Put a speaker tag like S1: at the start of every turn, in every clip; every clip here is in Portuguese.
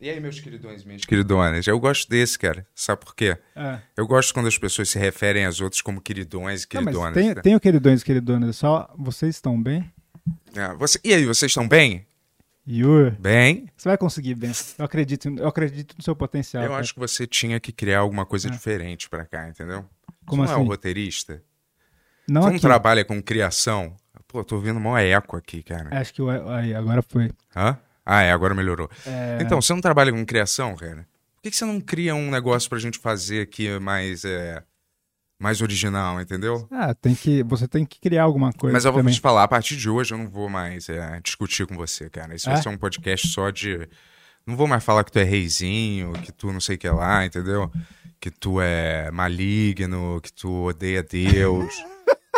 S1: E aí, meus queridões, minhas queridonas? Eu gosto desse, cara. Sabe por quê?
S2: É.
S1: Eu gosto quando as pessoas se referem às outras como queridões e
S2: Não, mas
S1: queridonas.
S2: tem,
S1: tá?
S2: tem o queridões e queridonas, é só vocês estão bem?
S1: É, você- E aí, vocês estão bem?
S2: Yur,
S1: Bem?
S2: você vai conseguir bem. Eu acredito, eu acredito no seu potencial.
S1: Eu
S2: cara.
S1: acho que você tinha que criar alguma coisa diferente pra cá, entendeu?
S2: Ah. Como
S1: você não é um
S2: assim?
S1: roteirista?
S2: Não
S1: você não
S2: aqui.
S1: trabalha com criação? Pô, tô ouvindo maior eco aqui, cara.
S2: Acho que o- aí, agora foi.
S1: Hã? Ah, é, agora melhorou.
S2: É.
S1: Então, você não trabalha com criação, cara? Por que, que você não cria um negócio pra gente fazer aqui mais, é, mais original, entendeu?
S2: Ah, tem que, você tem que criar alguma coisa
S1: Mas eu vou
S2: também.
S1: te falar, a partir de hoje eu não vou mais é, discutir com você, cara. Isso
S2: É?
S1: vai ser um podcast só de. Não vou mais falar que tu é reizinho, que tu não sei o que lá, entendeu? Que tu é maligno, que tu odeia Deus,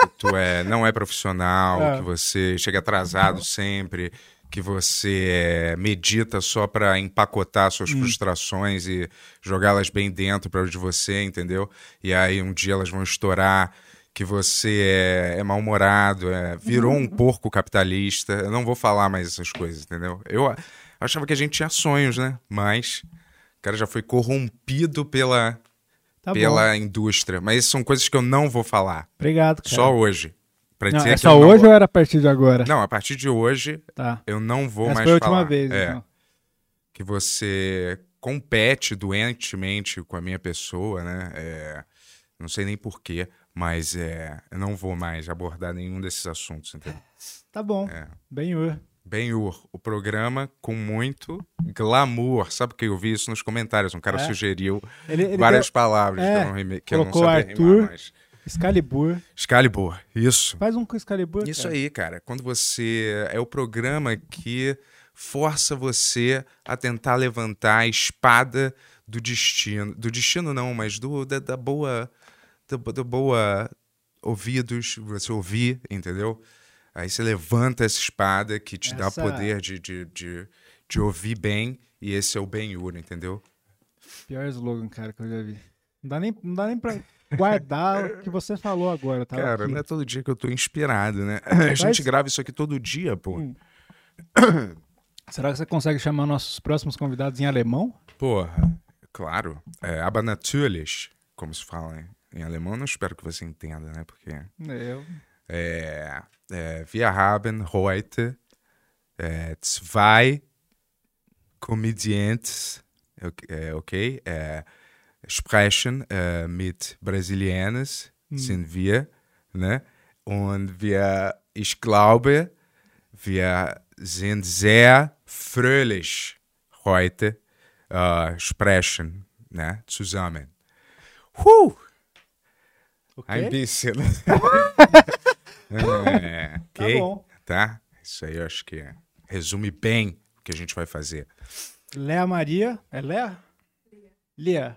S1: que tu é, não é profissional,
S2: É.
S1: que você chega atrasado sempre, que você é, medita só pra empacotar suas
S2: Hum.
S1: frustrações e jogá-las bem dentro pra de você, entendeu? E aí um dia elas vão estourar que você é, é mal-humorado, é, virou
S2: Uhum.
S1: um porco capitalista. Eu não vou falar mais essas coisas, entendeu? Eu a- achava que a gente tinha sonhos, né? Mas o cara já foi corrompido pela,
S2: Tá bom.
S1: pela indústria. Mas são coisas que eu não vou falar.
S2: Obrigado, cara.
S1: Só hoje. Pra
S2: Não,
S1: dizer
S2: é
S1: que
S2: só
S1: eu não
S2: hoje
S1: vou-
S2: ou era a partir de agora?
S1: Não, a partir de hoje
S2: Tá.
S1: eu não vou
S2: Essa
S1: mais
S2: foi a
S1: falar.
S2: última vez,
S1: É,
S2: então.
S1: que você compete doentemente com a minha pessoa, né? É, não sei nem porquê, mas é, eu não vou mais abordar nenhum desses assuntos, entendeu?
S2: Tá bom.
S1: É.
S2: Bem, Yur.
S1: Ben Hur, o programa com muito glamour. Sabe que eu vi isso nos comentários? Um cara
S2: É?
S1: sugeriu
S2: Ele, ele
S1: várias palavras
S2: é,
S1: que eu não, rime... que eu não
S2: colocou
S1: sabia
S2: Arthur.
S1: rimar, mas...
S2: tem Excalibur.
S1: Excalibur, isso.
S2: Faz um com Excalibur.
S1: Isso
S2: cara.
S1: aí, cara. Quando você. É o programa que força você a tentar levantar a espada do destino. Do destino, não, mas do, da, da boa. Da, bo- da boa. Ouvidos, você ouvir, entendeu? Aí você levanta essa espada que te dá
S2: Essa-
S1: poder de, de, de, de ouvir bem, e esse é o bem Uri, entendeu?
S2: Pior slogan, cara, que eu já vi. Não dá nem, não dá nem pra guardar o que você falou agora, tá?
S1: Cara,
S2: aqui.
S1: não é todo dia que eu tô inspirado, né? A gente
S2: Mas-
S1: grava isso aqui todo dia,
S2: hum.
S1: pô.
S2: Será que você consegue chamar nossos próximos convidados em alemão?
S1: Porra, claro. É, aber natürlich, como se fala em, em alemão, não espero que você entenda, né? Porque
S2: Eu.
S1: é, é, Äh, wir haben heute é, zwei Comediantes, ok, é, okay é, sprechen é, mit Brasilianas, sind wir, né? Und wir, ich glaube, wir sind sehr fröhlich heute äh, sprechen, né? Zusammen. Huh!
S2: Ok.
S1: Imbecil. é,
S2: Tá
S1: ok?
S2: bom.
S1: Tá? Isso aí eu acho que é. resume bem o que a gente vai fazer.
S2: Léa Maria. É Léa? Lia.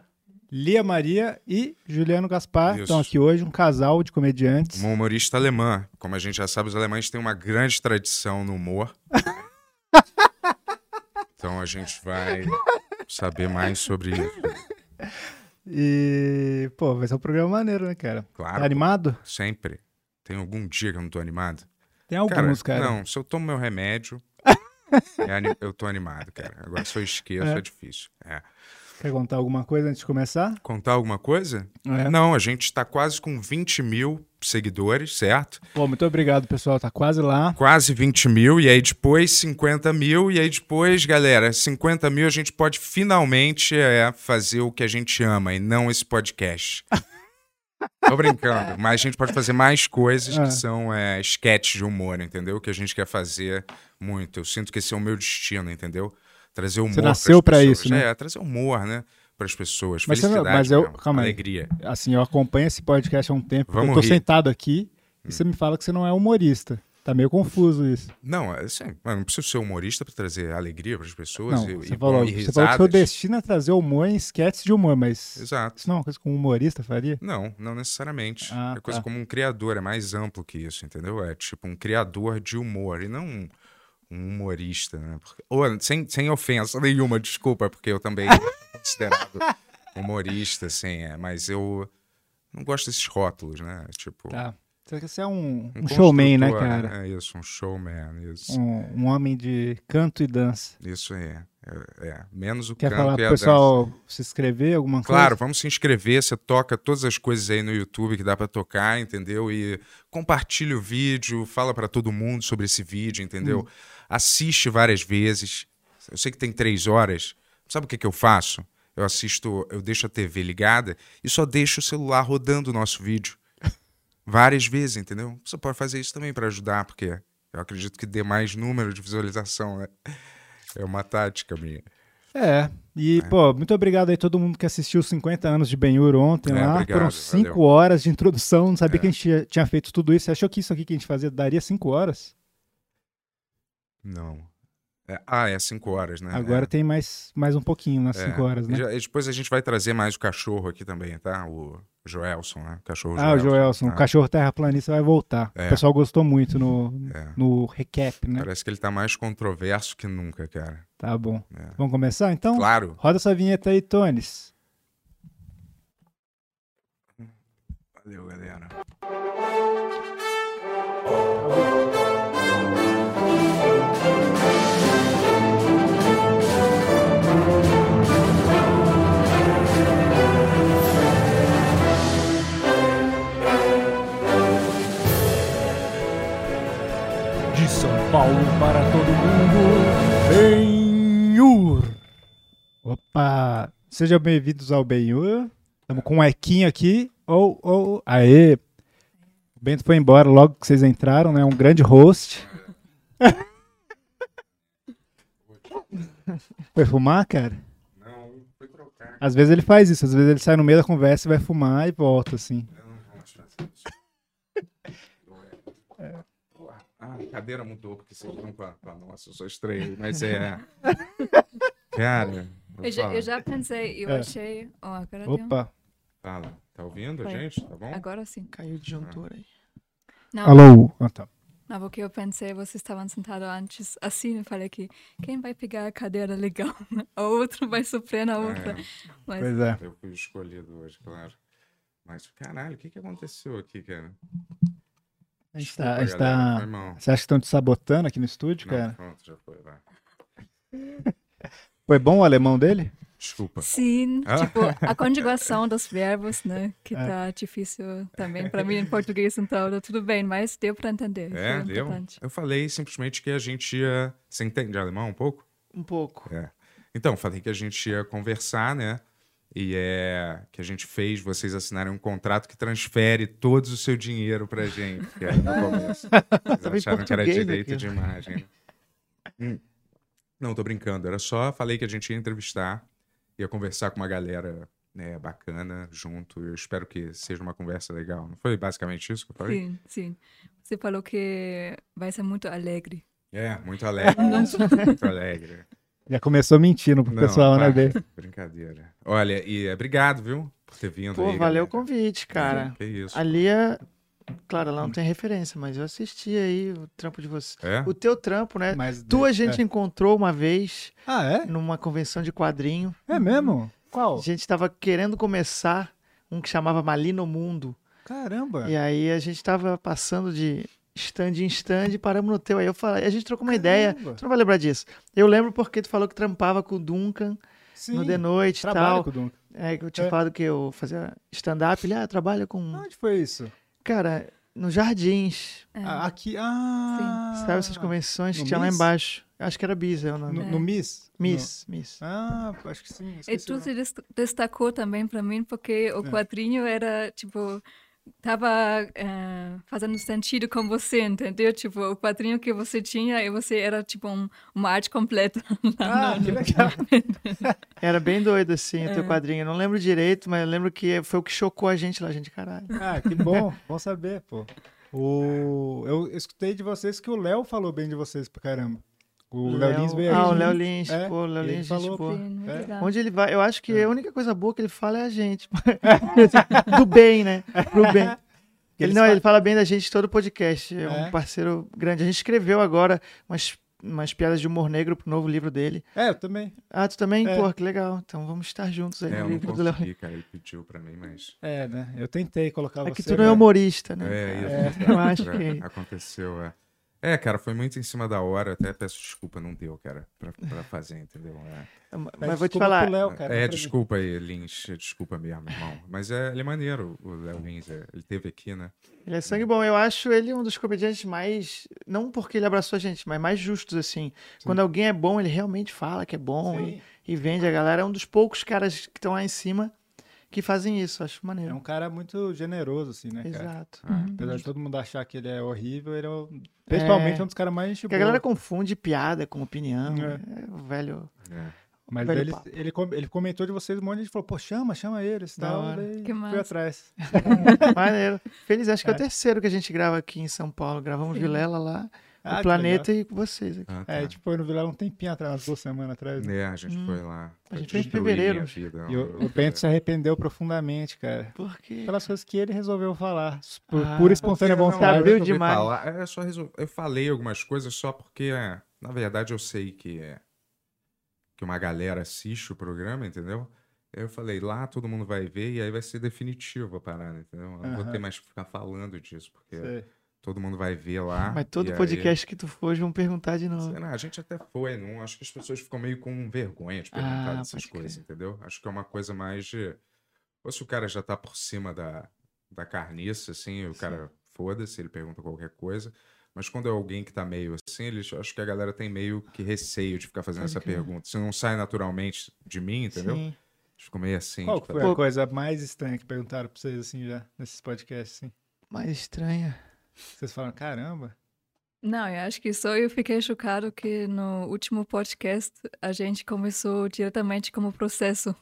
S2: Lia Maria e Juliano Gaspar
S1: Isso.
S2: estão aqui hoje, um casal de comediantes.
S1: Uma Um humorista alemã. Como a gente já sabe, os alemães têm uma grande tradição no humor. Então a gente vai saber mais sobre isso.
S2: E, pô, vai ser um programa maneiro, né, cara?
S1: Claro.
S2: Tá animado?
S1: Sempre. Tem algum dia que eu não tô animado?
S2: Tem alguns, cara.
S1: Não, se eu tomo meu remédio, é ani- eu tô animado, cara. Agora se eu esqueço, é, difícil. É.
S2: Quer contar alguma coisa antes de começar?
S1: Contar alguma coisa?
S2: É.
S1: Não, a gente tá quase com 20 mil seguidores, certo?
S2: Pô, muito obrigado, pessoal. Tá quase lá.
S1: Quase 20 mil, e aí depois 50 mil, e aí depois, galera, 50 mil a gente pode finalmente é, fazer o que a gente ama e não esse podcast. Tô brincando, mas a gente pode fazer mais coisas
S2: Ah.
S1: que são é, sketches de humor, entendeu? Que a gente quer fazer muito. Eu sinto que esse é o meu destino, entendeu? Trazer humor. pras
S2: nasceu pra
S1: pessoas.
S2: isso, né?
S1: É, trazer humor, né? Para as pessoas.
S2: Mas você não-
S1: Felicidade,
S2: mas eu-
S1: mesmo,
S2: calma aí.
S1: alegria.
S2: Assim, eu acompanho esse podcast há um tempo. porque
S1: Vamos
S2: eu tô
S1: rir. Hum.
S2: sentado aqui e você me fala que você não é humorista. Tá meio confuso isso.
S1: Não, assim, eu não preciso ser humorista para trazer alegria para as pessoas
S2: Não,
S1: e,
S2: você,
S1: e,
S2: falou,
S1: e
S2: você falou que seu
S1: risadas.
S2: destino é trazer humor em esquetes de humor, mas
S1: Exato.
S2: isso não é uma coisa que um humorista faria?
S1: Não, não necessariamente.
S2: Ah,
S1: é coisa
S2: tá.
S1: como um criador, é mais amplo que isso, entendeu? É tipo um criador de humor e não um, um humorista, né? Porque- ou, sem, sem ofensa nenhuma, desculpa, porque eu também sou considerado humorista, assim, é, mas eu não gosto desses rótulos, né? Tipo.
S2: Tá. Será que você é um,
S1: um
S2: um showman, né,
S1: construtor,
S2: cara?
S1: É isso, um showman, isso.
S2: Um, um homem de canto e dança.
S1: Isso aí. É, menos o
S2: Quer
S1: canto
S2: falar
S1: e
S2: pro
S1: a
S2: pessoal se inscrever, alguma coisa?
S1: Claro, vamos se inscrever. Você toca todas as coisas aí no YouTube que dá pra tocar, entendeu? E compartilha o vídeo, fala pra todo mundo sobre esse vídeo, entendeu? Assiste várias vezes. Eu sei que tem três horas. Sabe o que, que eu faço? Eu assisto, eu deixo a TV ligada e só deixo o celular rodando o nosso vídeo. Várias vezes, entendeu? Você pode fazer isso também pra ajudar, porque eu acredito que dê mais número de visualização, né? É uma tática minha.
S2: É. E, pô, muito obrigado aí todo mundo que assistiu os 50 anos de Ben-Hur ontem
S1: É,
S2: lá.
S1: obrigado,
S2: Foram 5
S1: valeu. É.
S2: horas de introdução, não sabia que a gente tinha- tinha feito tudo isso. Você achou que isso aqui que a gente fazia daria 5 horas?
S1: Não. É- ah, é cinco horas, né? É.
S2: Agora tem mais, mais um pouquinho nas
S1: É.
S2: 5 horas, né?
S1: Já- e depois a gente vai trazer mais o cachorro aqui também, tá? O Joelson, né? O cachorro
S2: ah, o Joelson, o
S1: tá?
S2: cachorro terraplanista vai voltar.
S1: É.
S2: O pessoal gostou muito no,
S1: É.
S2: no recap, né?
S1: Parece que ele tá mais controverso que nunca, cara.
S2: Tá bom.
S1: É.
S2: Vamos começar então?
S1: Claro.
S2: Roda essa vinheta aí, Tones.
S1: Valeu, galera.
S2: De São Paulo para todo mundo, Benhur! Opa! Sejam bem-vindos ao Benhur. Estamos com o Equinho aqui. Ou, ou, aê! O Bento foi embora logo que vocês entraram, né? Um grande host. Foi fumar, cara?
S1: Não, foi trocar.
S2: Às vezes ele faz isso, às vezes ele sai no meio da conversa e vai fumar e volta, assim.
S1: Não, vamos fazer isso.
S2: É.
S1: Porra, Ah, a cadeira mudou, porque vocês estão com a, com a nossa, eu só estranho, mas é. Cara, vou
S3: Eu já,
S1: falar.
S3: eu já pensei, eu
S2: É.
S3: achei. Ó, agora deu.
S2: Opa!
S1: Fala. Tá ouvindo a
S3: Foi.
S1: gente? Tá bom?
S3: Agora sim.
S4: Caiu o disjuntor aí.
S3: Não,
S2: Alô! Ah, tá.
S3: não, porque eu pensei, vocês estavam sentados antes assim. Eu falei que quem vai pegar a cadeira legal? né? A outra vai sofrer na outra.
S1: É,
S3: Mas
S2: Pois é.
S1: eu fui escolhido hoje, claro. Mas, caralho, o que, que aconteceu aqui, cara?
S2: A gente tá. A gente
S1: Desculpa,
S2: tá-
S1: galera, foi mal.
S2: Você acha que estão te sabotando aqui no estúdio,
S1: Não,
S2: cara?
S1: pronto, já foi, vai.
S2: Foi bom o alemão dele? é.
S1: Desculpa.
S3: sim,
S1: Ah.
S3: tipo, a conjugação dos verbos, né? Que
S2: É.
S3: tá difícil também para mim em português, então tá tudo bem, mas deu para entender.
S1: É,
S3: foi
S1: deu?
S3: importante.
S1: Eu falei simplesmente que a gente ia. Você entende alemão um pouco?
S4: Um pouco.
S1: É. Então, falei que a gente ia conversar, né? E é que a gente fez vocês assinarem um contrato que transfere todo o seu dinheiro pra gente, que era no começo. Vocês
S4: Tava em
S1: acharam que era
S4: português
S1: direito
S4: aqui.
S1: de imagem. né? Hum. Não, tô brincando. Era só, falei que a gente ia entrevistar, ia conversar com uma galera né, bacana junto. Eu espero que seja uma conversa legal. Não foi basicamente isso que eu falei?
S3: Sim, sim. Você falou que vai ser muito alegre.
S1: É, muito alegre. muito alegre.
S2: Já começou mentindo pro
S1: Não,
S2: pessoal, né,
S1: para.
S2: dele?
S1: Brincadeira. Olha, e é, obrigado, viu, por ter vindo
S4: Pô,
S1: aí. galera.
S4: valeu o
S1: Uhum,
S4: convite, cara.
S1: Que isso.
S4: A Lia, claro, ela não tem referência, mas eu assisti aí o trampo de você.
S1: É?
S4: O teu trampo, né?
S2: Mas
S4: Tu a
S2: dele-
S4: gente encontrou uma vez
S2: é. Ah, é?
S4: numa convenção de quadrinho.
S2: É mesmo?
S4: A
S2: Qual?
S4: gente tava querendo começar um que chamava Malino Mundo.
S2: Caramba!
S4: E é aí a gente tava passando de stand em stand e paramos no teu. Aí eu falei, a gente trocou uma ideia.
S2: Caramba.
S4: Tu não vai lembrar disso. Eu lembro porque tu falou que trampava com o Duncan
S2: Sim.
S4: no The Noite e
S2: Trabalho
S4: tal.
S2: com o Duncan.
S4: É, que eu tinha
S2: É.
S4: falado que eu fazia stand-up. Ele, ah, trabalha com.
S2: Onde foi isso?
S4: Cara, nos jardins.
S3: É.
S2: Ah, Aqui. Ah!
S4: Sabe essas convenções
S2: no
S4: que tinha lá
S2: Miss?
S4: embaixo? Acho que era Bis, é o nome.
S2: No, no Miss?
S4: Miss, Miss.
S2: No- Ah, acho que sim. É
S3: E
S2: esqueci o
S3: tu
S2: nome.
S3: se dest- destacou também para mim, porque o
S2: É.
S3: quadrinho era, tipo, tava eh, fazendo sentido com você, entendeu? Tipo, o quadrinho que você tinha, e você era, tipo, um, uma arte completa.
S2: Ah, que legal.
S4: Era bem doido, assim, o teu quadrinho. Eu não lembro direito, mas eu lembro que foi o que chocou a gente lá, gente, caralho.
S2: Ah, que bom. Bom saber, pô. O... Eu escutei de vocês que o Léo falou bem de vocês pra caramba. O Léo Lins veio
S4: Ah,
S2: aqui.
S4: o Léo Lins,
S2: É,
S4: pô, o Léo
S2: ele
S4: Lins,
S2: falou
S4: gente, pô.
S3: Sim, muito
S2: É.
S3: legal.
S4: Onde ele vai, eu acho que a única coisa boa que ele fala é a gente. Do bem, né? Pro bem. Ele,
S2: Eles
S4: não,
S2: fa-
S4: ele fala bem da gente em todo o podcast. É,
S2: É?
S4: um parceiro grande. A gente escreveu agora umas, umas piadas de humor negro pro novo livro dele.
S2: É, eu também.
S4: Ah, tu também?
S2: É.
S4: Pô, que legal. Então vamos estar juntos aí
S1: É, eu
S4: no
S1: não
S4: livro do Léo. Lins.
S1: consegui, cara. Ele pediu pra mim, mas.
S2: É, né? Eu tentei colocar
S4: É
S2: você.
S4: que tu não é humorista, né?
S1: É,
S4: cara?
S1: isso.
S4: Eu acho
S1: é,
S4: que.
S1: Aconteceu, é. É, cara, foi muito em cima da hora. Até peço desculpa, não deu, cara, pra, pra fazer, entendeu? É,
S4: Mas vou te
S2: Desculpa
S4: falar,
S2: pro Léo, cara,
S1: É,
S2: pra mim.
S1: desculpa aí, Lins. é, Desculpa mesmo, irmão. Mas é, ele é maneiro, o Léo Lins. é, Ele teve aqui, né?
S4: Ele é sangue bom. Eu acho ele um dos comediantes mais. Não porque ele abraçou a gente, mas mais justos, assim. Quando alguém é bom, ele realmente fala que é bom e, e vende a galera. É um dos poucos caras que estão lá em cima que fazem isso. Acho
S2: É
S4: maneiro.
S2: um cara muito generoso, assim, né, cara?
S4: Exato.
S2: Apesar de todo mundo achar que ele é horrível, ele é, um- pessoalmente,
S4: É.
S2: um dos caras mais gente
S4: Porque a
S2: boa.
S4: galera confunde piada com opinião.
S2: É.
S4: É, o velho.
S1: É.
S2: Mas
S4: Velho
S2: ele,
S4: papo.
S2: ele, com- ele comentou de vocês um monte de gente falou, pô, chama, chama eles,
S4: Da
S2: tal.
S4: hora.
S2: Daí
S3: Que
S2: fui
S3: massa.
S2: atrás.
S4: Maneiro. Feliz, acho que é o
S2: É.
S4: terceiro que a gente grava aqui em São Paulo. Gravamos Vilela lá,
S2: Ah,
S4: o
S2: que
S4: Planeta e vocês aqui.
S1: Ah, tá.
S2: É, a gente foi no Vilela um tempinho atrás, umas duas semanas atrás. né?
S1: É, a gente foi lá. pra
S4: Hum. gente foi em
S1: destruir
S4: fevereiro.
S1: minha vida.
S2: E o, o Bento se arrependeu profundamente, cara.
S4: Porque.
S2: Pelas coisas que ele resolveu falar. Por
S4: Ah,
S2: pura e espontânea
S1: Não,
S2: vontade.
S1: eu
S4: abriu
S1: resolvi
S4: demais.
S1: falar, é, só resol- Eu falei algumas coisas só porque, é, na verdade, eu sei que é que uma galera assiste o programa, entendeu? Aí Eu falei, lá todo mundo vai ver e aí vai ser definitivo a parada, entendeu? Eu não vou
S2: Aham.
S1: ter mais que ficar falando disso, porque
S2: Sei.
S1: todo mundo vai ver lá.
S4: Mas todo
S1: Ah, e aí-
S4: podcast que tu for, vão perguntar de novo.
S1: Sei lá, a gente até foi, não acho que as pessoas ficam meio com vergonha de perguntar
S4: Ah,
S1: dessas
S4: pode crer.
S1: coisas, entendeu? Acho que é uma coisa mais de. Ou se o cara já tá por cima da, da carniça, assim, o cara foda-se, ele pergunta qualquer coisa. Mas quando é alguém que tá meio assim, eles, acho que a galera tem meio que receio de ficar fazendo
S4: Pode
S1: essa
S4: crer.
S1: pergunta. Se não sai naturalmente de mim, entendeu?
S4: Sim.
S1: Eles ficam meio assim.
S2: Qual
S1: de
S2: que foi
S1: fazer.
S2: a coisa mais estranha que perguntaram pra vocês, assim, já, nesses podcasts, assim?
S4: Mais estranha.
S2: Vocês falaram, caramba.
S3: Não, eu acho que só eu fiquei chocado que no último podcast a gente começou diretamente como processo.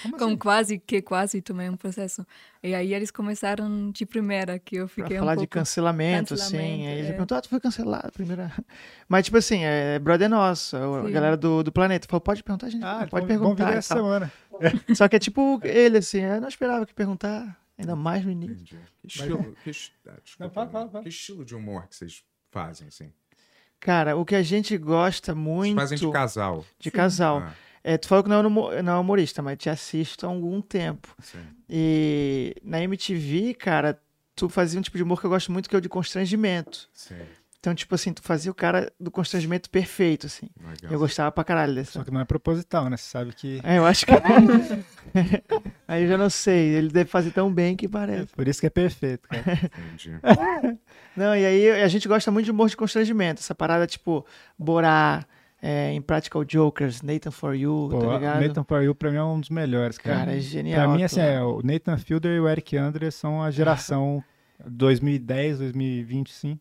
S2: Como
S3: Com
S2: assim?
S3: quase, que quase tomei um processo. E aí eles começaram de primeira, que eu
S4: Pra
S3: fiquei
S4: falar
S3: um
S4: de
S3: pouco...
S4: cancelamento, assim.
S3: Cancelamento,
S4: Aí ele
S3: é.
S4: perguntou, ah, tu foi cancelado primeira. Mas, tipo assim, é brother nosso, a
S3: Sim.
S4: galera do, do planeta. Falou, pode perguntar, gente.
S2: Ah,
S4: pode
S2: vão- vão vir
S4: perguntar. e
S2: essa
S4: tal.
S2: semana.
S4: Só que é tipo ele, assim, eu não esperava que perguntar, ainda mais no início.
S1: Entendi. Que estilo, que, es- ah, desculpa,
S2: fala, fala, fala.
S1: que estilo de humor que vocês fazem, assim?
S4: Cara, o que a gente gosta
S1: Vocês
S4: muito
S1: fazem de casal.
S4: de casal.
S1: Ah,
S4: É, tu falou que não é humo- não é humorista, mas te assisto há algum tempo.
S1: sim.
S4: E na MTV, cara, tu fazia um tipo de humor que eu gosto muito, que é o de constrangimento.
S1: sim.
S4: Então, tipo assim, tu fazia o cara do constrangimento perfeito, assim.
S1: Legal.
S4: Eu gostava pra caralho dessa.
S2: Só que não é proposital, né? Você sabe que.
S4: É, eu acho que. Aí eu já não sei, ele deve fazer tão bem que
S2: É
S4: parece.
S2: por isso que é perfeito, cara.
S1: Entendi. É,
S4: Não, e aí a gente gosta muito de humor de constrangimento. Essa parada tipo Borá, é, Impractical Jokers, Nathan For You,
S2: Pô,
S4: tá ligado?
S2: Nathan For You pra mim é um dos melhores, cara.
S4: Cara, é genial.
S2: pra mim, assim,
S4: aquilo.
S2: é, o Nathan Fielder e o Eric Andre são a geração 2010, 2020, sim.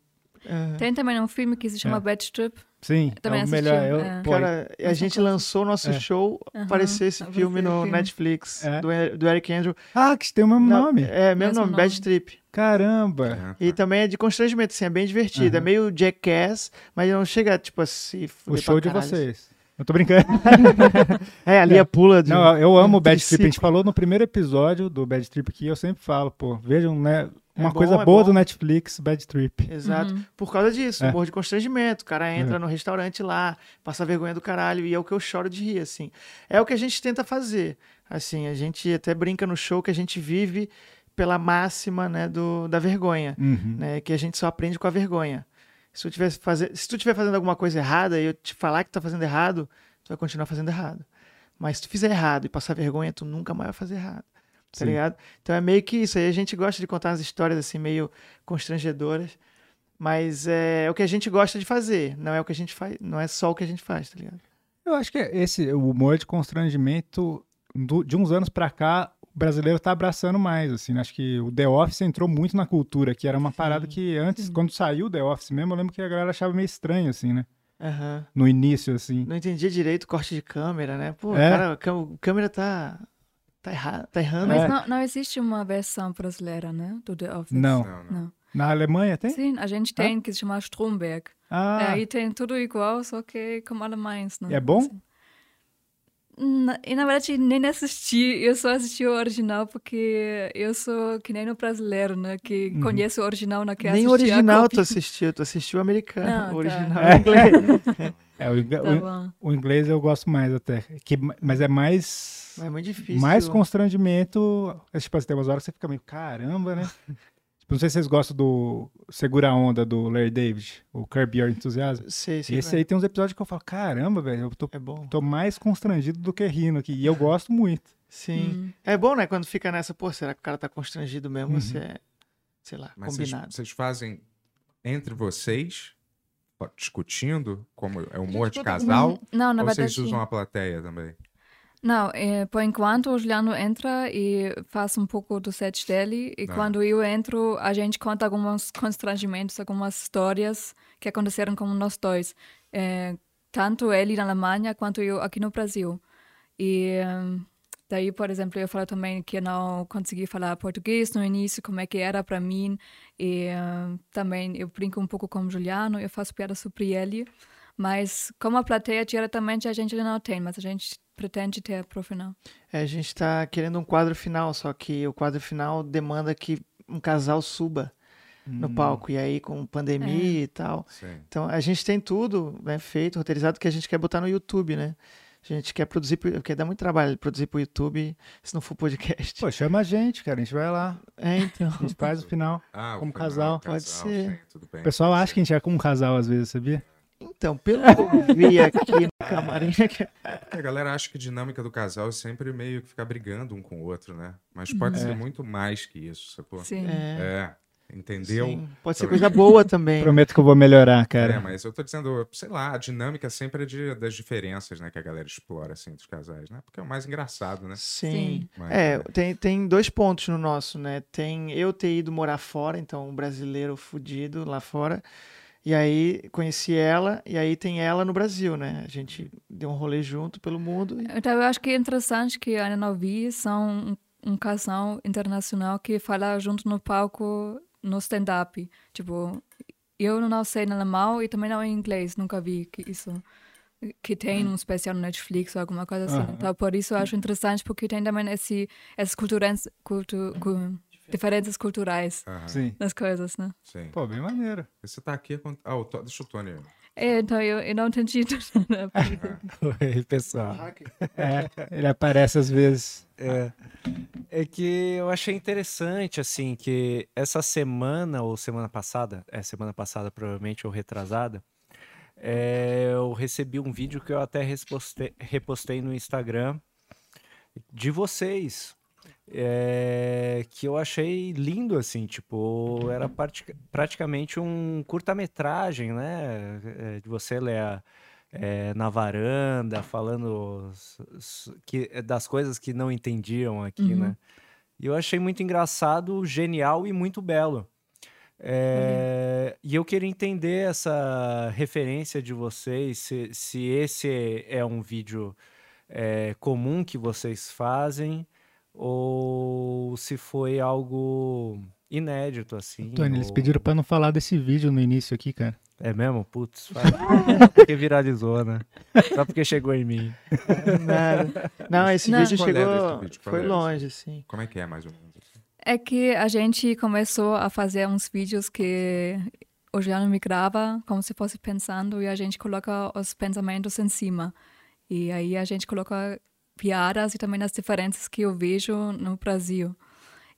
S4: Aham.
S3: Tem também um filme que se chama
S2: É.
S3: Bad Trip.
S2: Sim,
S3: também
S2: é o
S3: assisti,
S2: melhor. Eu,
S3: é.
S2: pô,
S4: Cara, a gente lançou o nosso
S2: É.
S4: show,
S3: Aham,
S4: apareceu esse
S3: apareceu
S4: filme
S3: o
S4: no
S3: filme.
S4: Netflix,
S2: É.
S4: do, do Eric Andrew.
S2: Ah, que tem o mesmo
S4: Não,
S2: nome.
S4: É, mesmo
S3: Mesmo
S4: nome,
S3: nome.
S4: Bad Trip.
S2: Caramba.
S1: Ah, tá.
S4: E também é de constrangimento, assim, é bem divertido. É meio jackass, mas não chega, tipo, assim.
S2: Uhum. O show de vocês. Não tô brincando.
S4: É, ali a pula de.
S2: Não, eu amo o Bad Trip. A gente
S4: triciclo.
S2: falou no primeiro episódio do Bad Trip aqui, eu sempre falo, pô, vejam, né? Uma
S4: bom,
S2: coisa
S4: é
S2: boa
S4: bom.
S2: do Netflix, Bad Trip.
S4: Exato.
S3: Uhum.
S4: Por causa disso,
S2: É.
S4: humor de constrangimento. O cara entra no restaurante lá, passa vergonha do caralho, e é o que eu choro de rir, assim. É o que a gente tenta fazer. Assim, a gente até brinca no show que a gente vive pela máxima, né, do, da vergonha,
S2: Uhum.
S4: né, que a gente só aprende com a vergonha. Se tu tiver faze- se tu tiver fazendo alguma coisa errada e eu te falar que tu tá fazendo errado, tu vai continuar fazendo errado. Mas se tu fizer errado e passar vergonha, tu nunca mais vai fazer errado. Tá
S2: Sim.
S4: ligado? Então é meio que isso. Aí a gente gosta de contar umas histórias assim meio constrangedoras, mas é, o que a gente gosta de fazer, não é o que a gente faz, não é só o que a gente faz, tá ligado?
S2: Eu acho que é esse o humor de constrangimento do- de uns anos pra cá o brasileiro tá abraçando mais assim. né? Acho que o The Office entrou muito na cultura, que era uma parada que antes quando saiu o The Office mesmo, eu lembro que a galera achava meio estranho assim, né?
S4: Aham.
S2: No início assim.
S4: Não entendia direito o corte de câmera, né? Pô,
S2: É.
S4: cara, a cam- câmera tá tá, erra, tá errando.
S3: Mas
S2: É.
S3: não, não existe uma versão brasileira, né? Do The Office.
S2: Não.
S1: tá. Não, não.
S3: Não.
S2: Na Alemanha tem?
S3: Sim, a gente tem que se chama Stromberg. É,
S2: Ah,
S4: É,
S3: Aí tem tudo igual, só que como alemães, né?
S2: é bom?
S3: Na, e na verdade nem assisti, eu só assisti o original porque eu sou que nem o brasileiro, né? Que
S2: Uhum.
S3: conhece o original na que
S4: Nem o
S3: assistia a
S4: original tu
S3: cópia.
S4: assistiu, tu assistiu o americano.
S3: Ah,
S4: o
S3: tá.
S4: original
S2: É.
S4: é inglês.
S2: É, o, ingle-
S3: Tá bom.
S2: o- o inglês eu gosto mais até, que mas é mais
S4: Mas É muito difícil.
S2: mais constrangimento, é, tipo assim, tem umas horas que você fica meio caramba, né? Tipo, Não sei se vocês gostam do Segura a Onda do Larry David, o Curb Your Enthusiasm.
S4: Sei, sei.
S2: Esse aí tem uns episódios que eu falo, caramba, velho, eu tô,
S4: É bom.
S2: tô mais constrangido do que rindo aqui. E eu gosto muito.
S4: Sim.
S3: Hum.
S4: É bom, né? Quando fica nessa, pô, será que o cara tá constrangido mesmo?
S2: Uhum.
S4: Você é, sei lá,
S1: Mas vocês,
S4: combinado.
S1: vocês fazem entre vocês, ó, discutindo, como é humor de casal,
S3: Uhum. Não, na
S1: ou
S3: verdade.
S1: vocês usam a plateia também?
S3: Não, é, por enquanto o Juliano entra e faz um pouco do set dele. E
S1: Ah.
S3: quando eu entro, a gente conta alguns constrangimentos, algumas histórias que aconteceram com nós dois. É, tanto ele na Alemanha quanto eu aqui no Brasil. E hum, daí, por exemplo, eu falo também que eu não consegui falar português no início, como é que era para mim. E hum, também eu brinco um pouco com o Juliano, eu faço piada sobre ele. Mas como a plateia diretamente a gente não tem, mas a gente pretende ter pro final.
S4: É, a gente tá querendo um quadro final, só que o quadro final demanda que um casal suba no
S2: Hum.
S4: palco. E aí, com
S3: É.
S4: pandemia e tal.
S1: Sim.
S4: Então, a gente tem tudo né, feito, roteirizado, que a gente quer botar no YouTube, né? A gente quer produzir, pro- porque dá muito trabalho produzir pro YouTube, se não for podcast.
S2: Pô, chama a gente, cara. A gente vai lá.
S4: É, então.
S2: A gente faz o final.
S1: Ah,
S2: Como
S1: o
S2: casal,
S4: pode ser.
S1: sim, tudo
S2: O
S1: bem.
S2: pessoal acha que a gente é como um casal às vezes, sabia?
S4: Então, pelo que eu vi aqui no camarim,
S1: Porque a galera acha que a dinâmica do casal é sempre meio que ficar brigando um com o outro, né? Mas pode ser muito mais que isso, sacou?
S3: Sim.
S4: é,
S1: É, entendeu?
S4: sim. pode ser coisa boa também.
S2: Prometo que eu vou melhorar,
S1: É,
S2: cara.
S1: mas eu tô dizendo, sei lá, a dinâmica sempre é de- das diferenças, né, que a galera explora, assim, dos casais, né? Porque é o mais engraçado, né?
S4: Sim.
S1: Mas,
S4: É, tem, tem dois pontos no nosso, né? Tem eu ter ido morar fora, então um brasileiro fudido lá fora. E aí conheci ela, e aí tem ela no Brasil, né? A gente deu um rolê junto pelo mundo. e-
S3: Então eu acho que é interessante que a Ana Novi são um, um casal internacional que fala junto no palco no stand-up. Tipo, eu não sei em alemão e também não em inglês, nunca vi que isso que tem um especial no Netflix ou alguma coisa assim.
S2: Aham.
S3: Então por isso eu acho interessante porque tem também esse essas culturas, cultu, cu- diferenças culturais
S1: aham,
S2: Sim.
S3: nas coisas, né?
S1: sim.
S2: Pô, bem maneiro.
S1: Você tá aqui... com- Ah, o To- deixa o Tony...
S3: É, então eu, eu não entendi nada.
S2: Oi, pessoal. É, ele aparece às vezes.
S5: É. É que eu achei interessante, assim, que essa semana, ou semana passada, é semana passada provavelmente, ou retrasada, é, eu recebi um vídeo que eu até repostei, repostei no Instagram de vocês. é, que eu achei lindo, assim, tipo, era partic- praticamente um curta-metragem, né? é, de você, Lea é, na varanda, falando s- s- que, das coisas que não entendiam aqui,
S3: Uhum.
S5: né? E eu achei muito engraçado, genial e muito belo. É, e eu queria entender essa referência de vocês, se, se esse é um vídeo é, comum que vocês fazem ou se foi algo inédito assim.
S2: Tony, eles
S5: ou-
S2: pediram pra não falar desse vídeo no início aqui, cara.
S5: É mesmo? Putz, fala. porque viralizou, né? Só porque chegou em mim.
S4: Nada. Não, esse
S3: Não.
S4: vídeo
S1: Qual é
S4: chegou.
S1: desse vídeo? Qual
S4: Foi
S1: é
S4: longe, assim.
S1: Como é que é, mais ou menos?
S3: É que a gente começou a fazer uns vídeos que o Juliano me grava como se fosse pensando e a gente coloca os pensamentos em cima. E aí a gente coloca piadas e também as diferenças que eu vejo no Brasil.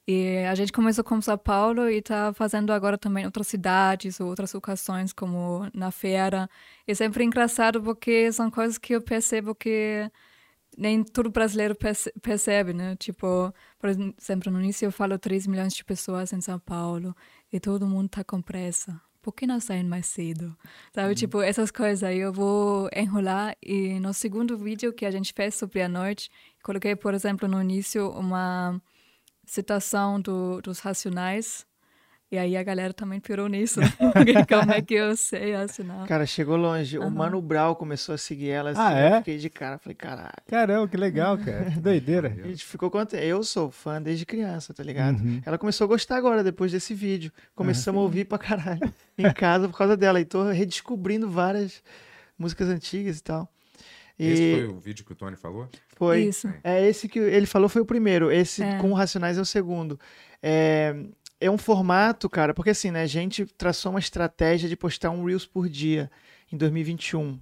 S3: E a gente começou com São Paulo e está fazendo agora também outras cidades ou outras ocasiões, como na feira. É sempre engraçado porque são coisas que eu percebo que nem todo brasileiro perce- percebe, né? Tipo, por exemplo, no início eu falo 3 milhões de pessoas em São Paulo e todo mundo tá com pressa. Por que não saem mais cedo? Sabe, tipo, essas coisas aí eu vou enrolar. E no segundo vídeo que a gente fez sobre a noite, coloquei, por exemplo, no início uma citação do, dos Racionais. E aí a galera também pirou nisso. Porque Como é que eu sei Racional?
S4: Cara, chegou longe. O Mano Brown começou a seguir ela, assim.
S2: Ah, é?
S4: Eu fiquei de cara. Falei, caralho.
S2: Caramba, que legal, cara. Que doideira.
S4: A gente ficou contente. Eu sou fã desde criança, tá ligado?
S2: Uhum.
S4: Ela começou a gostar agora, depois desse vídeo. Começamos a ouvir pra caralho em casa por causa dela. E tô redescobrindo várias músicas antigas e tal. E
S1: Esse foi
S4: foi.
S1: o vídeo que o Tony falou?
S3: Isso.
S4: É esse que ele falou foi o primeiro. Esse
S3: É.
S4: com Racionais é o segundo. É, é um formato, cara, porque assim, né, a gente traçou uma estratégia de postar um Reels por dia em 2021.
S2: Uhum.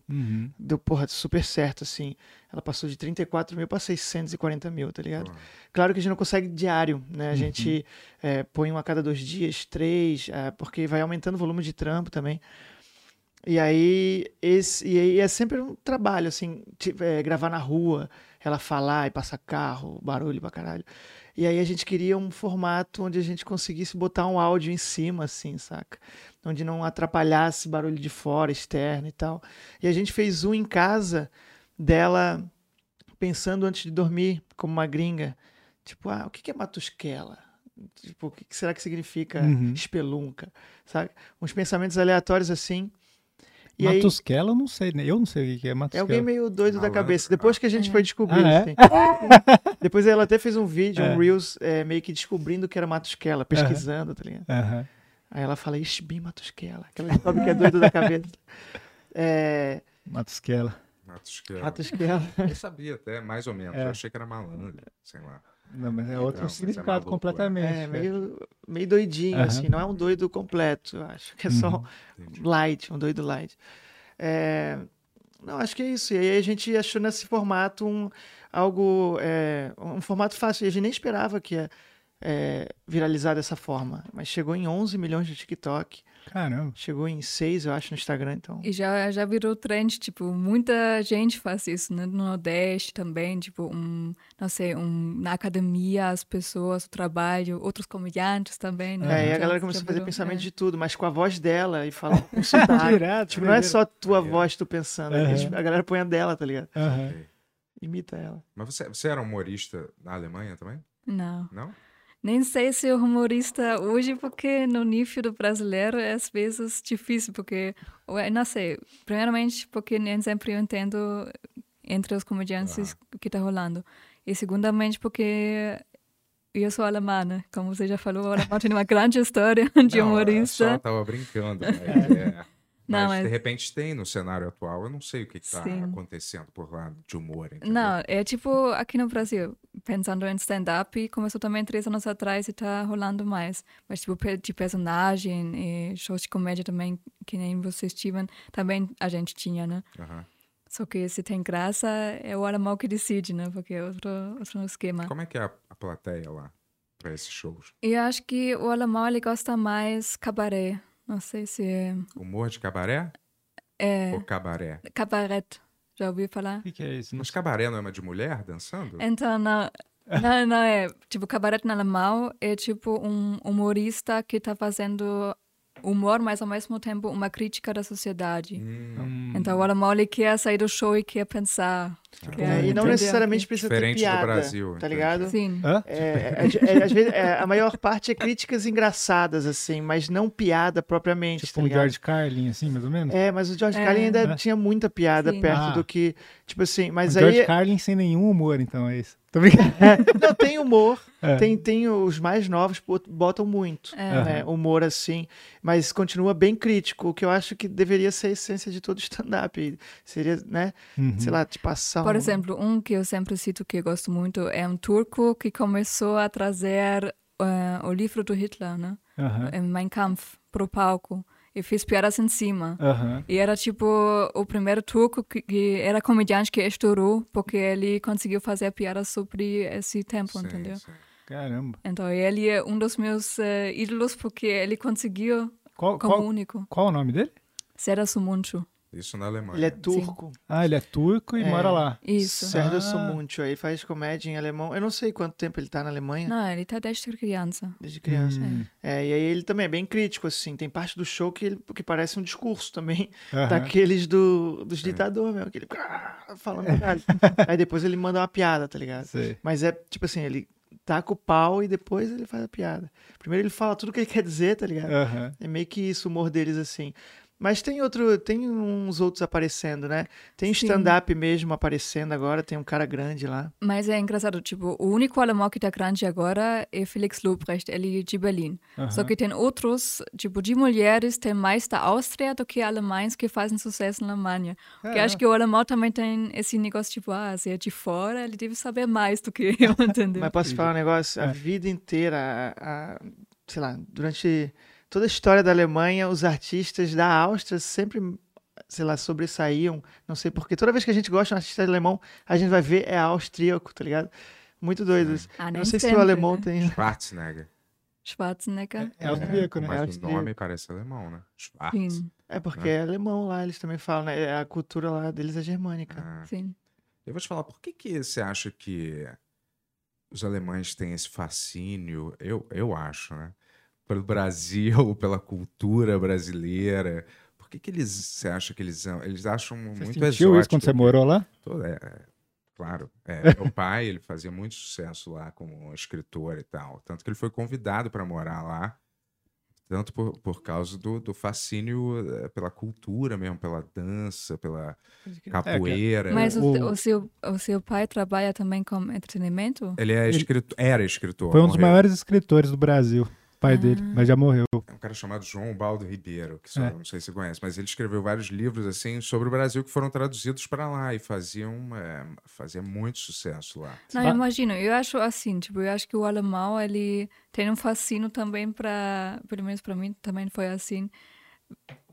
S4: Deu, porra, super certo, assim. Ela passou de 34 mil para 640 mil, tá ligado?
S1: Porra.
S4: Claro que a gente não consegue diário, né? A gente é, põe um a cada dois dias, três, é, porque vai aumentando o volume de trampo também. E aí, esse, e aí é sempre um trabalho, assim, tipo, é, gravar na rua, ela falar e passar carro, barulho pra caralho. E aí a gente queria um formato onde a gente conseguisse botar um áudio em cima, assim, saca? Onde não atrapalhasse barulho de fora, externo e tal. E a gente fez um em casa dela pensando antes de dormir, como uma gringa. Tipo, ah, o que que é matusquela? Tipo, o que que será que significa
S2: Uhum.
S4: espelunca? Sabe? Uns pensamentos aleatórios assim. E aí,
S2: Matusquela, eu não sei, né? Eu não sei o que que é
S4: é
S2: Matusquela.
S4: alguém meio doido da
S1: Malandro,
S4: cabeça. Depois que a gente foi descobrir,
S2: Ah, é?
S4: assim. Depois ela até fez um vídeo,
S2: É.
S4: um Reels, é, meio que descobrindo que era Matusquela, pesquisando, tá ligado?
S2: Aham.
S4: Aí ela fala, ixi, bem Matusquela. Aquela que sobe que é doido da cabeça. É,
S2: Matusquela.
S1: Matusqueira.
S4: Matusquela.
S1: é, Eu sabia até, mais ou menos.
S2: É.
S1: Eu achei que era malandro, sei lá.
S2: Não, mas é outro
S1: Não, mas é
S2: significado
S1: maluco, é.
S2: completamente. né?
S4: É, meio, meio doidinho,
S2: Aham.
S4: assim. Não é um doido completo, eu acho. Que é só
S2: Uhum.
S1: Entendi.
S4: um light, um doido light. É, não, acho que é isso. E aí a gente achou nesse formato um, algo... é, um formato fácil. E a gente nem esperava que ia é, viralizar dessa forma. Mas chegou em 11 milhões de TikTok.
S2: Caramba.
S4: Chegou em 6, eu acho, no Instagram. Então,
S3: E já, já virou trend, tipo, muita gente faz isso, né? No Nordeste também, tipo, um, não sei, um, na academia, as pessoas, o trabalho, outros comediantes também, né?
S4: É, e
S3: Já-
S4: a galera
S3: já
S4: começou a fazer
S3: virou,
S4: pensamento
S3: é.
S4: de tudo, mas com a voz dela e fala com sotaque.
S2: Irado,
S4: tipo, não é
S2: doideira.
S4: só tua
S1: Maneiro.
S4: voz tu pensando,
S2: Aham.
S4: eles- a galera põe a dela, tá ligado?
S2: Aham.
S4: Imita ela.
S1: Mas você, você era humorista na Alemanha também?
S3: Não.
S1: Não?
S3: Nem sei se o humorista hoje, porque no nível do brasileiro é às vezes difícil, porque, ou é, não sei, primeiramente porque nem sempre eu entendo entre os comediantes o que está rolando. E segundamente porque eu sou alemã, né? como você já falou, o alemão tem uma grande história de
S1: Não,
S3: humorista.
S1: Eu só tava brincando. Mas, é.
S3: Não,
S1: Mas,
S3: é-
S1: de repente tem no cenário atual. Eu não sei o que, está
S3: Sim.
S1: acontecendo por lá de humor. entendeu?
S3: Não, é tipo aqui no Brasil, pensando em stand-up, começou também três anos atrás e tá rolando mais. Mas tipo, pe- de personagem e shows de comédia também, que nem vocês tinham, também a gente tinha, né?
S1: Aham.
S3: Só que se tem graça, é o alemão que decide, né? Porque é outro, outro esquema.
S1: Como é que é a, a plateia lá para esses shows?
S3: E eu acho que o alemão, ele gosta mais cabaré. Não sei se é...
S1: Humor de cabaré
S3: é
S1: ou cabaré?
S3: cabaré, já ouviu falar?
S2: O que, que é isso? Não
S1: Mas cabaré não é uma de mulher dançando?
S3: Então, não. Não, não é. Tipo, cabarete na alemão é tipo um humorista que tá fazendo humor, mas ao mesmo tempo uma crítica da sociedade.
S1: Hum,
S3: Então, o alemão ele quer sair do show e quer pensar.
S4: É, e não
S3: Entendeu?
S4: necessariamente precisa
S1: Diferente
S4: ter
S1: do
S4: piada,
S1: Brasil,
S4: tá
S1: entendi.
S4: ligado?
S3: Sim.
S2: Hã?
S4: É, é, é, às vezes, é, a maior parte é críticas engraçadas, assim, mas não piada propriamente,
S2: Tipo
S4: tá
S2: um
S4: ligado?
S2: George Carlin, assim, mais ou menos?
S4: É, mas o George
S3: É.
S4: Carlin ainda
S2: É.
S4: tinha muita piada
S3: Sim.
S4: perto
S2: Ah.
S4: do que, tipo assim, mas
S2: um
S4: aí...
S2: George Carlin sem nenhum humor, então, é isso. Tô brincando.
S4: Não, tem humor,
S2: É.
S4: tem, tem os mais novos, bot- botam muito,
S3: É.
S4: né, humor assim, mas continua bem crítico, o que eu acho que deveria ser a essência de todo stand-up, seria, né,
S2: Uhum.
S4: sei lá, te passar
S3: Por
S4: um-
S3: exemplo, um que eu sempre cito que eu gosto muito é um turco que começou a trazer eh, o livro do Hitler, né?
S2: Aham.
S3: Eh, Mein Kampf, pro palco. E fez piadas em cima.
S2: Aham.
S3: E era tipo o primeiro turco que, que era comediante que estourou porque ele conseguiu fazer piadas sobre esse tempo,
S1: sim,
S3: É um entendeu?
S1: sim.
S2: Caramba.
S3: Então ele é um dos meus eh, ídolos porque ele conseguiu
S2: Qual,
S3: como
S2: qual,
S3: único
S2: qual o nome dele?
S3: ser Sumunchu.
S1: Isso na Alemanha.
S4: Ele é turco.
S2: Ah, ele é turco e
S4: É.
S2: mora lá.
S3: Isso.
S4: Sérgio
S2: Ah.
S4: Somuncho, aí faz comédia em alemão. Eu não sei quanto tempo ele tá na Alemanha,
S3: Não, ele tá desde criança.
S4: desde criança.
S2: Hum.
S4: É, e aí ele também é bem crítico, assim. Tem parte do show que, ele, que parece um discurso também
S2: Aham.
S4: daqueles do, dos ditadores, meu. Aquele "Ah", falando caralho. Aí depois ele manda uma piada, tá ligado?
S2: Sei.
S4: Mas é tipo assim, ele taca o pau e depois ele faz a piada. Primeiro ele fala tudo o que ele quer dizer, tá ligado?
S2: Aham.
S4: É meio que isso, o humor deles, assim. Mas tem outro, tem uns outros aparecendo, né? Tem
S3: Sim.
S4: stand-up mesmo aparecendo agora, tem um cara grande lá.
S3: Mas é engraçado, tipo, o único alemão que tá grande agora é Felix Lobrecht, ele é de Berlim.
S2: Aham.
S3: Só que tem outros, tipo, de mulheres, tem mais da Áustria do que alemães que fazem sucesso na Alemanha. Porque
S4: É.
S2: Caramba.
S3: acho que o alemão também tem esse negócio, tipo, ah, se é de fora, ele deve saber mais do que eu, entendeu? É.
S4: Mas posso te falar um negócio? A vida inteira, a, a sei lá, durante toda a história da Alemanha, os artistas da Áustria sempre, sei lá, sobressaíam, não sei porquê. Toda vez que a gente gosta de um artista alemão, a gente vai ver é austríaco, tá ligado? Muito doido isso.
S3: Ah, nem
S4: não sei se
S3: sempre,
S4: o alemão
S3: né?
S4: tem.
S1: Schwarzenegger.
S3: Schwarzenegger.
S2: É austríaco, né?
S4: É
S1: Mas o
S4: austríaco.
S1: nome parece alemão, né? Schwarz.
S3: Sim,
S4: É porque é alemão lá, eles também falam, né? A cultura lá deles é germânica.
S1: Ah.
S3: sim.
S1: Eu vou te falar, por que, que você acha que os alemães têm esse fascínio, eu, eu acho, né? Pelo Brasil, pela cultura brasileira. Por que, que eles, você acha que eles amam? Eles acham
S2: Você
S1: é muito
S2: sentiu
S1: exótico. né?
S2: isso quando você morou lá?
S1: Todo- é, é, claro. É, meu pai, ele fazia muito sucesso lá como escritor e tal. Tanto que ele foi convidado para morar lá. Tanto por, por causa do, do fascínio eh, pela cultura mesmo, pela dança, pela
S3: Ah,
S1: capoeira.
S3: Mas o,
S2: É, o-
S3: o seu, o seu pai trabalha também com entretenimento?
S1: Ele é escritor, era escritor.
S2: Foi um dos
S1: morreu.
S2: maiores escritores do Brasil, pai dele, mas já morreu.
S1: É um cara chamado João Baldo Ribeiro, que só,
S2: É.
S1: não sei se você conhece, mas ele escreveu vários livros assim sobre o Brasil que foram traduzidos para lá e faziam é, fazia muito sucesso lá.
S3: Não,
S2: Ba-
S3: eu imagino. Eu acho assim, tipo, eu acho que o alemão, ele tem um fascínio também para, pelo menos para mim, também foi assim,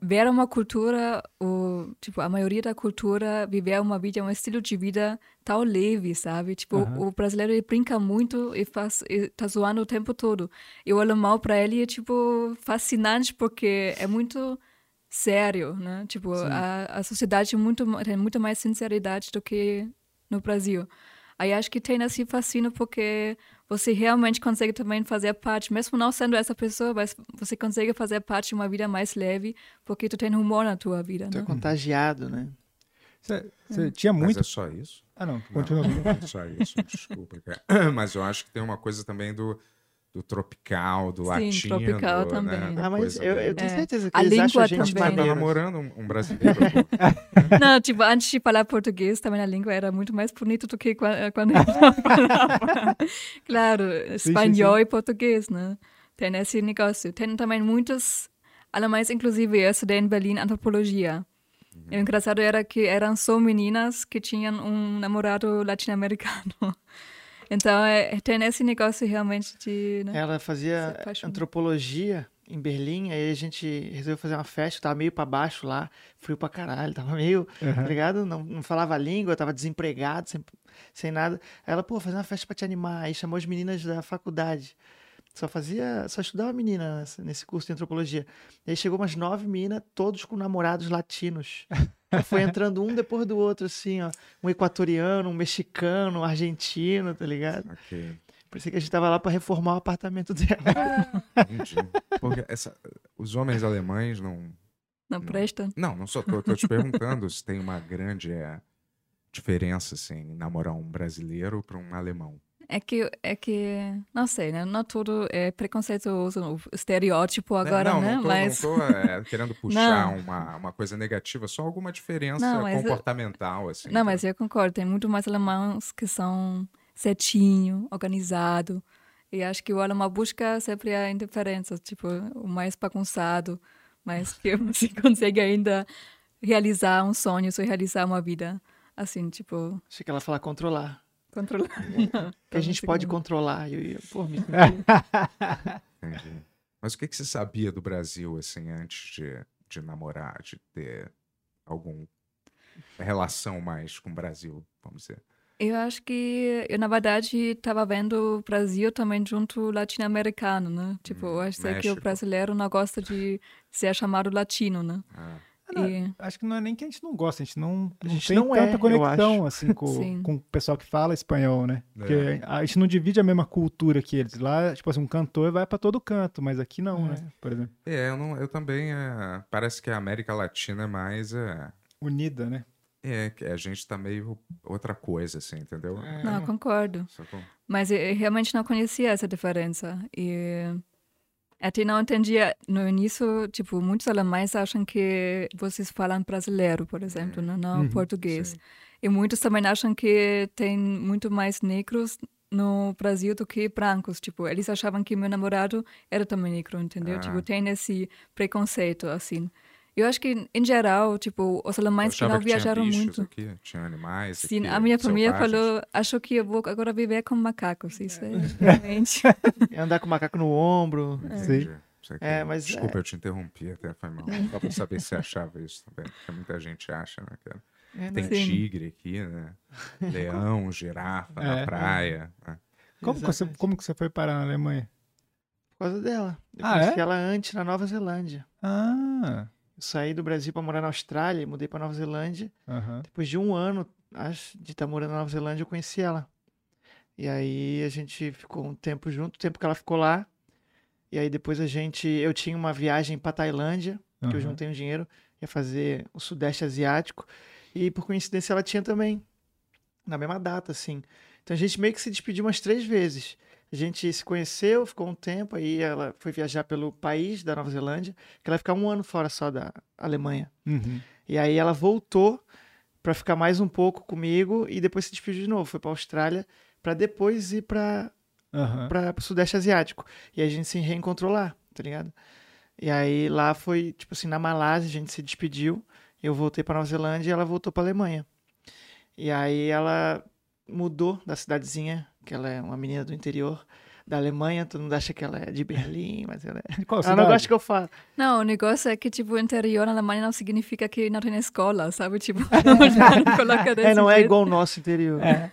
S3: ver uma cultura, o, tipo, a maioria da cultura, viver uma vida, um estilo de vida tão leve, tá sabe? Tipo,
S2: Aham.
S3: o brasileiro, ele brinca muito e, faz, e tá zoando o tempo todo. E o alemão, para ele, é, tipo, fascinante porque é muito sério, né? Tipo, a, a sociedade é muito, ma- tem muito mais sinceridade do que no Brasil. Aí acho que tem esse fascínio porque você realmente consegue também fazer parte, mesmo não sendo essa pessoa, mas você consegue fazer parte de uma vida mais leve porque tu tem humor na tua vida,
S4: Tu é
S3: né?
S4: contagiado, né?
S2: Você você tinha
S1: Mas
S2: muito.
S1: é só isso?
S2: Ah, não, continua.
S1: Não, não é só isso, desculpa. cara. Mas eu acho que tem uma coisa também do, do tropical, do
S3: Sim,
S1: latino.
S3: tropical
S1: né,
S3: também.
S1: da
S4: Ah, mas
S1: coisa
S4: eu,
S1: bem-
S4: eu tenho
S3: É.
S4: certeza que
S3: A
S4: eles acham
S3: língua
S4: a gente
S1: Mas tu tá
S3: também. né?
S4: maneiro.
S1: namorando um, um brasileiro. pô.
S3: Não, tipo, antes de falar português, também a língua era muito mais bonita do que qua- eh, quando eu falava. claro,
S2: sim,
S3: espanhol e português, né? Tem esse negócio. Tem também muitos alemães, inclusive, eu estudei em Berlim antropologia.
S1: Uhum.
S3: E o engraçado era que eram só meninas que tinham um namorado latino-americano. Então, é, tem esse negócio realmente de...
S1: É.
S3: Né?
S4: Ela
S3: Se
S4: fazia
S3: apaixonou.
S4: antropologia em Berlim, aí a gente resolveu fazer uma festa, eu tava meio pra baixo lá, frio pra caralho, tava meio, tá ligado? Não, não falava a língua, tava desempregado, sem, sem nada. Aí Ela, pô, fazer uma festa pra te animar, aí chamou as meninas da faculdade. Só fazia, só estudava menina nesse, nesse curso de antropologia. E aí chegou umas nove meninas, todos com namorados latinos. Aí Foi entrando um depois do outro, assim, ó. Um equatoriano, um mexicano, um argentino, tá ligado?
S1: Ok,
S4: Parecia que a gente tava lá pra reformar o apartamento dela.
S1: entendi. Porque essa- os homens alemães não,
S3: Não presta?
S1: Não, não só tô, tô te perguntando se tem uma grande eh, diferença assim, em namorar um brasileiro para um alemão.
S3: É que, é que, não sei, né? Não tudo é preconceituoso, o estereótipo agora,
S1: É, não,
S3: né?
S1: não tô,
S3: mas...
S1: não tô eh, querendo puxar
S3: Não.
S1: uma, uma coisa negativa, só alguma diferença
S3: Não, mas eu-
S1: comportamental assim.
S3: Não, mas eu concordo. Tem muito mais alemãos que são certinho, organizado. E acho que o alemão busca sempre a indiferença, tipo, o mais bagunçado, mas que você consegue ainda realizar um sonho, só realizar uma vida. Assim, tipo,
S4: Achei que ela ia falar controlar.
S3: controlar.
S4: Que
S3: Tá
S4: a gente pode controlar. E eu ia, pô, me...
S1: Entendi. Mas o que que você sabia do Brasil assim antes de, de namorar, de ter algum relação mais com o Brasil, vamos dizer?
S3: Eu acho que eu, na verdade, estava vendo o Brasil também junto latino-americano, né? Tipo, eu acho que o
S1: México.
S3: brasileiro não gosta de ser chamado latino, né?
S1: Ah,
S3: E-
S2: Acho que não é nem que a gente não gosta, a gente não, não
S4: gente
S2: tem
S4: não é,
S2: tanta
S4: eu
S2: conexão assim com,
S3: Sim.
S2: com o pessoal que fala espanhol, né?
S1: É.
S2: Porque a gente não divide a mesma cultura que eles. Lá, tipo assim, um cantor vai pra todo canto, mas aqui não, né? Por exemplo,
S1: é, eu, não, eu também eh, parece que a América Latina é mais eh,
S2: unida, né?
S1: É, que a gente tá meio outra coisa, assim, entendeu?
S4: É.
S3: Não, concordo.
S1: Sacou?
S3: Mas eu eu realmente não conhecia essa diferença. E até não entendia. No início, tipo, muitos alemães acham que vocês falam brasileiro, por
S1: É.
S3: exemplo, né? não
S1: Uhum.
S3: português. E muitos também acham que tem muito mais negros no Brasil do que brancos. Tipo, eles achavam que meu namorado era também negro, entendeu?
S1: Ah.
S3: Tipo, tem esse preconceito, assim. Eu acho que, em geral, tipo, os alemães que
S1: achava
S3: não
S1: que tinha
S3: viajaram
S1: bichos
S3: muito.
S1: Aqui, tinha animais.
S3: Sim,
S1: aqui, é
S3: a minha família
S1: selvagens.
S3: falou, achou que eu vou agora viver com macacos. Isso é realmente.
S4: Andar com o macaco no ombro.
S1: Entendi. Isso aqui.
S4: É, mas
S1: Desculpa, eu te interrompi até, foi mal. Só pra saber se você achava isso também. Porque muita gente acha, né, cara?
S4: É,
S1: Tem
S4: né?
S3: Sim.
S1: tigre aqui, né? Leão, girafa
S2: É.
S1: na praia. né?
S2: Como que, você,
S4: Exatamente.
S2: como que você foi parar na Alemanha?
S4: Por causa dela. Eu
S2: Ah,
S4: conheci
S2: é?
S4: ela antes na Nova Zelândia.
S2: Ah,
S4: Eu saí do Brasil pra morar na Austrália, mudei pra Nova Zelândia.
S2: aham.
S4: Depois de um ano acho, de estar morando na Nova Zelândia, eu conheci ela. E aí a gente ficou um tempo junto, o tempo que ela ficou lá. E aí depois a gente. Eu tinha uma viagem pra Tailândia, que eu
S2: aham.
S4: juntei um dinheiro, ia fazer o Sudeste Asiático. E por coincidência ela tinha também, na mesma data, assim. Então a gente meio que se despediu umas três vezes. A gente se conheceu, ficou um tempo, aí ela foi viajar pelo país da Nova Zelândia, que ela ia ficar um ano fora só da Alemanha.
S2: Uhum.
S4: E aí ela voltou pra ficar mais um pouco comigo e depois se despediu de novo, foi pra Austrália, pra depois ir pra
S2: Aham.
S4: para o Sudeste Asiático. E a gente se reencontrou lá, tá ligado? E aí lá foi, tipo assim, na Malásia, a gente se despediu. Eu voltei para Nova Zelândia e ela voltou para Alemanha. E aí ela mudou da cidadezinha, que ela é uma menina do interior da Alemanha, todo mundo acha que ela é de Berlim, mas ela é.
S2: De qual
S4: Ela não
S2: cidade?
S4: gosta que eu falo.
S3: Não, o negócio é que, tipo, o interior na Alemanha não significa que não tem escola, sabe? Tipo, não coloca desse
S4: É, não é
S3: jeito.
S4: igual o nosso interior.
S2: É.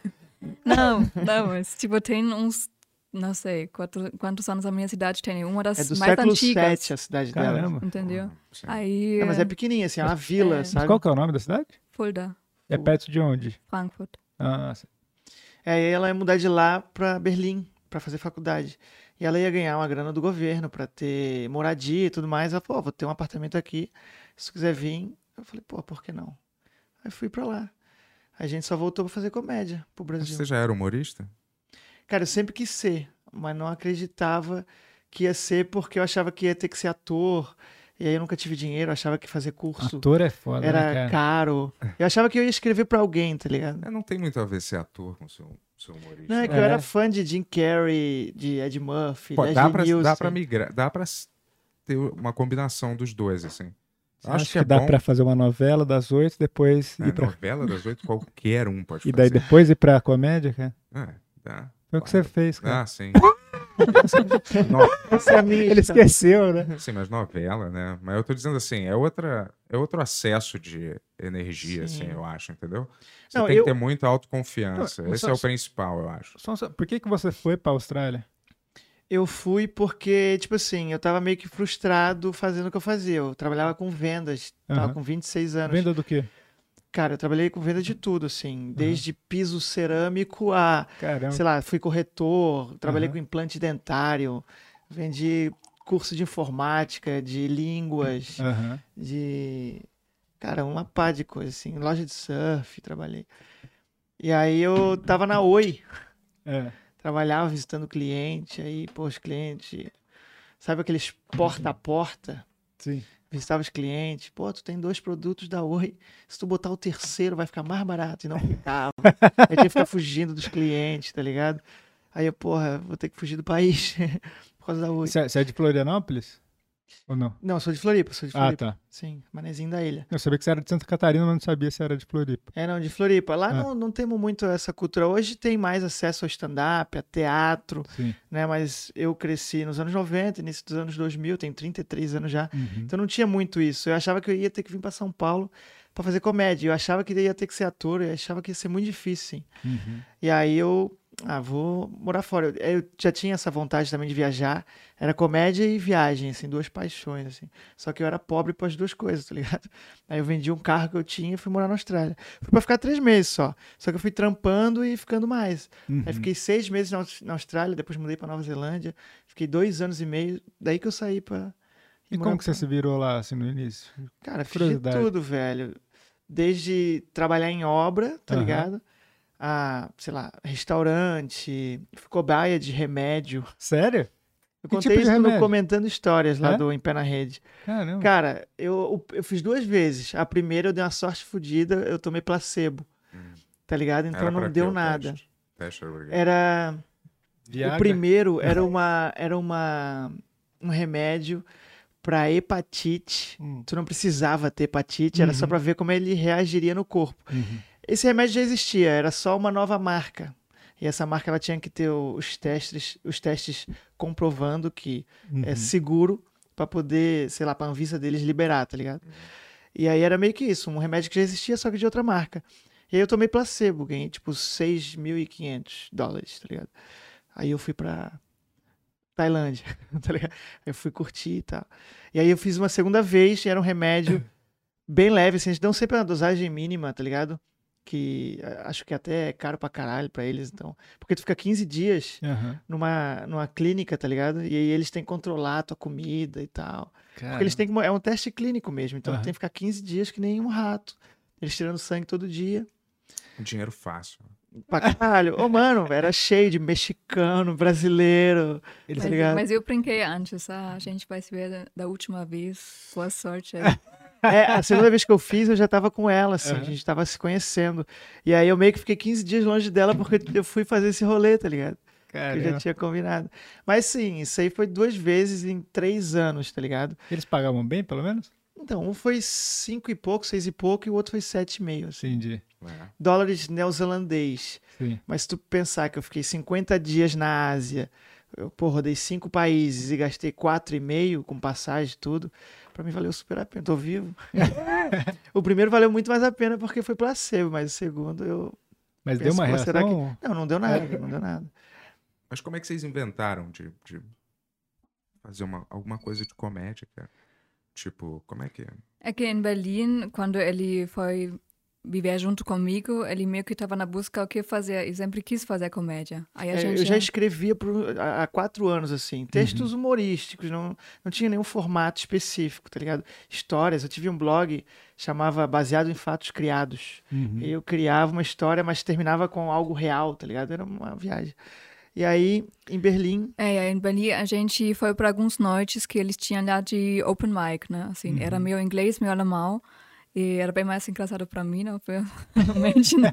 S3: Não, não, mas, tipo, tem uns, não sei, quantos, quantos anos a minha cidade tem. Uma das
S4: É do
S3: mais
S4: século
S3: antigas.
S4: VII a cidade
S2: é
S4: dela.
S2: Caramba.
S3: Entendeu?
S1: Ah, Sim.
S3: Aí,
S4: Não, mas é pequenininha, assim, é uma vila,
S3: É.
S2: Mas
S4: sabe?
S2: qual que é o nome da cidade?
S3: Fulda,
S2: É perto de onde?
S3: Frankfurt.
S2: Ah, c-
S4: É, e ela ia mudar de lá pra Berlim, pra fazer faculdade. E ela ia ganhar uma grana do governo pra ter moradia e tudo mais. Ela falou: "Ó, vou ter um apartamento aqui, se tu quiser vir. Eu falei: pô, por que não? Aí fui pra lá. A gente só voltou pra fazer comédia pro
S1: Mas
S4: Brasil.
S1: Você já era humorista?
S4: Cara, eu sempre quis ser, mas não acreditava que ia ser porque eu achava que ia ter que ser ator. E aí eu nunca tive dinheiro, eu achava que fazer curso
S2: ator é foda, né,
S4: era
S2: cara?
S4: caro. Eu achava que eu ia escrever pra alguém, tá ligado?
S1: É, não tem muito a ver ser ator com ser, um- ser humorista.
S4: Não, é que
S1: né?
S4: eu
S2: É.
S4: era fã de Jim Carrey, de Ed Murphy, né,
S1: Pô,
S4: de
S1: dá,
S4: Ed
S1: pra,
S4: Nielsen.
S1: dá pra migrar, dá pra s- ter uma combinação dos dois, assim.
S2: Você acha que, dá
S1: bom.
S2: pra fazer uma novela das oito, depois
S1: É,
S2: ir pra... um-
S1: novela das oito, qualquer um pode
S2: E daí
S1: fazer.
S2: depois ir pra comédia, cara?
S1: É, dá.
S2: Foi o que você fez, cara.
S1: Ah, sim. No-
S2: Ele esqueceu, né?
S1: sim, mas novela, né? Mas eu tô dizendo assim, é, outra, é outro acesso de energia,
S4: Sim.
S1: assim, eu acho, entendeu? Você
S4: Não,
S1: tem
S4: eu-
S1: que ter muita autoconfiança.
S2: Não, mas
S1: Esse
S2: só-
S1: é o principal, eu acho.
S2: Só um só- Por que, que você foi pra Austrália?
S4: Eu fui porque, tipo assim, eu tava meio que frustrado fazendo o que eu fazia. Eu trabalhava com vendas, tava
S2: Aham.
S4: com 26 anos.
S2: Venda do quê?
S4: Cara, eu trabalhei com venda de tudo, assim, desde piso cerâmico a,
S2: Caramba.
S1: Então-
S4: sei lá, fui corretor, trabalhei
S2: Aham.
S4: com implante dentário, vendi curso de informática, de línguas,
S2: Aham.
S4: de. Cara, uma pá de coisa, assim. Loja de surf, trabalhei. E aí eu tava na Oi,
S2: É.
S4: trabalhava visitando cliente, aí, pô, os clientes. Sabe aqueles porta a porta?
S2: Sim.
S4: Visitava os clientes, pô, tu tem dois produtos da Oi, se tu botar o terceiro vai ficar mais barato, e não ficava. aí tinha que ficar fugindo dos clientes, tá ligado? Aí eu, porra, vou ter que fugir do país por causa da Oi.
S2: Você você é de Florianópolis? Ou não?
S4: Não, eu sou de Floripa, sou de
S2: é Ah,
S4: Floripa.
S2: tá.
S4: Sim, manezinho da ilha.
S2: Eu sabia que você era de Santa Catarina, mas não sabia se era de Floripa.
S4: É, não, de Floripa. Lá
S2: Ah.
S4: não, não temos muito essa cultura. Hoje tem mais acesso ao stand-up, a teatro,
S2: Sim.
S4: né? Mas eu cresci nos anos 90, início dos anos 2000, tenho 33 anos já.
S2: Uhum.
S4: Então não tinha muito isso. Eu achava que eu ia ter que vir para São Paulo para fazer comédia. Eu achava que ia ter que ser ator, eu achava que ia ser muito difícil. sim.
S2: Uhum.
S4: E aí eu, ah, vou morar fora. Eu, eu já tinha essa vontade também de viajar. Era comédia e viagem, assim, duas paixões, assim. Só que eu era pobre para as duas coisas, tá ligado? Aí eu vendi um carro que eu tinha e fui morar na Austrália. Fui para ficar três meses só. Só que eu fui trampando e ficando mais.
S2: Uhum.
S4: Aí fiquei seis meses na, Aus- na Austrália, depois mudei para Nova Zelândia. Fiquei dois anos e meio. Daí que eu saí para
S2: E como que você se virou lá, assim, no início?
S4: Cara, fiz de
S2: Curiosidade.
S4: tudo, velho. Desde trabalhar em obra, tá
S2: Aham.
S4: ligado? A, sei lá, restaurante, ficou baia de remédio.
S2: Sério?
S4: Eu
S2: Que
S4: contei
S2: tipo de
S4: isso no
S2: remédio? Hum.
S4: Comentando Histórias lá
S2: É?
S4: do Em Pé na Rede.
S2: Caramba.
S4: Cara, eu, eu fiz duas vezes. A primeira eu dei uma sorte fodida, eu tomei placebo. Tá ligado? Então
S1: Hum. Era pra
S4: não
S1: quê
S4: deu
S1: o
S4: nada.
S1: Teste, teste era obrigado.
S4: Era. O
S2: Viagra?
S4: primeiro era uma era uma um remédio pra hepatite.
S2: Hum.
S4: Tu não precisava ter hepatite, era só
S2: Uhum.
S4: pra ver como ele reagiria no corpo. Esse remédio já existia, era só uma nova marca. E essa marca ela tinha que ter o- os testes, os testes comprovando que
S2: Uhum.
S4: é seguro pra poder, sei lá, pra Anvisa deles liberar, tá ligado? E aí era meio que isso, um remédio que já existia, só que de outra marca. E aí eu tomei placebo, ganhei tipo 6.500 dólares, tá ligado? Aí eu fui pra Tailândia, tá ligado? Eu fui curtir e tal. E aí eu fiz uma segunda vez, e era um remédio bem leve, assim, eles dão sempre uma dosagem mínima, tá ligado? Que eh, acho que até é caro pra caralho pra eles, então. Porque tu fica 15 dias
S2: Aham.
S4: numa, numa clínica, tá ligado? E aí eles têm que controlar a tua comida e tal. Porque eles têm que. mo- É um teste clínico mesmo, então
S2: Aham.
S4: tu tem que ficar 15 dias que nem um rato. Eles tirando sangue todo dia. É.
S1: Um Dinheiro fácil.
S4: Pra caralho. Ô, mano, era cheio de mexicano, brasileiro.
S2: Eles-
S4: tá
S3: Mas,
S4: ligado?
S3: mas eu brinquei antes, ah, a gente vai se ver da- da última vez. Boa sorte aí.
S4: É, a segunda vez que eu fiz, eu já tava com ela, assim,
S2: Aham.
S4: a gente tava se conhecendo. E aí eu meio que fiquei 15 dias longe dela porque eu fui fazer esse rolê, tá ligado? Que eu já
S2: Caramba.
S4: tinha combinado. Mas sim, isso aí foi duas vezes em três anos, tá ligado?
S2: Eles pagavam bem, pelo menos?
S4: Então, um foi cinco e pouco, seis e pouco, e o outro foi sete e meio, assim.
S2: Entendi.
S1: né?
S4: Dólares neozelandês.
S2: Sim.
S4: Mas se tu pensar que eu fiquei 50 dias na Ásia, eu, pô, rodei cinco países e gastei quatro e meio com passagem e tudo, pra mim valeu super a pena. Tô vivo. o primeiro valeu muito mais a pena porque foi placebo, mas o segundo eu...
S2: Mas
S4: Pensa,
S2: deu uma
S4: pô,
S2: reação...
S4: É, será Não, não deu nada, não deu nada.
S1: Mas como é que vocês inventaram de, de fazer uma, alguma coisa de comédia, cara? Tipo, como é que é?
S3: É que em Berlim, quando ele foi viver junto comigo, ele meio que estava na busca o que fazer e sempre quis fazer comédia. Aí a
S4: É,
S3: gente
S4: Eu já escrevia pro- há há quatro anos, assim, textos humorísticos, não, não tinha nenhum formato específico, tá ligado? Histórias, eu tive um blog, chamava Baseado em Fatos Criados.
S2: Uhum.
S4: Eu criava uma história, mas terminava com algo real, tá ligado? Era uma viagem. E aí, em Berlim,
S3: É, em Berlim a gente foi para alguns noites que eles tinham lá de open mic, né? Assim,
S4: Uhum.
S3: era meu inglês, meu alemão. E era bem mais engraçado para mim, não foi realmente, né?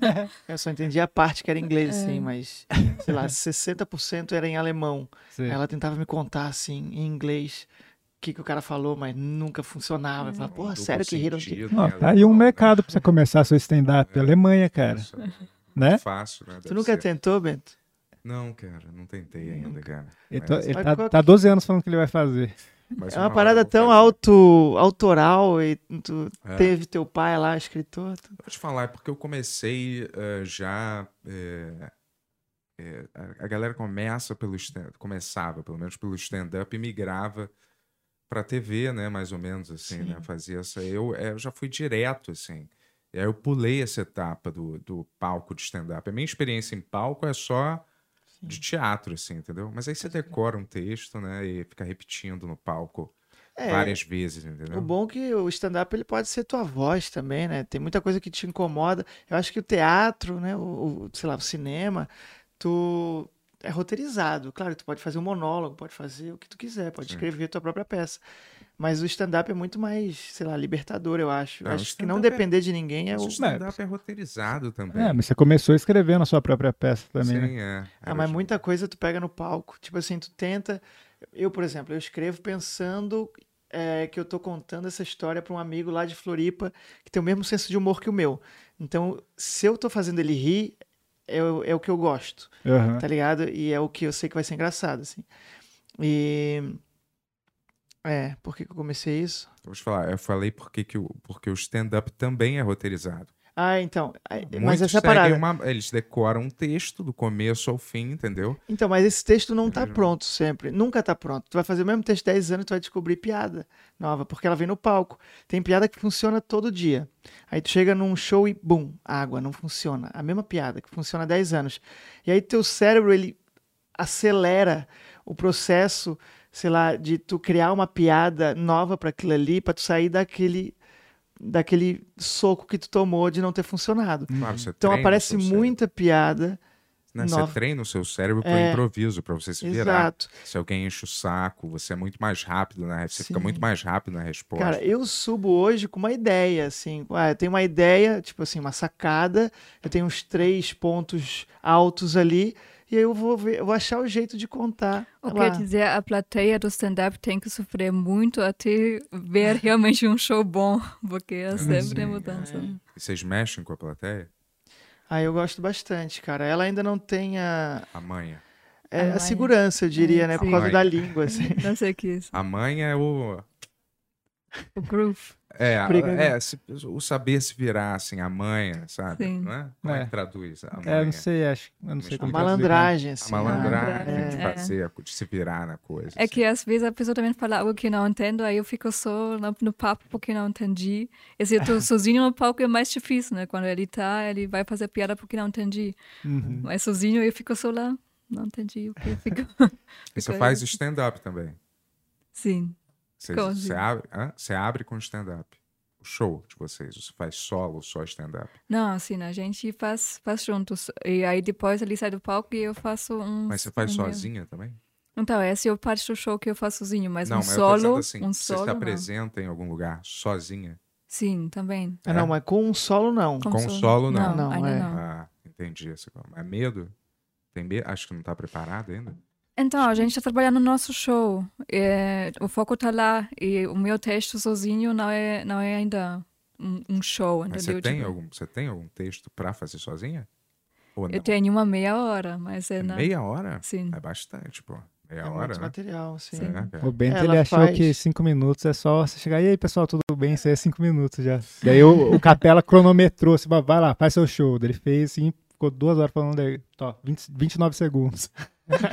S4: eu só entendi a parte que era em inglês, assim, mas, sei lá, 60% era em alemão.
S2: Sim.
S4: Ela tentava me contar, assim, em inglês, o que, que o cara falou, mas nunca funcionava. Eu falava, Ah, porra,
S1: Duplo
S4: sério que riram aqui?
S1: sentido,
S2: Ó,
S1: né?
S2: tá aí um
S1: Legal, né?
S2: mercado pra você começar seu stand-up. Alemanha, cara.
S1: Isso é muito
S2: Né?
S1: Fácil, né? Deve
S4: Tu nunca
S1: ser.
S4: tentou, Bento?
S1: Não, cara, não tentei ainda, cara.
S2: Ele, tá-
S1: Mas-
S2: ele
S4: Mas
S2: tá,
S4: qual-
S2: tá 12 anos falando que ele vai fazer.
S1: mas
S4: É uma
S1: hora
S4: parada
S1: eu vou
S4: tão
S1: fazer.
S4: auto, autoral e tu
S1: É.
S4: teve teu pai lá, escritor. tu-
S1: Vou te falar, é porque eu comecei eh, já. eh, eh, a, a galera começa pelo stand, começava pelo menos pelo stand-up e migrava pra TV, né? Mais ou menos assim, né? Fazia essa. Eu, eh, eu já fui direto, assim. E aí eu pulei essa etapa do, do palco de stand-up. A minha experiência em palco é só de teatro, assim, entendeu? Mas aí você decora um texto, né? E fica repetindo no palco
S4: É,
S1: várias vezes, entendeu?
S4: o bom é que o stand-up ele pode ser tua voz também, né? Tem muita coisa que te incomoda. Eu acho que o teatro, né? O, o- sei lá, o cinema, tu é roteirizado. Claro, tu pode fazer um monólogo, pode fazer o que tu quiser, pode
S1: Sim.
S4: escrever tua própria peça. Mas o stand-up é muito mais, sei lá, libertador, eu acho. Eu
S1: Não, o
S4: acho que não
S1: stand-up é-
S4: depender de ninguém é
S1: Mas
S4: o.
S1: o stand-up é roteirizado também.
S2: É, mas você começou escrevendo a sua própria peça também, né?
S1: Sim, é.
S4: Ah,
S1: Era
S4: mas
S1: de-
S4: muita coisa tu pega no palco. Tipo assim, tu tenta. Eu, por exemplo, eu escrevo pensando é, que eu tô contando essa história pra um amigo lá de Floripa que tem o mesmo senso de humor que o meu. Então, se eu tô fazendo ele rir, é, o- é o que eu gosto,
S1: Né?
S2: Aham.
S4: tá ligado? E é o que eu sei que vai ser engraçado, assim. E. É, por que, que eu comecei isso?
S1: Vou te falar, eu falei porque, que o, porque o stand-up também é roteirizado.
S4: Ah, então. aí- Mas
S1: Muitos
S4: essa é a
S1: seguem
S4: parada.
S1: uma- eles decoram um texto do começo ao fim, entendeu?
S4: Então, mas esse texto não tá
S1: Entendeu?
S4: pronto sempre. Nunca tá pronto. Tu vai fazer o mesmo texto 10 anos e tu vai descobrir piada nova, porque ela vem no palco. Tem piada que funciona todo dia. Aí tu chega num show e bum, água, não funciona. A mesma piada que funciona há 10 anos. E aí teu cérebro ele acelera o processo, sei lá, de tu criar uma piada nova pra aquilo ali, pra tu sair daquele daquele soco que tu tomou de não ter funcionado.
S1: Claro, você
S4: Então
S1: treina o
S4: aparece
S1: seu cérebro,
S4: muita piada.
S1: né?
S4: nova.
S1: Você treina o seu cérebro para
S4: É.
S1: improviso, para você se virar.
S4: Exato.
S1: Se alguém enche o saco, você é muito mais rápido, na, você fica
S4: Sim.
S1: muito mais rápido na resposta.
S4: Cara, eu subo hoje com uma ideia, assim. Ah, eu tenho uma ideia, tipo assim, uma sacada. Eu tenho uns três pontos altos ali. E aí eu vou ver, eu vou achar o jeito de contar.
S3: O
S4: lá.
S3: quer dizer, a plateia do stand-up tem que sofrer muito até ver realmente um show bom, porque é sempre mudança.
S1: E Vocês mexem com a plateia?
S4: Aí Ah, eu gosto bastante, cara. Ela ainda não tem a,
S1: A manha.
S4: é,
S3: A
S4: a
S3: manha.
S4: segurança, eu diria, né?
S3: Ah,
S4: Por
S3: Sim.
S4: causa
S1: Manha.
S4: da língua, assim.
S3: Não sei o que é isso.
S1: A manha é o.
S3: O groove.
S1: É, a-
S4: Briga, né?
S1: é se- o saber se virar, assim, a manha, sabe?
S3: Sim.
S1: Não é? Como é,
S2: É.
S1: que traduz? A
S2: É, eu
S1: manha.
S2: não sei, acho. Eu não sei
S4: A
S1: A
S2: como é
S4: malandragem, assim.
S1: A
S4: né?
S1: malandragem de
S3: É.
S1: fazer, de se virar na coisa.
S3: É
S1: assim.
S3: que às vezes a pessoa também fala algo que não entendo, aí eu fico só no, no papo porque não entendi. E se eu tô sozinho no palco é mais difícil, né? Quando ele tá, ele vai fazer piada porque não entendi.
S1: Hum.
S2: Uhum.
S3: Mas sozinho eu fico só lá, não entendi o que eu fico.
S1: E você faz stand-up também.
S3: Sim.
S1: Você,
S3: Como
S1: você
S3: assim?
S1: abre, hã? Você abre com stand-up. O show de vocês. Você faz solo, só stand-up.
S3: Não, assim, a gente faz, faz juntos. E aí depois ele sai do palco e eu faço um.
S1: Mas você faz
S3: um meu.
S1: sozinha também?
S3: Então, essa é a parte do show que eu faço sozinho, mas um
S1: mas eu tô
S3: solo.
S1: dizendo assim,
S3: um
S1: Você
S3: solo.
S1: se
S3: não.
S1: apresenta em algum lugar sozinha?
S3: Sim, também.
S4: Ah, não, mas com um solo, não.
S1: É. Com solo, não.
S3: Não,
S4: Não,
S3: ainda
S4: é.
S3: não.
S1: Ah, entendi. essa coisa. É medo? Tem medo? Acho que não tá preparado ainda.
S3: Então, a gente está trabalhando no nosso show. É, o foco está lá. E o meu texto sozinho não é, não é ainda um, um show,
S1: Mas
S3: entendeu?
S1: você tem,
S3: Tipo,
S1: algum, você tem algum texto pra fazer sozinha? Ou não?
S3: Eu tenho uma meia hora, mas é
S1: É
S3: na...
S1: Meia hora?
S3: Sim.
S1: É bastante, pô. Meia
S4: É
S1: hora,
S4: muito
S1: né?
S4: material, sim.
S1: É, né, cara?
S2: O Bento
S4: Ela
S2: ele achou
S4: faz-
S2: que cinco minutos é só você chegar. E aí, pessoal, tudo bem? Isso aí é cinco minutos já. Daí o, o Capela cronometrou, assim, vai lá, faz seu show. Daí Ele fez assim, ficou duas horas falando daí. Tó, 20, 29 segundos.
S1: É, cara.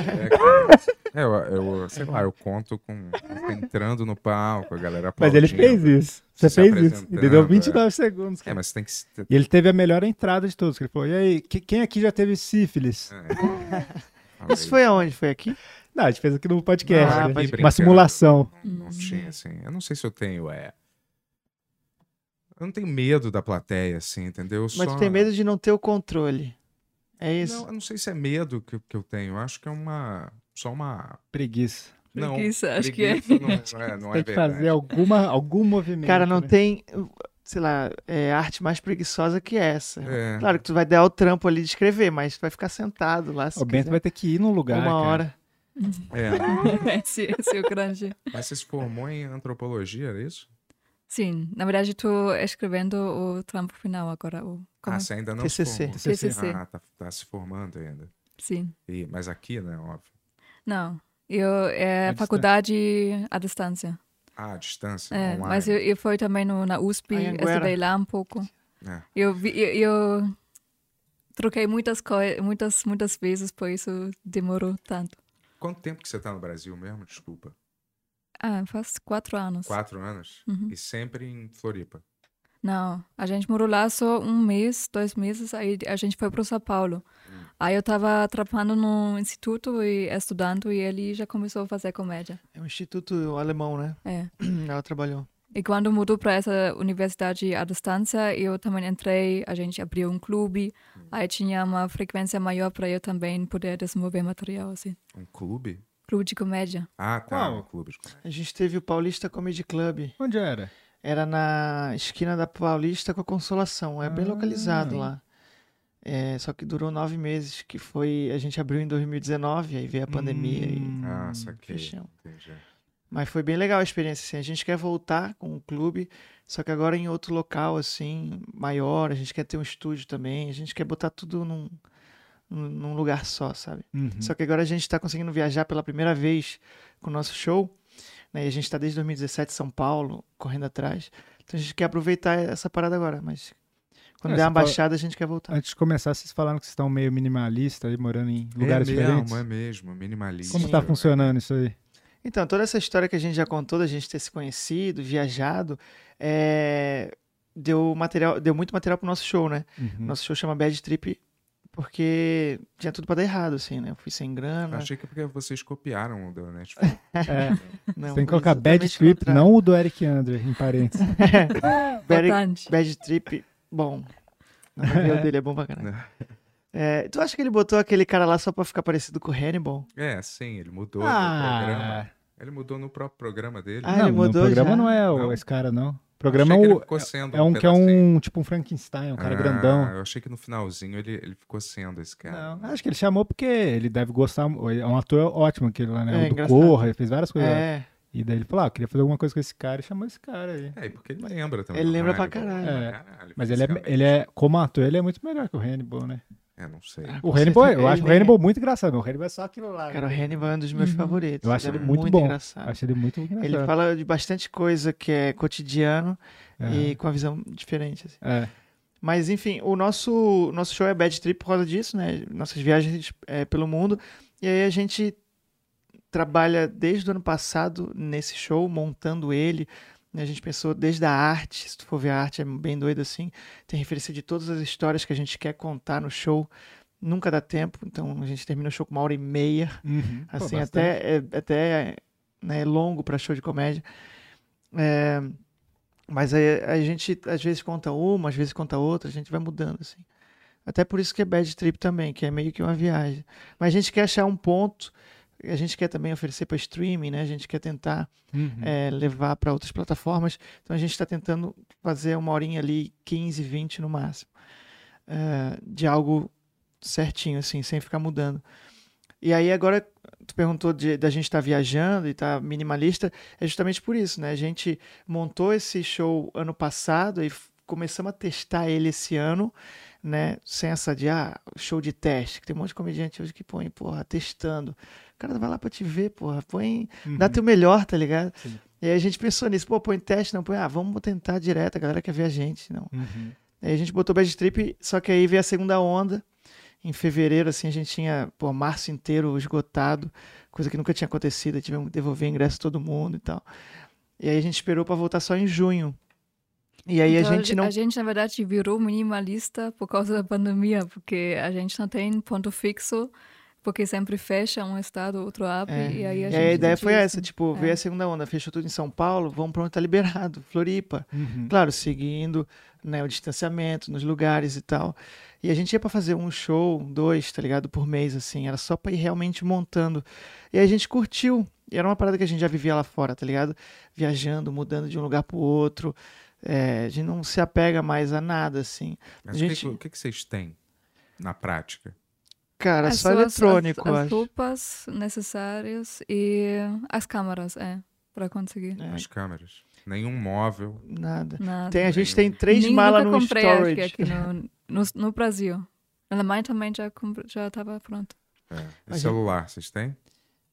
S1: É, eu, eu- sei lá, eu conto com entrando no palco, a galera
S2: Mas ele
S1: aplaudindo.
S2: fez isso. Você
S1: se
S2: fez isso.
S1: apresentando,
S2: Ele deu
S1: é.
S2: 29 segundos.
S1: É,
S2: Cara.
S1: mas você tem que. se-
S2: E ele teve a melhor entrada de todos. que Ele falou: E aí, que- quem aqui já teve sífilis?
S1: É.
S4: Isso foi aonde? Foi aqui?
S2: Não, a gente fez aqui no podcast.
S4: Ah,
S2: né?
S4: pode
S2: Uma
S1: brincar.
S2: simulação.
S1: Não, não
S3: Hum.
S1: tinha, assim. Eu não sei se eu tenho, é. Eu não tenho medo da plateia, assim, entendeu? Eu
S4: Mas
S1: só...
S4: tu tem medo de não ter o controle. É isso?
S1: Não, eu não sei se é medo que, que eu tenho. Eu acho que é uma. Só uma.
S2: Preguiça.
S1: Não.
S3: Preguiça, acho que é.
S1: preguiça Não, é, não é
S2: Tem que
S1: verdade.
S2: fazer alguma, algum movimento.
S4: Cara, não
S2: né?
S4: tem, sei lá, é, arte mais preguiçosa que essa.
S2: né?
S1: É.
S4: Claro que tu vai dar o trampo ali de escrever, mas tu vai ficar sentado lá. Se
S2: O Bento
S4: quiser,
S2: vai ter que ir num lugar.
S4: uma
S2: cara.
S4: hora.
S1: É.
S3: esse, esse é o grande...
S1: Mas você se formou em antropologia, é isso?
S3: Sim, na verdade estou escrevendo o trampo final agora. O... Como...
S1: Ah, você ainda não se
S4: TCC.
S1: formou.
S3: TCC.
S1: Ah, tá, tá se formando ainda.
S3: Sim.
S1: E, mas aqui, né, óbvio.
S3: Não, eu,
S2: À
S3: é
S2: distância.
S3: faculdade à distância.
S1: Ah, a distância,
S3: É,
S1: online.
S3: mas eu, eu fui também no, na USP,
S4: Aí agora-
S3: estudei lá um pouco.
S1: É.
S3: Eu, vi- eu, eu troquei muitas coisas, muitas, muitas vezes, por isso demorou tanto.
S1: Quanto tempo que você tá no Brasil mesmo? Desculpa.
S3: Ah, faz quatro anos.
S1: Quatro anos?
S3: Uhum.
S1: E sempre em Floripa.
S3: Não, a gente morou lá só um mês, dois meses, aí a gente foi para São Paulo.
S1: Hum.
S3: Aí eu estava trabalhando no instituto e estudando, e ele já começou a fazer comédia.
S4: É um instituto alemão, né?
S3: É.
S4: Ela trabalhou.
S3: E quando mudou para essa universidade à distância, eu também entrei, a gente abriu um clube,
S4: Hum.
S3: aí tinha uma frequência maior para eu também poder desenvolver material, assim.
S1: Um clube?
S3: Clube de comédia.
S1: Ah, tá.
S2: Qual?
S1: Um clube. de comédia.
S4: A gente teve o Paulista Comedy Club.
S2: Onde era?
S4: Era na esquina da Paulista com a Consolação. É bem
S2: Ah,
S4: localizado lá. É, só que durou nove meses, que foi. A gente abriu em 2019, aí veio a pandemia
S2: Hum.
S4: e
S3: Hum,
S1: Ah, saquei.
S4: fechamos.
S1: Entendi.
S4: Mas foi bem legal a experiência, assim. A gente quer voltar com o clube, só que agora em outro local, assim, maior. A gente quer ter um estúdio também. A gente quer botar tudo num, num- num lugar só, sabe?
S2: Uhum.
S4: Só que agora a gente está conseguindo viajar pela primeira vez com o nosso show. Né? E a gente está desde 2017 em São Paulo, correndo atrás. Então a gente quer aproveitar essa parada agora, mas quando
S2: É,
S4: der
S2: você
S4: uma
S2: fala- É.
S4: baixada, a gente quer voltar.
S2: Antes de começar, vocês falaram que vocês estão meio minimalista aí, morando em lugares
S1: é
S2: diferentes.
S1: mesmo, é mesmo. Minimalista.
S2: Como tá funcionando isso aí?
S4: Então, toda essa história que a gente já contou, da gente ter se conhecido, viajado, é, deu, material, deu muito material pro nosso show, né? Nosso show chama Bad Trip porque tinha tudo pra dar errado, assim, né? Eu fui sem
S1: Eu
S4: grana.
S1: Achei que é porque vocês copiaram o da Netflix.
S2: É, você
S4: Não,
S2: tem que
S4: né? foi
S2: colocar Bad
S4: exatamente o
S2: Trip,
S4: contrário.
S2: não o do Eric Andre, em parênteses.
S4: Bad,
S3: Bastante.
S4: Bad Trip, bom. Não, mas o dele é bom pra caralho. É, tu acha que ele botou aquele cara lá só pra ficar parecido com o Hannibal?
S1: É, sim, ele mudou no programa.
S2: ah,
S1: Ele mudou no próprio programa dele.
S4: Ah,
S2: não,
S4: ele mudou
S2: no programa
S4: já?
S2: não é o,
S1: Não?
S2: esse cara, não. programa é,
S1: Achei que ele
S2: o-
S1: ficou sendo
S2: é um que é
S1: pedacinho.
S2: um tipo um Frankenstein, um cara
S1: Ah,
S2: grandão.
S1: Eu achei que no finalzinho ele, ele ficou sendo esse cara.
S2: Não, acho que ele chamou porque ele deve gostar. É um ator ótimo aquele lá, né?
S4: É,
S2: o do
S4: engraçado.
S2: Corra, ele fez várias coisas. lá.
S4: É.
S2: E daí ele falou: ah, eu queria fazer alguma coisa com esse cara e chamou esse cara aí.
S1: É, e porque ele lembra também.
S4: Ele
S1: do né?
S4: lembra pra
S1: Hannibal.
S4: caralho.
S2: É,
S1: Pra caralho,
S2: Mas ele é,
S1: fisicamente.
S2: ele é, como ator, ele é muito melhor que o Hannibal, né?
S1: assim, É, não sei.
S2: O
S4: Com
S2: Hannibal,
S4: certeza,
S2: eu acho
S4: ele
S2: o
S4: é.
S2: Hannibal muito engraçado. mas O Hannibal é só aquilo lá.
S4: Cara, o Hannibal é um dos meus favoritos.
S2: Uhum. Eu acho
S4: ele
S2: ele
S4: é
S2: muito bom.
S4: engraçado.
S2: Acho ele muito engraçado.
S4: Ele fala de bastante coisa que é cotidiano
S2: É.
S4: e com a visão diferente. assim.
S2: É.
S4: Mas enfim, o nosso, nosso show é Bad Trip por causa disso, né? Nossas viagens é, pelo mundo. E aí a gente trabalha desde o ano passado nesse show, montando ele. A gente pensou desde a arte, se tu for ver a arte, é bem doido assim. Tem referência de todas as histórias que a gente quer contar no show. Nunca dá tempo, então a gente termina o show com uma hora e meia.
S2: Uhum. Pô,
S4: Assim,
S2: bastante.
S4: até, é, até né, é longo para show de comédia. É, mas aí a gente às vezes conta uma, às vezes conta outra, a gente vai mudando, assim. Até por isso que é bad trip também, que é meio que uma viagem. Mas a gente quer achar um ponto, a gente quer também oferecer para streaming, né? A gente quer tentar
S2: Uhum.
S4: é, levar para outras plataformas. Então a gente está tentando fazer uma horinha ali, 15, 20 no máximo, é, de algo certinho, assim, sem ficar mudando. E aí agora, tu perguntou de, da gente estar viajando e estar minimalista, é justamente por isso, né? A gente montou esse show ano passado e f- começamos a testar ele esse ano, né? Sem essa de, ah, show de teste, que tem um monte de comediante hoje que põe, porra, testando. O cara vai lá pra te ver, porra, põe
S2: Uhum.
S4: Dá teu melhor, tá ligado?
S2: Sim.
S4: E aí a gente pensou nisso, pô, põe teste, não põe, ah, vamos tentar direto, a galera quer ver a gente, não.
S2: Uhum.
S4: Aí a gente botou Bad Trip, só que aí veio a segunda onda, em fevereiro, assim, a gente tinha, pô, março inteiro esgotado, coisa que nunca tinha acontecido, aí tivemos que devolver ingresso a todo mundo e tal. E aí a gente esperou pra voltar só em junho. E aí
S3: Então,
S4: a gente não...
S3: A gente, na verdade, virou minimalista por causa da pandemia, porque a gente não tem ponto fixo, porque sempre fecha um estado, outro abre,
S4: É.
S3: e aí a
S4: E
S3: gente...
S4: aí a ideia foi
S3: sentiu
S4: essa,
S3: isso. né?
S4: tipo, veio a segunda onda, fechou tudo em São Paulo, vamos pra onde tá liberado, Floripa.
S2: Uhum.
S4: Claro, seguindo né, o distanciamento nos lugares e tal. E a gente ia pra fazer um show, dois, tá ligado? Por mês, assim. Era só pra ir realmente montando. E a gente curtiu. E era uma parada que a gente já vivia lá fora, tá ligado? Viajando, mudando de um lugar pro outro. É, a gente não se apega mais a nada, assim.
S1: Mas o que
S4: Gente-
S1: que, o que, que vocês têm na prática?
S4: Cara,
S3: As
S4: só
S3: suas-
S4: eletrônico,
S3: As,
S4: eu
S3: as
S4: acho.
S3: roupas necessárias e as câmaras, é, para conseguir.
S4: É,
S1: As câmeras? Nenhum móvel.
S4: nada.
S3: Nada.
S4: É. Tem, a gente tem três
S3: Nem
S4: malas
S3: nunca
S4: no
S3: comprei, acho que
S4: storage.
S3: aqui no, no, no Brasil. Na Alemanha também já compre- já estava pronto.
S1: É. E
S4: A gente-
S1: celular, vocês têm?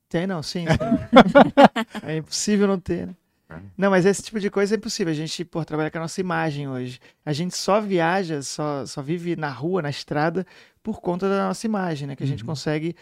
S4: Tem não, sim. sim. é impossível não ter, né?
S1: É.
S4: Não, mas esse tipo de coisa é impossível. A gente, pô, trabalha com a nossa imagem hoje. A gente só viaja, só, só vive na rua, na estrada, por conta da nossa imagem, né? Que a gente consegue,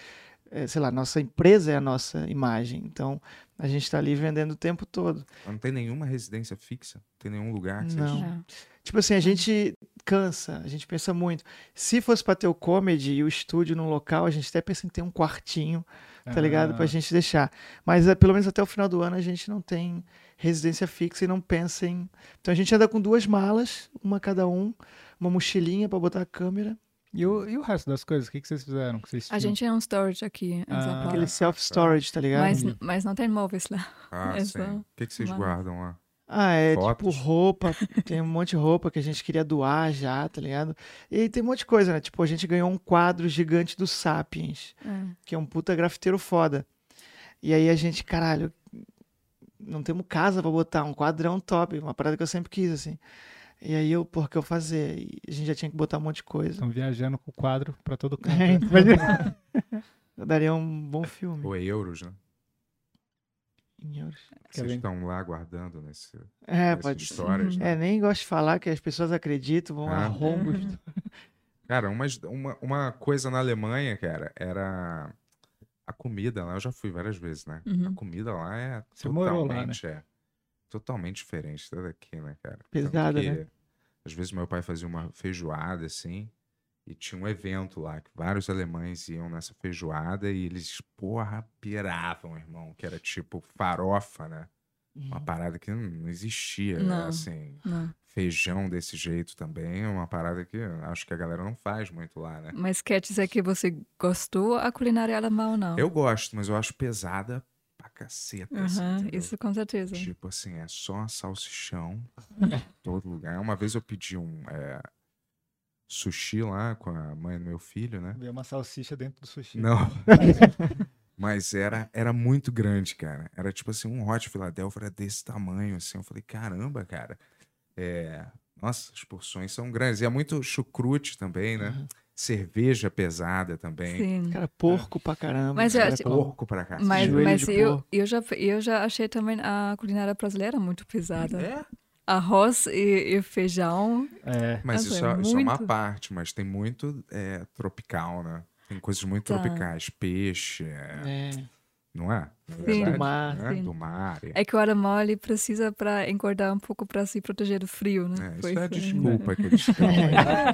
S4: eh, sei lá, nossa empresa é a nossa imagem. Então, a gente tá ali vendendo o tempo todo.
S1: Não tem nenhuma residência fixa? Não tem nenhum lugar que
S4: Não.
S1: vocês...
S3: É.
S4: Tipo assim, a gente cansa, a gente pensa muito. Se fosse pra ter o comedy e o estúdio num local, a gente até pensa em ter um quartinho tá ligado? Pra
S2: Ah,
S4: gente deixar. Mas é, pelo menos até o final do ano a gente não tem residência fixa e não pensa em. Então a gente anda com duas malas, uma cada um, uma mochilinha pra botar a câmera,
S2: E o, e o resto das coisas? O que, que vocês fizeram? Que vocês
S3: A gente tem um storage aqui em
S2: Ah,
S3: São Paulo.
S4: aquele self-storage, tá ligado?
S3: Mas,
S1: né?
S3: mas não tem móveis lá.
S1: Ah,
S3: É
S1: sim.
S3: só-
S1: O que, que vocês
S3: Mas-
S1: guardam lá?
S4: Ah, é tipo
S1: Fotos.
S4: roupa, tem um monte de roupa que a gente queria doar já, tá ligado? E tem um monte de coisa, né? Tipo, a gente ganhou um quadro gigante do Sapiens.
S3: É.
S4: que é um puta grafiteiro foda. E aí a gente, caralho, não temos casa pra botar um quadrão top, uma parada que eu sempre quis, assim. E aí eu, por que eu fazer? E a gente já tinha que botar um monte de coisa.
S2: Estão viajando com o quadro pra todo canto.
S4: É,
S2: né?
S4: então. Eu daria um bom filme.
S1: Ou é euros, né?
S4: em euros.
S2: Que
S1: Vocês
S2: além-
S1: estão lá guardando nesse,
S4: É,
S1: nessas
S4: pode ser.
S1: histórias. né?
S4: É, nem gosto de falar que as pessoas acreditam, vão
S1: Ah.
S4: arrombos.
S1: Cara, umas- uma, uma coisa na Alemanha, cara, era a comida lá. Eu já fui várias vezes, né? A
S3: Uhum.
S1: comida lá é
S2: Você morou lá, né?
S1: totalmente, é, totalmente diferente da daqui, né, cara? Tanto
S4: Pesada,
S1: que,
S4: né?
S1: Às vezes meu pai fazia uma feijoada, assim, e tinha um evento lá, que vários alemães iam nessa feijoada e eles, porra, piravam, irmão, que era tipo farofa, né?
S4: Uhum.
S1: Uma
S2: Uhum.
S1: parada que não existia, né?
S3: Não.
S1: assim.
S3: Não.
S1: Feijão desse jeito também é uma parada que eu acho que a galera não faz muito lá, né?
S3: Mas quer dizer que você gostou a culinária alemã ou não?
S1: Eu gosto, mas eu acho pesada pra caceta. assim,
S3: Aham,
S1: entendeu?
S3: isso com certeza.
S1: Tipo assim, é só salsichão
S3: Uhum.
S1: em todo lugar. Uma vez eu pedi um é, sushi lá com a mãe do meu filho, né?
S2: Veio uma salsicha dentro do sushi.
S1: Não. Mas era, era muito grande, cara. Era tipo assim, um Hot Philadelphia era desse tamanho, assim. Eu falei, caramba, cara. É, Nossa, as porções são grandes. E é muito chucrute também, né? Cerveja pesada também.
S3: Uhum. Sim.
S4: Cara, porco pra caramba.
S3: Mas eu
S4: cara,
S3: acho-
S4: porco.
S1: Porco pra cá.
S3: Mas,
S4: joelho
S3: mas
S4: de
S3: eu,
S4: porco.
S3: eu, já, eu já achei também a culinária brasileira muito pesada.
S1: É?
S3: Arroz e, e feijão.
S2: É.
S1: Mas
S3: Nossa,
S1: isso,
S3: é
S1: é, isso é uma
S3: muito.
S1: parte, mas tem muito é, tropical, né? Tem coisas muito
S3: Tá.
S1: tropicais. Peixe, é,
S4: É.
S1: não é? Na
S4: Do mar,
S1: né?
S3: sim.
S1: Do mar. É,
S3: É que o alemão ele precisa para engordar um pouco para se proteger do frio, né?
S1: isso
S3: Pois
S1: é a
S3: é.
S1: desculpa que eles dão aí. Todo mundo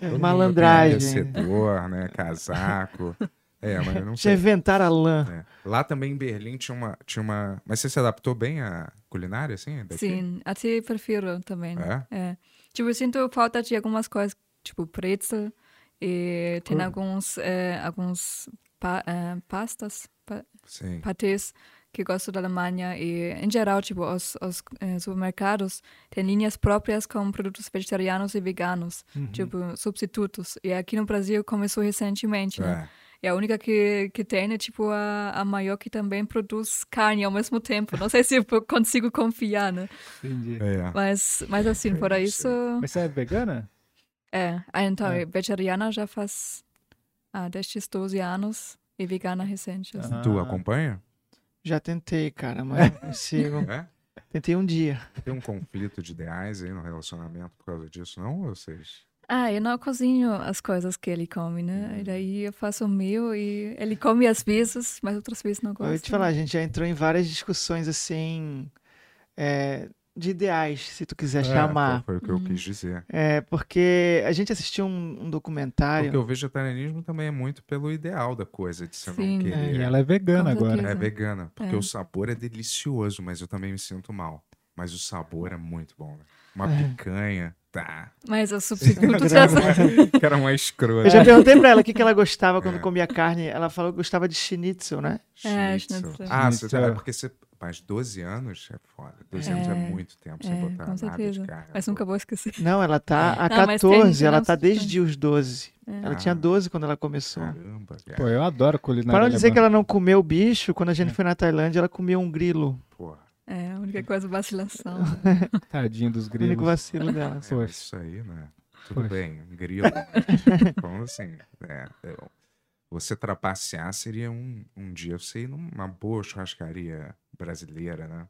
S1: tem
S4: É Malandragem.
S1: Aquecedor, né? Casaco. É, mas eu não
S4: Já
S1: sei.
S4: inventaram a lã.
S1: É. Lá também em Berlim tinha uma, tinha uma. Mas você se adaptou bem à culinária, assim? daqui?
S3: Sim, até prefiro também. né?
S1: É?
S3: Tipo, eu sinto falta de algumas coisas, tipo pretzel e
S1: Hum.
S3: tem alguns, eh, alguns pa- eh, pastas, pa-
S1: Sim.
S3: patês que gosto da Alemanha e em geral tipo os, os eh, supermercados têm linhas próprias com produtos vegetarianos e veganos
S2: uhum,
S1: Hum.
S3: tipo substitutos e aqui no Brasil começou recentemente né?
S1: É.
S3: e a única que que tem é tipo a, a maior que também produz carne ao mesmo tempo não sei se eu consigo confiar né
S2: Entendi.
S1: É.
S3: mas mas assim fora
S1: Sim.
S3: isso
S2: Mas você é vegana?
S3: é ah, então
S2: É.
S3: vegetariana já faz ah, 10 12 anos e vegana recente assim.
S1: Tu
S2: Ah.
S1: acompanha?
S4: Já tentei, cara, mas não consigo.
S1: É?
S4: Tentei um dia.
S1: Tem um conflito de ideais aí no relacionamento por causa disso, não? Ou vocês.
S3: Ah, eu não cozinho as coisas que ele come, né?
S4: Uhum.
S3: E daí eu faço o meu e ele come às vezes, mas outras vezes não
S4: Eu
S3: gosta. né?
S4: ia te falar, a gente já entrou em várias discussões assim. é, de ideais, se tu quiser chamar.
S1: É, Foi o que eu quis
S3: Hum.
S1: dizer.
S4: É, porque a gente assistiu um, um
S1: Porque
S4: documentário.
S1: o vegetarianismo também é muito pelo ideal da coisa, de você
S3: Sim. né?
S1: não
S2: É,
S1: querer.
S2: e ela é vegana
S3: Com
S2: agora.
S1: É
S3: certeza.
S1: vegana, porque
S3: É.
S1: o sabor é delicioso, mas eu também me sinto mal. Mas o sabor é muito bom, né? Uma
S4: É.
S1: picanha, tá.
S3: Mas os substitutos já são.
S1: que era uma escrota.
S4: Eu já perguntei pra ela o que, que ela gostava quando
S1: É.
S4: comia carne. Ela falou que gostava de schnitzel, né?
S3: É,
S1: Schnitzel.
S3: schnitzel.
S1: Ah, você
S2: Schnitzel.
S1: é porque você. Mas 12 anos é foda. 12 anos é
S3: É.
S1: muito tempo sem
S3: É,
S1: botar
S3: com
S1: nada
S3: certeza. um
S1: de carne.
S3: Mas nunca vou esquecer.
S4: Não, ela tá há
S3: É. Não, mas
S4: 14,
S3: tem- É.
S4: ela
S3: não,
S4: tá
S3: sim,
S4: desde os 12. Ela
S1: Ah. É.
S4: tinha 12 quando ela começou.
S1: Caramba, cara.
S2: Pô, eu adoro culinária.
S4: é? Para não dizer
S2: alemã.
S4: que ela não comeu bicho, quando a gente foi na Tailândia, ela comeu um grilo.
S1: Porra.
S3: É, a única coisa
S4: É.
S3: vacilação.
S2: Tadinho dos
S4: O único
S2: gregos.
S4: vacilo dela.
S1: É, mas
S2: Poxa.
S1: isso aí, né? Tudo
S2: Poxa.
S1: bem, um grilo. mas, Como assim? é, eu- você trapacear seria um, um dia você ir numa boa churrascaria brasileira, né?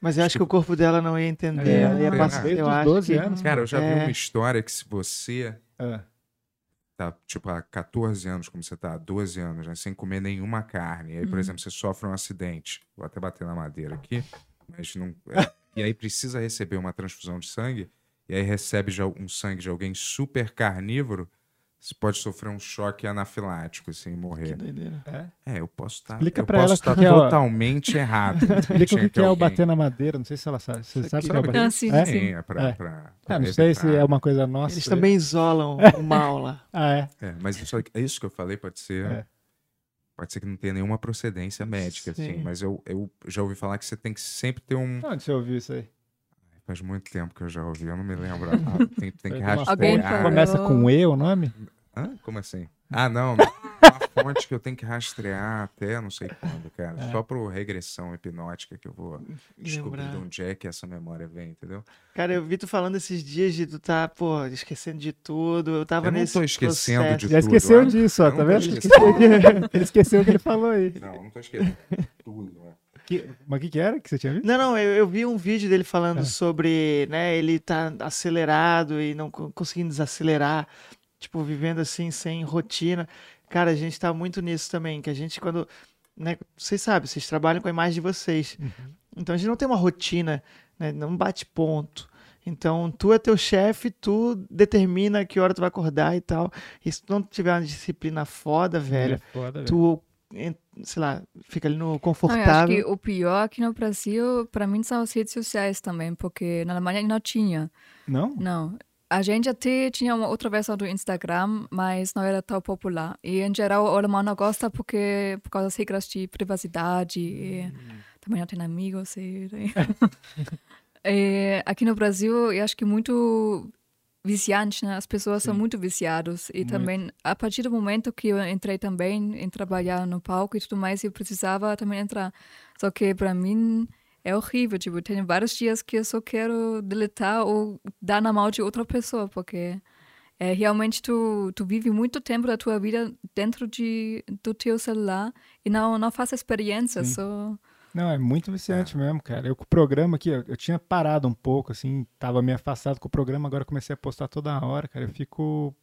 S4: Mas eu acho que o corpo dela não ia entender.
S2: É,
S4: ela ia
S1: não,
S4: passar.
S2: desde
S4: Eu
S2: os
S4: acho
S2: 12
S4: que-
S2: anos.
S1: Cara, eu já vi
S4: É.
S1: uma história que se você
S2: Ah,
S1: tá, tipo, há 14 anos, como você tá, há 12 anos, né, sem comer nenhuma carne, e
S2: Uhum.
S1: aí, por exemplo, você sofre um acidente, vou até bater na madeira aqui, mas não... é, e aí precisa receber uma transfusão de sangue, e aí recebe já um sangue de alguém super carnívoro, você pode sofrer um choque anafilático, assim, e
S4: Que
S1: morrer.
S4: doideira.
S2: é.
S1: É, eu posso estar...
S2: Explica
S1: eu
S2: pra
S1: posso
S2: ela o que
S1: estar
S2: que é, ó.
S1: totalmente errado. né,
S2: Explica o
S1: Tinha
S2: que, que é o
S1: alguém-
S2: bater na madeira, não sei se ela sabe. Você sabe o que é o
S1: Sabe
S2: bater
S3: Ah,
S1: que-
S3: sim,
S2: É?
S1: sim, é pra...
S2: É.
S1: pra-
S2: Ah,
S1: pra
S2: não sei se
S1: evitar.
S2: é uma coisa nossa.
S4: Eles também isolam o mal lá.
S2: Ah, é.
S1: É, mas isso, aqui- isso que eu falei pode ser.
S2: É.
S1: Pode ser que não tenha nenhuma procedência médica,
S4: Sim.
S1: assim. Mas eu, eu já ouvi falar que você tem que sempre ter um.
S2: Onde você ouviu isso aí?
S1: Faz muito tempo que eu já ouvi, eu não me lembro. Ah, tem, tem que
S2: Alguma
S1: rastrear.
S3: Alguém
S2: coisa.
S3: falou.
S2: Começa com E o nome?
S1: Hã? Como assim? Ah, não. não. Uma fonte que eu tenho que rastrear até não sei quando, cara.
S2: É.
S1: Só por regressão hipnótica que eu vou descobrir
S4: Lembrar.
S1: de onde é que essa memória vem, entendeu?
S4: Cara, eu vi tu falando esses dias de tu tá, pô, esquecendo de tudo. Eu tava
S1: Eu não
S4: nesse.
S1: tô esquecendo
S4: processo.
S1: de
S2: Já
S1: tudo,
S2: esqueceu
S1: né?
S2: disso, ó,
S1: Não
S2: tá
S1: tô
S2: vendo?
S1: esquecendo.
S2: Ele esqueceu o que ele falou aí.
S1: Não, não tô esquecendo de tudo, né?
S2: Que- mas o que, que era que você tinha visto?
S4: Não, não, eu, eu vi um vídeo dele falando
S2: É.
S4: sobre, né, ele tá acelerado e não co- conseguindo desacelerar, tipo, vivendo assim, sem rotina. Cara, a gente tá muito nisso também, que a gente quando, né, vocês sabem, vocês trabalham com a imagem de vocês.
S2: Uhum.
S4: Então a gente não tem uma rotina, né, não bate ponto. Então, tu é teu chefe, tu determina que hora tu vai acordar e tal. E se tu não tiver uma disciplina É foda, velho,
S2: Foda, velho.
S4: tu,
S2: é.
S4: en- sei lá, fica ali no
S3: Não, eu acho
S4: confortável.
S3: que o pior aqui no Brasil, para mim, são as redes sociais também, porque na Alemanha não tinha.
S2: Não?
S3: Não. A gente até tinha uma outra versão do Instagram, mas não era tão popular. E, em geral, o alemão não gosta porque, por causa das regras de privacidade. E também não tem amigos. E... É, aqui no Brasil, eu acho que é muito viciante, né? As pessoas são muito viciadas. E também, a partir do momento que eu entrei também em trabalhar no palco e tudo mais, eu precisava também entrar. Só que para mim é horrível. Tipo, eu tenho vários dias que eu só quero deletar ou dar na mão de outra pessoa, porque é, realmente tu, tu vive muito tempo da tua vida dentro de, do teu celular e não, não faz experiência, só...
S2: Não, é muito viciante mesmo, cara. Eu com o programa aqui, eu, eu tinha parado um pouco, assim, tava meio afastado com o programa, agora eu comecei a postar toda hora, cara. Eu fico.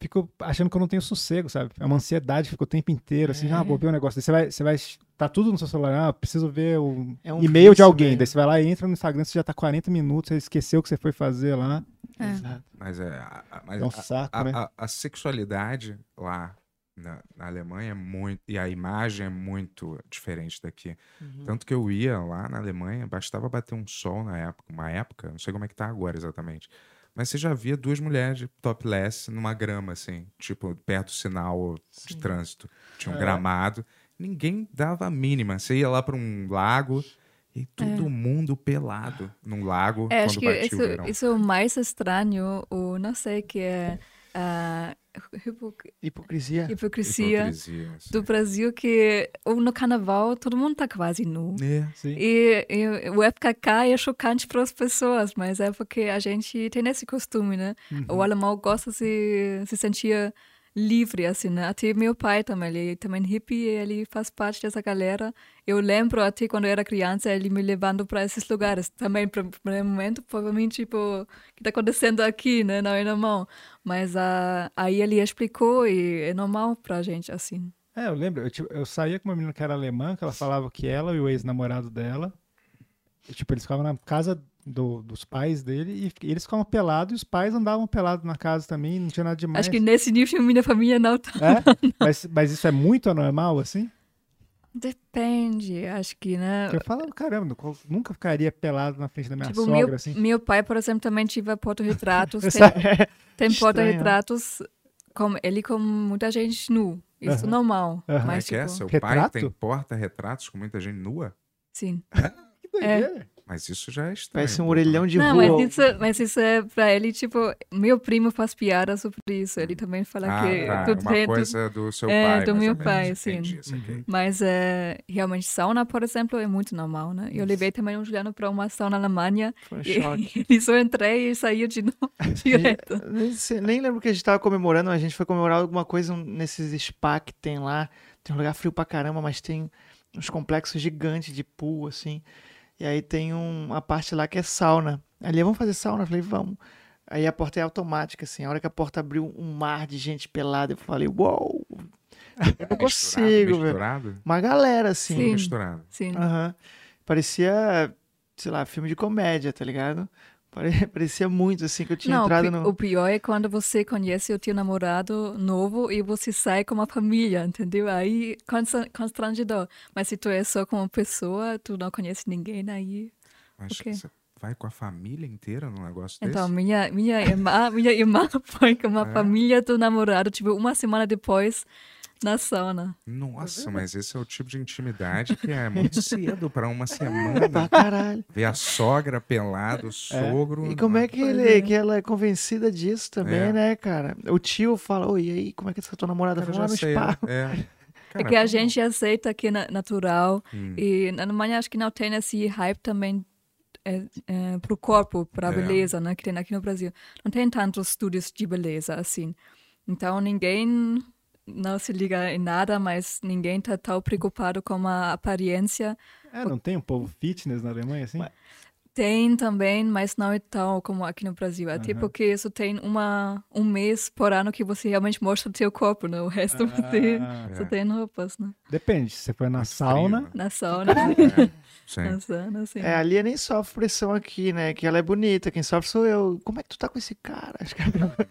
S2: Fico achando que eu não tenho sossego, sabe? É uma ansiedade, fica o tempo inteiro, assim, ah, vou ver um negócio. Daí você vai, você vai. Tá tudo no seu celular, ah, preciso ver o
S4: É um
S2: e-mail de
S4: vício
S2: alguém.
S4: mesmo.
S2: Daí você vai lá e entra no Instagram, você já tá 40 minutos, você esqueceu o que você foi fazer lá.
S4: Exato.
S1: Mas é. a- a- mas
S2: É um
S1: a-
S2: saco,
S1: a,
S2: né?
S1: a- a sexualidade lá na, na Alemanha é muito. E a imagem é muito diferente daqui.
S3: Então, Hum.
S4: Uhum.
S1: Tanto que eu ia lá na Alemanha, bastava bater um sol na época, uma época, não sei como é que tá agora exatamente. Mas você já via duas mulheres topless numa grama, assim, tipo, perto do sinal de trânsito.
S3: É.
S1: Tinha um gramado. Ninguém dava a mínima. Você ia lá para um lago e todo mundo pelado num lago
S3: É, acho
S1: quando
S3: que
S1: batia
S3: isso,
S1: o verão.
S3: isso é o mais estranho, ou não sei, que é a
S1: É,
S3: hipo-
S4: Hipocrisia.
S3: hipocrisia
S1: Hipocrisia, assim.
S3: do Brasil, que ou no carnaval todo mundo tá quase nu.
S1: É.
S2: Sim.
S3: E, e o FKK é chocante para as pessoas, mas é porque a gente tem esse costume, né? O alemão gosta de se, se sentir livre, assim, né? Até meu pai também, ele é também hippie, ele faz parte dessa galera. Eu lembro até quando eu era criança, ele me levando para esses lugares. Também, para o momento, foi para mim, tipo, o que está acontecendo aqui, né? Não é normal. Mas ah, aí ele explicou e é normal para a gente, assim.
S2: É, eu lembro, eu, tipo, eu saía com uma menina que era alemã, que ela falava que ela e o ex-namorado dela, e, tipo, eles ficavam na casa do- dos pais dele, e, fi- eles ficavam pelados, e os pais andavam pelados na casa também, não tinha nada demais.
S3: Acho que nesse nível minha família não tá
S2: É? Mas, mas isso é muito anormal, assim?
S3: Depende, acho que, né?
S2: Porque eu falava, caramba, eu nunca ficaria pelado na frente da minha
S3: Tipo,
S2: sogra,
S3: meu,
S2: assim. é,
S3: meu pai, por exemplo, também tinha porta-retratos.
S2: Sabe?
S3: tem tem
S4: Estranho.
S3: porta-retratos com ele com muita gente nu. Isso é
S2: Aham.
S3: normal.
S2: Aham.
S1: Como é
S3: Mas,
S1: que é?
S3: tipo,
S1: Seu pai
S2: retrato?
S1: tem porta-retratos com muita gente nua?
S3: sim.
S2: Que doideira.
S1: Mas isso já é estranho.
S4: Parece um orelhão de
S3: Não,
S4: rua.
S3: mas isso, mas isso é pra ele, tipo, meu primo faz piada sobre isso. Ele também fala
S1: Ah,
S3: que
S1: tá.
S3: tudo
S1: Uma
S3: bem, tudo-
S1: coisa do seu
S3: É,
S1: pai.
S3: do
S1: mais
S3: meu
S1: ou menos.
S3: pai, sim.
S1: Entendi, isso aqui.
S3: Mas é, realmente sauna, por exemplo, é muito normal, né? Eu levei também um Juliano para uma sauna na Alemanha.
S4: Foi um
S3: E,
S4: choque.
S3: ele só entrei e saía de novo direto.
S4: Nem, sei- nem lembro o que a gente tava comemorando, mas a gente foi comemorar alguma coisa um- nesses spa que tem lá. Tem um lugar frio pra caramba, mas tem uns complexos gigantes de pool, assim. E aí tem um- uma parte lá que é sauna. Ali, vamos fazer sauna? Eu falei, vamos. Aí a porta é automática, assim. A hora que a porta abriu, um mar de gente pelada. Eu falei, uou! Eu não consigo, velho.
S1: Misturado?
S4: Uma galera, assim.
S3: Sim.
S1: Misturado.
S3: Sim.
S4: Aham. Parecia, sei lá, filme de comédia, tá ligado? Pare- Parecia muito, assim, que eu tinha
S3: Não, o
S4: entrado
S3: pi-
S4: no...
S3: o pior é quando você conhece o teu namorado novo e você sai com uma família, entendeu? Aí consta- constrangedor. Mas se tu é só com uma pessoa, tu não conhece ninguém né? aí.
S1: Mas
S3: Ok.
S1: você vai com a família inteira num negócio
S4: É
S3: Então,
S1: desse?
S3: minha minha irmã, minha irmã foi com uma
S1: É.
S3: família do namorado, tipo, uma semana depois na sauna.
S1: Nossa, mas esse é o tipo de intimidade que é muito cedo pra uma
S4: Pra
S1: semana.
S4: caralho.
S1: Ver a sogra pelada, o sogro.
S4: E como é que, ele,
S3: é.
S4: que ela é convencida disso também,
S1: É.
S4: né, cara? O tio fala, oi, e aí, como é que essa tua namorada?
S1: Cara, eu
S4: Vamos
S1: já
S4: lá no
S1: sei,
S4: spa.
S1: é.
S3: É
S1: Cara,
S3: que a
S1: como-
S3: gente aceita que é na- natural.
S1: Hum.
S3: E na Alemanha acho que não tem esse hype também é, é, pro corpo, pra
S1: É.
S3: beleza, né? Que tem aqui no Brasil. Não tem tantos estudos de beleza assim. Então ninguém não se liga em nada, mas ninguém tá tão preocupado com a aparência.
S2: É, não tem um povo fitness na Alemanha, assim?
S3: Tem também, mas não é tão como aqui no Brasil. Até porque isso tem uma, um mês por ano que você realmente mostra o teu corpo, né? O resto você
S2: Ah,
S1: É.
S3: só tem roupas, né? é
S2: Depende, se você for na
S1: Muito frio,
S2: sauna,
S1: né? É,
S3: Na sauna,
S1: Sim.
S3: na sauna, assim.
S4: É, ali nem sofre pressão aqui, né? Que ela é bonita, quem sofre sou eu. Como é que tu tá com esse cara? Acho que é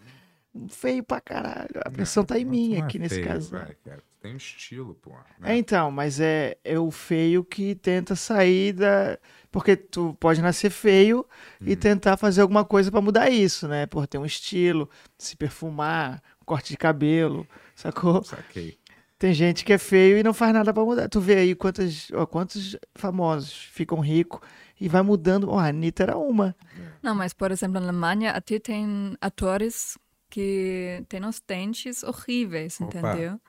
S4: feio pra caralho. A pressão tá em
S1: Uhum. Não,
S4: mim
S1: tu não é
S4: aqui nesse
S1: feio,
S4: caso. né?
S1: vai, cara. Tem um estilo, pô. né?
S4: É, então, mas é, é o feio que tenta sair da. Porque tu pode nascer feio e tentar fazer alguma coisa pra mudar isso, né? Por ter um estilo, se perfumar, um corte de cabelo, sacou?
S1: Saquei.
S4: Tem gente que é feio e não faz nada pra mudar. Tu vê aí quantas, ó, quantos famosos ficam ricos e vai mudando. Ó, a Anitta era uma.
S3: Não, mas por exemplo, na Alemanha até tem atores que têm os dentes horríveis,
S1: Opa.
S3: entendeu?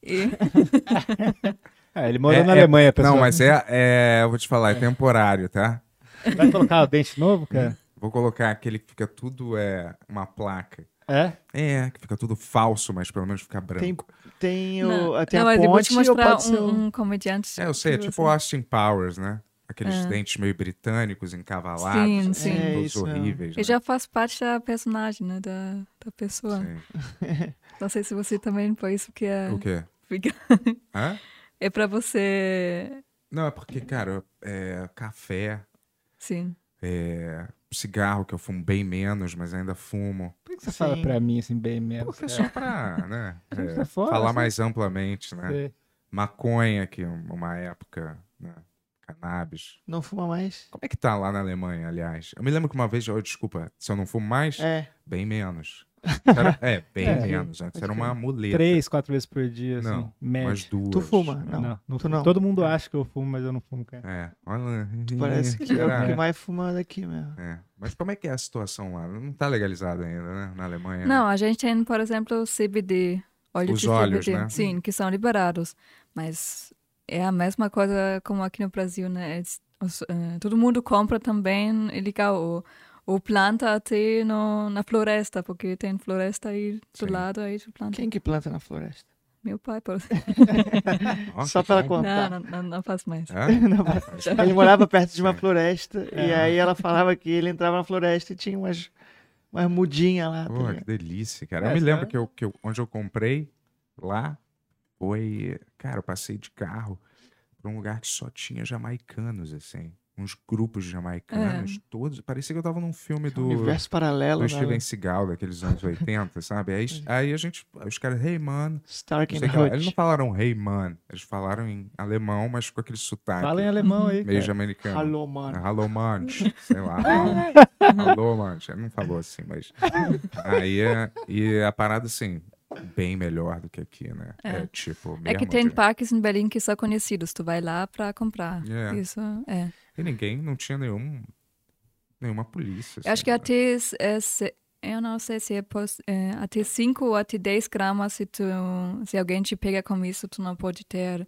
S3: E,
S2: É, ele morou
S1: É,
S2: na
S1: é-
S2: Alemanha, pessoal.
S1: Não, mas é, é. Eu vou te falar, é temporário, tá?
S2: Vai colocar o dente novo, cara?
S1: Vou colocar aquele que fica tudo. É. Uma placa.
S2: É?
S1: É, que fica tudo falso, mas pelo menos fica branco.
S4: Tem, tem
S3: não,
S4: o, tem
S3: não,
S4: a
S3: mas eu vou te
S4: ponte ou
S3: mostrar
S4: pode ser um...
S3: um, um comediante.
S1: É, eu sei, é tipo
S3: assim.
S1: Austin Powers, né? Aqueles dentes meio britânicos, encavalados,
S3: Sim,
S1: assim,
S3: sim.
S4: É,
S1: todos
S4: isso mesmo.
S1: horríveis.
S3: E
S1: né?
S3: já faz parte da personagem, né? Da, da pessoa.
S1: Sim.
S3: Não sei se você também faz isso que é.
S1: O quê?
S3: fica-
S1: Hã?
S3: É pra você.
S1: Não, é porque, cara, é, café,
S3: Sim.
S1: é, cigarro, que eu fumo bem menos, mas ainda fumo.
S2: Por que você fala
S4: Sim.
S2: pra mim assim, bem mesmo?
S1: Porque é só pra, né?
S2: Não
S1: é,
S2: precisa fora,
S1: falar
S2: assim.
S1: mais amplamente, né?
S2: É.
S1: Maconha, que um- uma época, né? Cannabis.
S4: Não fuma mais?
S1: Como é que tá lá na Alemanha, aliás? Eu me lembro que uma vez, eu, desculpa, se eu não fumo mais,
S4: É.
S1: Bem menos. Era- é, bem
S2: É,
S1: menos. Antes era uma muleta.
S2: Três, quatro vezes por dia, assim.
S1: Não,
S2: médio.
S1: umas duas.
S4: Tu fuma?
S2: Não,
S4: Não.
S2: não,
S4: tu
S2: fumo.
S4: não.
S2: Todo mundo acha que eu fumo, mas eu não fumo, cara.
S1: É, olha.
S4: Parece que é o
S1: Será?
S4: que mais fuma daqui mesmo.
S1: É. Mas como é que é a situação lá? Não tá legalizado ainda, né? Na Alemanha.
S3: Não, a gente tem, por exemplo, CBD, óleo
S1: Os
S3: de
S1: óleos,
S3: CBD,
S1: né?
S3: sim, que são liberados. Mas é a mesma coisa como aqui no Brasil, né? Eles- os, eh, todo mundo compra também é legal. Ou, ou planta até no, na floresta, porque tem floresta aí
S1: Sim.
S3: do lado, aí tu planta.
S4: Quem é que planta na floresta?
S3: Meu pai, por exemplo.
S1: Ó,
S4: Só
S1: que
S4: pela
S1: bom.
S4: conta.
S3: Não, não, não, não faz mais.
S1: É?
S4: Não,
S1: Mas-
S4: Ele morava perto
S1: É.
S4: de uma floresta e aí ela falava que ele entrava na floresta e tinha umas, umas mudinhas lá. tá
S1: Pô, que
S4: ligado?
S1: delícia, cara. Eu
S2: É,
S1: me lembro
S2: sabe?
S1: que, eu, que eu- onde eu comprei lá foi. Cara, eu passei de carro pra um lugar que só tinha jamaicanos, assim. Uns grupos de jamaicanos,
S2: É.
S1: todos. Parecia que eu tava num filme
S2: um
S1: do.
S4: Universo paralelo.
S1: do
S4: né?
S1: Steven Seagal daqueles anos 80, sabe? Aí, aí a gente, os caras, hey man,
S4: Stark
S1: não
S4: and
S1: sei o que lá. Eles não
S4: Hutch.
S1: falaram hey man, eles falaram em alemão, mas com aquele sotaque
S2: Fala em alemão aí,
S1: meio
S2: cara.
S1: jamaicano.
S4: Alô, mano.
S1: Hello, Manch. Sei lá. Alô, Manch. Ele não falou assim, mas. Aí é. E a parada, assim, bem melhor do que aqui, né? É, tipo.
S3: É que
S1: mesmo,
S3: tem
S1: né?
S3: parques em Berlim que são conhecidos, tu vai lá pra comprar.
S1: É.
S3: Isso, é.
S1: E ninguém, não tinha nenhum. Nenhuma polícia.
S3: Eu acho
S1: assim,
S3: que
S1: né?
S3: até, s- é, se- eu não sei se é, pos- é, até 5 ou até 10 gramas, se, tu, se alguém te pega com isso, tu não pode ter,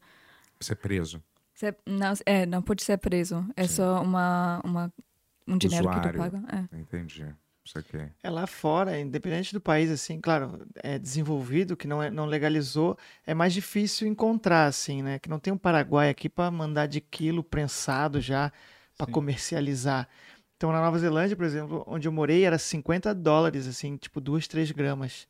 S1: Ser preso.
S3: se- não, é, não pode ser preso. É só uma, uma, um dinheiro que tu
S1: Usuário.
S3: paga. É.
S1: Entendi. Isso aqui.
S4: É lá fora, independente do país, assim, claro, é desenvolvido, que não, é- não legalizou, é mais difícil encontrar, assim, né? Que não tem um Paraguai aqui pra mandar de quilo prensado já pra
S2: Sim.
S4: comercializar. Então, na Nova Zelândia, por exemplo, onde eu morei, era 50 dólares, assim, tipo duas, três gramas.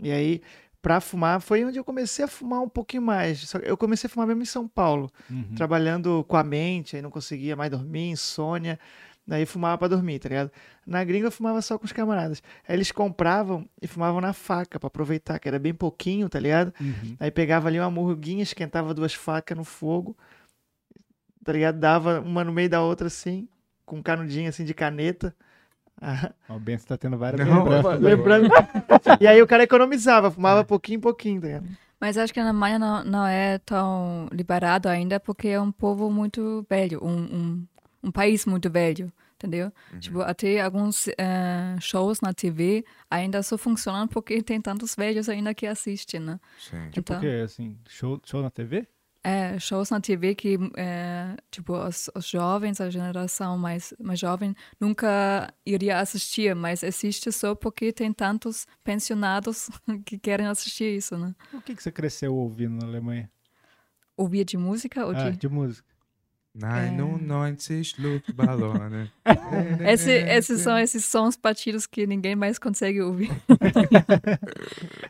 S4: E aí, pra fumar, foi onde eu comecei a fumar um pouquinho mais. Só que Eu comecei a fumar mesmo em São Paulo
S2: Uhum.
S4: trabalhando com a mente, aí não conseguia mais dormir, insônia. Daí fumava pra dormir, tá ligado? Na gringa eu fumava só com os camaradas. Aí eles compravam e fumavam na faca pra aproveitar, que era bem pouquinho, tá ligado?
S2: Uhum.
S4: Aí pegava ali uma murguinha, esquentava duas facas no fogo, tá ligado? Dava uma no meio da outra assim, com um canudinho assim de caneta. Ah,
S2: Ó, O Bento tá tendo várias
S1: Não,
S2: lembranças.
S4: Lembrando. e aí o cara economizava, fumava pouquinho em pouquinho, tá ligado?
S3: Mas acho que na Alemanha não, não é tão liberado ainda, porque é um povo muito velho, um, um, um país muito velho, entendeu? Tipo, até alguns eh, shows na TV ainda só funcionam porque tem tantos velhos ainda que assistem, né?
S1: Sim.
S3: Então-
S2: Porque, assim, show, show na TV?
S3: É, shows na TV que, é, tipo, os, os jovens, a geração mais, mais jovem, nunca iria assistir, mas existe só porque tem tantos pensionados que querem assistir isso, né?
S2: O que, que você cresceu ouvindo na Alemanha?
S3: Ouvir de música ou
S2: Ah,
S3: de...
S2: de música.
S3: É.
S1: Nein, nun, neunzig Luftballone.
S3: Esse,
S1: É,
S3: esses são esses sons batidos que ninguém mais consegue ouvir.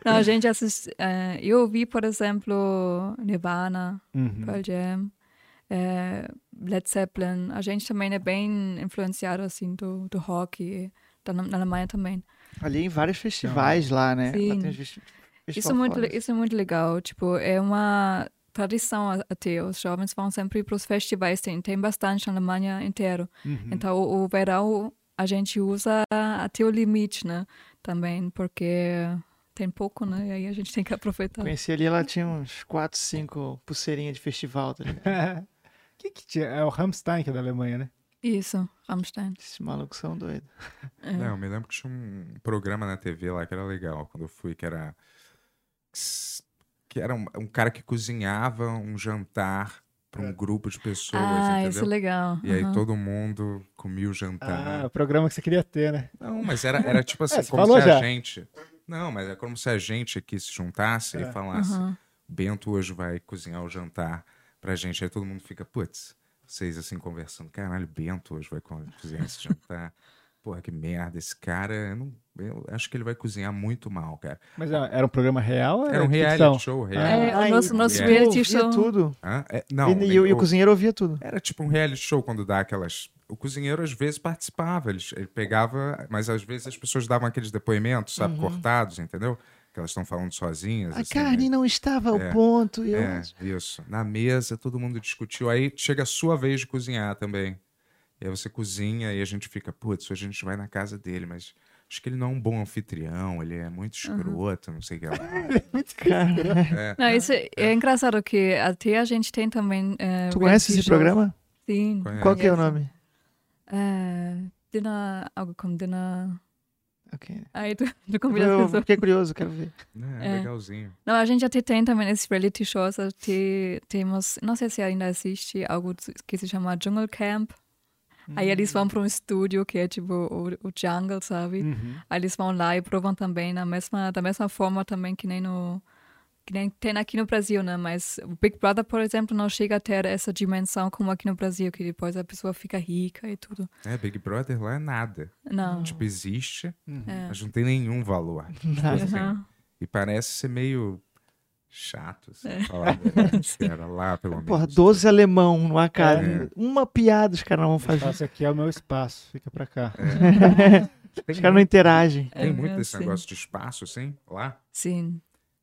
S3: Não, a gente assiste... É, eu ouvi, por exemplo, Nirvana,
S2: Uhum.
S3: Pearl Jam, eh, é. Led Zeppelin. A gente também é bem influenciado assim do, do rock e da, na Alemanha também.
S4: Ali em vários festivais lá, né? Lá
S3: Sim.
S4: tem uns festi- Eles
S3: Isso é,
S4: falam
S3: muito,
S4: foda.
S3: isso é muito legal. Tipo, é uma tradição a- até. Os jovens vão sempre para os festivais. Tem, tem bastante na Alemanha inteiro.
S1: Uhum.
S3: Então, o, o verão a gente usa até o limite, né? Também, porque tem pouco, né? E aí a gente tem que aproveitar.
S4: Conheci ali, ela tinha uns 4, 5 pulseirinhas de festival. Tá ligado?
S2: que que tinha? É o Rammstein que é da Alemanha, né?
S3: Isso, Rammstein. É.
S4: Esses malucos são doidos.
S1: Não, eu me lembro que tinha um programa na TV lá que era legal quando eu fui, que era. Que era um, um cara que cozinhava um jantar para
S2: É.
S1: um grupo de pessoas,
S3: ah,
S1: entendeu?
S3: isso é legal.
S1: E aí
S3: Aham.
S1: todo mundo comia o
S2: Ah,
S1: jantar.
S2: o programa que você queria ter, né?
S1: Não, mas era, era tipo assim,
S2: É, você
S1: como
S2: falou
S1: se
S2: já.
S1: a gente. Não, mas é como se a gente aqui se juntasse
S2: É.
S1: e falasse:
S3: Aham.
S1: Bento hoje vai cozinhar o jantar pra gente. Aí todo mundo fica, putz, vocês assim conversando: caralho, Bento hoje vai co- cozinhar esse jantar. Porra, que merda, esse cara, eu, não- eu acho que ele vai cozinhar muito mal, cara.
S2: Mas ó, era um programa real? ou
S1: Era um
S4: é
S2: de
S1: reality
S2: ficção?
S1: show, real.
S3: É, o nosso, nosso
S1: é.
S4: Eu
S3: reality
S4: ouvia
S3: show.
S4: tudo.
S1: Hã? É, não,
S4: e, e o, e o
S1: o-
S4: cozinheiro ouvia tudo.
S1: Era tipo um reality show quando dá aquelas. O cozinheiro às vezes participava, ele, ele pegava, mas às vezes as pessoas davam aqueles depoimentos, sabe, cortados, entendeu? Que elas estão falando sozinhas.
S4: A
S1: assim,
S4: carne
S1: né?
S4: não estava ao
S1: É.
S4: ponto. E eu...
S1: É, isso. Na mesa, todo mundo discutiu. Aí chega a sua vez de cozinhar também. E aí você cozinha e a gente fica, putz, hoje a gente vai na casa dele, mas acho que ele não é um bom anfitrião, ele é muito escroto, não sei o que lá.
S4: Cara,
S3: Não, isso é, é engraçado que até a gente tem também. eh,
S4: tu
S3: reality
S4: conhece esse
S3: show.
S4: programa?
S3: Sim.
S1: Conhece?
S4: Qual que é o
S3: Conheço.
S4: nome?
S3: É, Dinner, algo como Dinner.
S4: Ok.
S3: Aí tu, tu convida as
S4: Eu
S3: pessoas.
S4: fiquei curioso, quero ver.
S1: É,
S3: É.
S1: legalzinho.
S3: Não, a gente até tem também esses reality shows. Até temos, não sei se ainda existe, algo que se chama Jungle Camp. Aí eles vão para um estúdio que é tipo o, o jungle, sabe?
S2: Uhum.
S3: Aí eles vão lá e provam também na mesma, da mesma forma também que nem no que nem tem aqui no Brasil, né? Mas o Big Brother, por exemplo, não chega a ter essa dimensão como aqui no Brasil, que depois a pessoa fica rica e tudo.
S1: É, Big Brother lá é nada.
S3: Não.
S1: Tipo, existe,
S3: É.
S1: mas não tem nenhum valor. Tipo assim,
S3: Aham.
S1: E parece ser meio chato, assim, falar a verdade sincera, lá, pelo menos. assim.
S4: Porra, 12 alemão
S1: É.
S4: numa casa. Uma piada os caras não vão fazer.
S2: Esse aqui é o meu espaço, fica pra
S1: É.
S2: cá.
S1: Tem,
S4: Os caras não interagem.
S1: tem muito
S3: É,
S1: desse
S3: sim.
S1: negócio de espaço, assim, lá.
S3: Sim,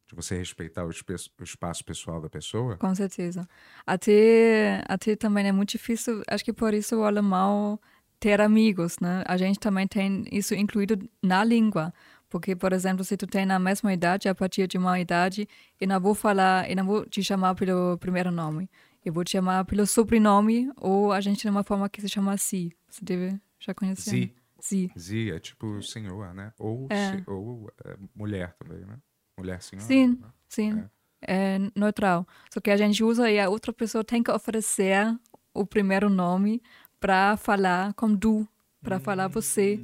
S1: De você respeitar o, espe- o espaço pessoal da pessoa.
S3: com certeza. Até, até também é muito difícil, acho que por isso o alemão ter amigos, né? A gente também tem isso incluído na língua. Porque, por exemplo, se tu tem a mesma idade, a partir de uma idade, eu não vou falar, eu não vou te chamar pelo primeiro nome. Eu vou te chamar pelo sobrenome, ou a gente tem uma forma que se chama Si. Você deve já conhecer. né?
S1: Zi,
S3: Si.
S1: Zi é tipo senhor, né? Ou,
S3: É.
S1: se- ou é, mulher também, né? Mulher, né? senhor.
S3: Sim, sim. É. neutral. Só que a gente usa e a outra pessoa tem que oferecer o primeiro nome para falar com du, para falar você.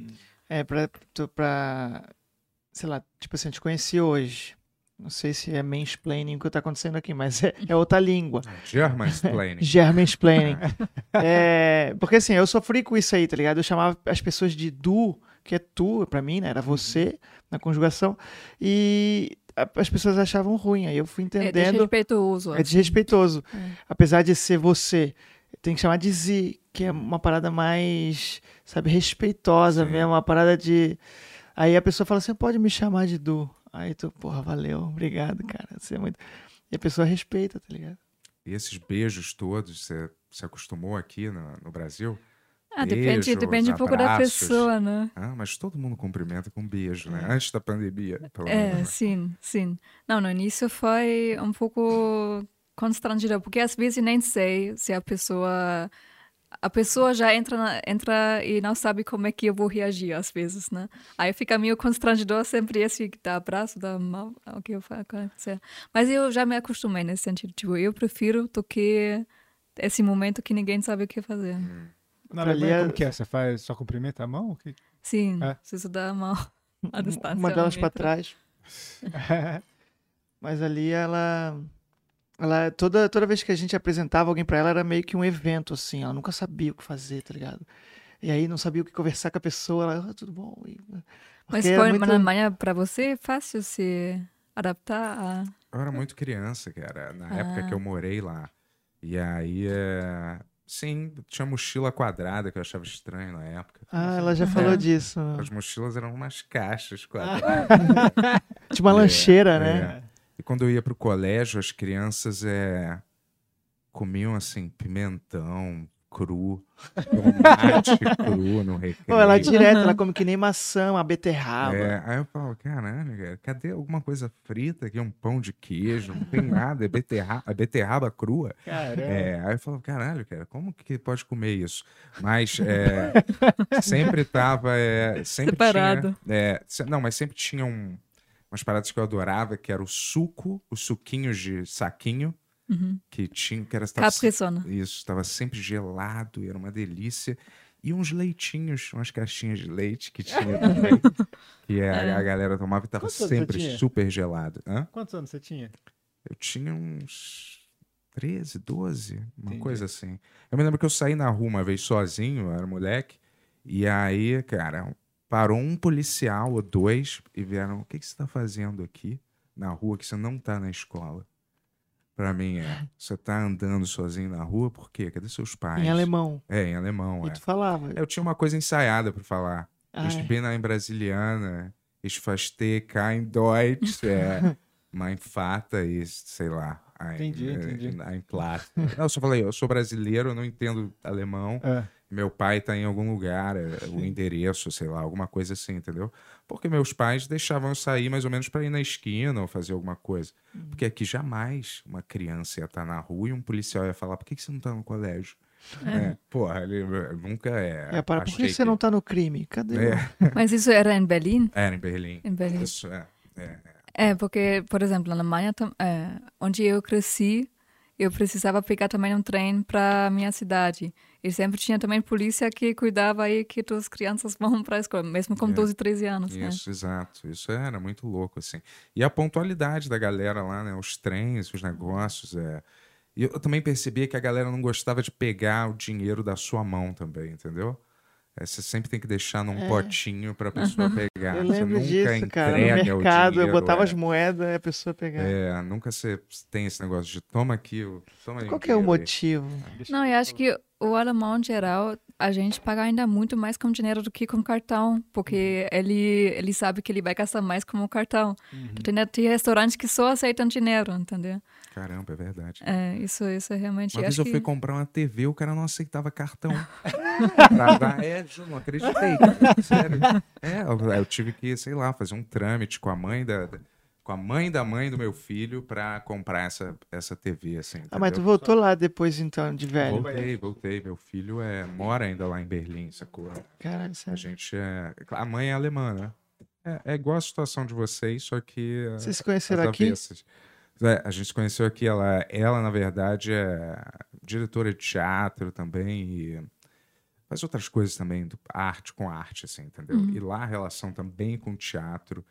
S4: É, pra, tu- pra. Sei lá, tipo assim, eu te conheci hoje. Não sei se é mansplaining o que tá acontecendo aqui, mas é, é outra língua.
S1: German explaining.
S4: Germansplaining. É, porque assim, eu sofri com isso aí, tá ligado? Eu chamava as pessoas de du, que é tu, pra mim, né? Era você na conjugação. E a- as pessoas achavam ruim. Aí eu fui
S3: É
S4: entendendo.
S3: desrespeitoso.
S4: É desrespeitoso. Apesar de ser você, tem que chamar de Z, que é uma parada mais, sabe, respeitosa mesmo, uma parada de. Aí a pessoa fala assim: pode me chamar de Du. Aí tu, porra, valeu, obrigado, cara. Você é muito. E a pessoa respeita, tá ligado?
S1: E esses beijos todos, você se acostumou aqui no, no Brasil?
S3: Ah, depende,
S1: Beijos,
S3: depende um pouco da
S1: abraços.
S3: pessoa, né?
S1: Ah, mas todo mundo cumprimenta com beijo, né? Antes da pandemia, pelo menos.
S3: É,
S1: né?
S3: sim, sim. Não, no início foi um pouco constrangedor, porque às vezes eu nem sei se a pessoa. A pessoa já entra, na- entra e não sabe como é que eu vou reagir, às vezes, né? Aí fica meio constrangedor sempre esse que dá abraço, dá mal, o que eu falo. Mas eu já me acostumei nesse sentido. Tipo, eu prefiro do que esse momento que ninguém sabe o que fazer.
S2: Na
S4: Pra
S2: Alemanha,
S4: ali é-
S2: como que é? Você faz, só cumprimenta a mão? O que-
S3: Sim,
S2: É.
S3: se isso dá mal à distância.
S4: Uma delas pra
S3: realmente.
S4: trás. Mas ali ela. Ela, toda, toda vez que a gente apresentava alguém pra ela, era meio que um evento, assim. Ela nunca sabia o que fazer, tá ligado? E aí não sabia o que conversar com a pessoa. Ela, ah, tudo bom? E-
S3: Mas
S4: porque era
S3: foi
S4: muito-
S3: na Alemanha para você é fácil se adaptar a. Ah.
S1: Eu era muito criança, cara, na época que eu morei lá. E aí, é, Sim, tinha mochila quadrada que eu achava estranho na época.
S4: Ah, ela já falou
S1: É.
S4: disso.
S1: As mochilas eram umas caixas quadradas.
S4: Tipo uma
S1: É,
S4: lancheira, né?
S1: É. E quando eu ia pro colégio, as crianças é, comiam assim, pimentão cru, tomate cru no recreio.
S4: Pô, ela é direto,
S3: Aham.
S4: ela come que nem maçã, uma beterraba.
S1: É, aí eu falo, caralho, cara, cadê alguma coisa frita aqui? Um pão de queijo, não tem nada, é beterraba, é beterraba crua.
S2: Caramba.
S1: É, aí eu falo, caralho, cara, como que pode comer isso? Mas é, sempre tava. É, sempre
S3: Separado.
S1: Tinha, é, se- não, mas sempre tinha um- umas paradas que eu adorava, que era o suco, os suquinhos de saquinho,
S3: Uhum.
S1: que tinha, que era. tava se-
S3: Capricorn.
S1: isso, estava sempre gelado, e era uma delícia. E uns leitinhos, umas caixinhas de leite que tinha também. que a, a galera tomava e estava
S2: Quantos anos você
S1: sempre
S2: tinha?
S1: super gelado. Hã?
S2: Quantos anos você tinha?
S1: Eu tinha uns 13, 12, uma
S2: Entendi.
S1: coisa assim. Eu me lembro que eu saí na rua uma vez sozinho, eu era moleque, e aí, cara, parou um policial ou dois e vieram: o que, que você está fazendo aqui na rua que você não tá na escola? Pra mim é, você tá andando sozinho na rua, por quê? Cadê seus pais?
S4: Em alemão.
S1: É, em alemão,
S4: E
S1: é.
S4: tu falava.
S1: Eu tinha uma coisa ensaiada pra falar.
S4: Ah,
S1: Ich bin ein Brasiliana, ich verstehe kein Deutsch, é, mein Vater ist, sei lá. eh, Ein,
S2: Entendi, entendi.
S1: Ein Platz. Não, eu só falei, eu sou brasileiro, eu não entendo alemão,
S2: É.
S1: meu pai tá em algum lugar, é, o endereço, sei lá, alguma coisa assim, entendeu? Porque meus pais deixavam eu sair mais ou menos pra ir na esquina ou fazer alguma coisa.
S4: Uhum.
S1: Porque aqui jamais uma criança ia estar na rua e um policial ia falar, por que, que você não tá no colégio? É, porra, ele eh, nunca é.
S4: é, para, por que
S1: achei
S4: você não tá no crime? Cadê?
S1: É.
S3: Mas isso era em Berlim?
S1: Era em Berlim.
S3: Em Berlim.
S1: Isso, é. é.
S3: É, porque, por exemplo, na Alemanha, tam- é, onde eu cresci, eu precisava pegar também um trem para minha cidade. E sempre tinha também polícia que cuidava aí que as crianças vão para a escola, mesmo com
S1: É.
S3: 12, 13 anos, né?
S1: Isso, exato. Isso era muito louco, assim. E a pontualidade da galera lá, né? Os trens, os negócios. É... E eu também percebia que a galera não gostava de pegar o dinheiro da sua mão também, entendeu? É, você sempre tem que deixar num
S4: É.
S1: potinho pra pessoa pegar.
S4: Eu
S1: Você
S4: lembro
S1: nunca
S4: disso, cara. No
S1: entrega o
S4: mercado, eu
S1: dinheiro,
S4: botava
S1: é.
S4: as moedas e a pessoa pegava.
S1: É, nunca você tem esse negócio de toma aqui, o- toma aí. um
S4: Qual que é o
S1: dinheiro aí.
S4: motivo?
S3: Não, eu acho que o alemão em geral, a gente paga ainda muito mais com dinheiro do que com cartão, porque
S1: Uhum.
S3: ele ele sabe que ele vai gastar mais com o cartão. Tem, tem restaurantes que só aceitam dinheiro, entendeu?
S1: Caramba, é verdade.
S3: É, isso, isso é realmente.
S1: Uma vez
S3: acho
S1: eu fui
S3: que...
S1: comprar uma TV, o cara não aceitava cartão. pra dar, é, eu não acreditei. cara, Sério. É, eu, eu tive que, sei lá, fazer um trâmite com a mãe da. da- Com a mãe da mãe do meu filho pra comprar essa, essa TV, assim.
S4: Ah, mas tu
S1: entendeu?
S4: voltou lá depois, então, de velho.
S1: Voltei, voltei. Meu filho é, mora ainda lá em Berlim, sacou?
S4: Caralho,
S1: A
S4: sério.
S1: gente é. A mãe é alemã, né? É, é igual a situação de vocês, só que. é,
S4: Vocês se conheceram
S1: às
S4: aqui?
S1: avessas. É, a gente se conheceu aqui, ela, ela, na verdade, é diretora de teatro também e faz outras coisas também, do- arte com arte, assim, entendeu? E lá a relação também com o teatro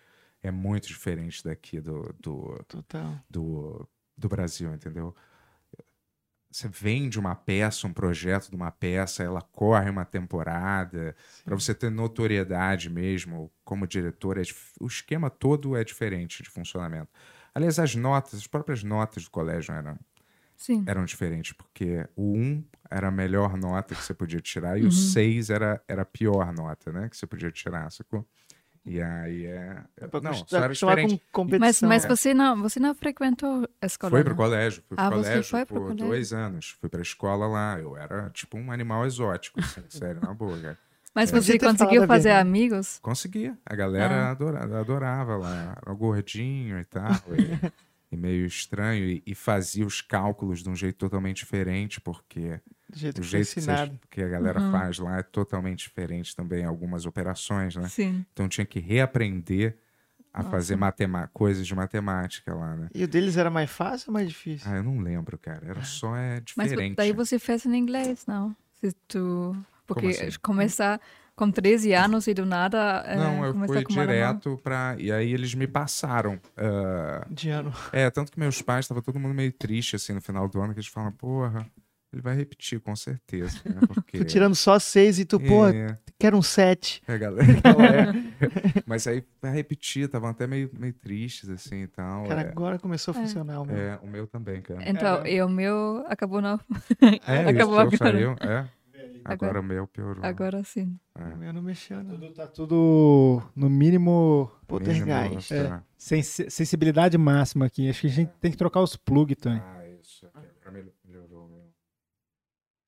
S1: é muito diferente daqui do, do,
S4: Total.
S1: do, do Brasil, entendeu? Você vende uma peça, um projeto de uma peça, ela corre uma temporada, para você ter notoriedade mesmo como diretor. é dif- o esquema todo é diferente de funcionamento. Aliás, as notas, as próprias notas do colégio eram,
S3: Sim.
S1: eram diferentes, porque o 1 era a melhor nota que você podia tirar
S4: Uhum.
S1: e o 6 era, era a pior nota né, que você podia tirar, sacou? E aí é.
S4: É pra
S1: Não,
S4: acostum-
S1: só era
S4: acostumar
S1: diferente.
S4: com competição.
S3: Mas, mas
S4: né?
S3: você não, você não frequentou a escola?
S1: Foi
S3: né?
S1: pro colégio, fui pro
S3: Ah, você
S1: colégio
S3: foi pro
S1: por
S3: colégio?
S1: dois anos. Fui pra escola lá. Eu era tipo um animal exótico, assim, sério, na boa, cara.
S3: Mas
S4: Podia
S3: você
S4: ter falado
S3: conseguiu
S4: a
S3: fazer
S4: verdade.
S3: amigos?
S1: Conseguia. A galera
S3: Ah.
S1: adora- adorava lá. Era gordinho e tal. E, e meio estranho. E, e fazia os cálculos de um jeito totalmente diferente, porque
S4: Do jeito
S1: o
S4: que foi
S1: jeito que, vocês-
S4: ensinado.
S1: que a galera
S3: Uhum.
S1: faz lá é totalmente diferente também. Algumas operações, né?
S3: Sim.
S1: Então tinha que reaprender a fazer matema- coisas de matemática lá, né?
S4: E o deles era mais fácil ou mais difícil?
S1: Ah, eu não lembro, cara. Era só é
S3: Mas
S1: diferente.
S3: daí você fez em inglês, não? Se tu... Porque
S1: assim?
S3: começar com 13 anos e do nada eh,
S1: Não, eu
S3: começar
S1: fui
S3: com alemão.
S1: direto pra. E aí eles me passaram. ah,
S4: De ano.
S1: É, tanto que meus pais, tava todo mundo meio triste, assim, no final do ano, que eles falam, porra, ele vai repetir, com certeza. Né? Porque...
S4: Tu tirando só seis e tu, pô,
S1: É,
S4: Quero um set.
S1: É, galera. que ela é. Mas aí, pra repetir, estavam até meio, meio tristes, assim e tal.
S4: Cara,
S1: é.
S4: agora começou a funcionar o meu.
S1: É, o meu também, cara.
S3: Então,
S4: É.
S3: e o meu acabou não.
S1: É,
S3: Acabou
S1: isso,
S3: agora.
S1: saiu, é. Agora o meu piorou.
S3: Agora sim.
S4: O meu não mexeu, não. é
S2: Tudo, tá tudo no mínimo
S1: Mínimo,
S4: Poltergeist.
S3: é.
S1: tá.
S2: sensi- sensibilidade máxima aqui. Acho que a gente tem que trocar os plug, Tony.
S1: Ah, isso. aqui Agora mel- melhorou, meu.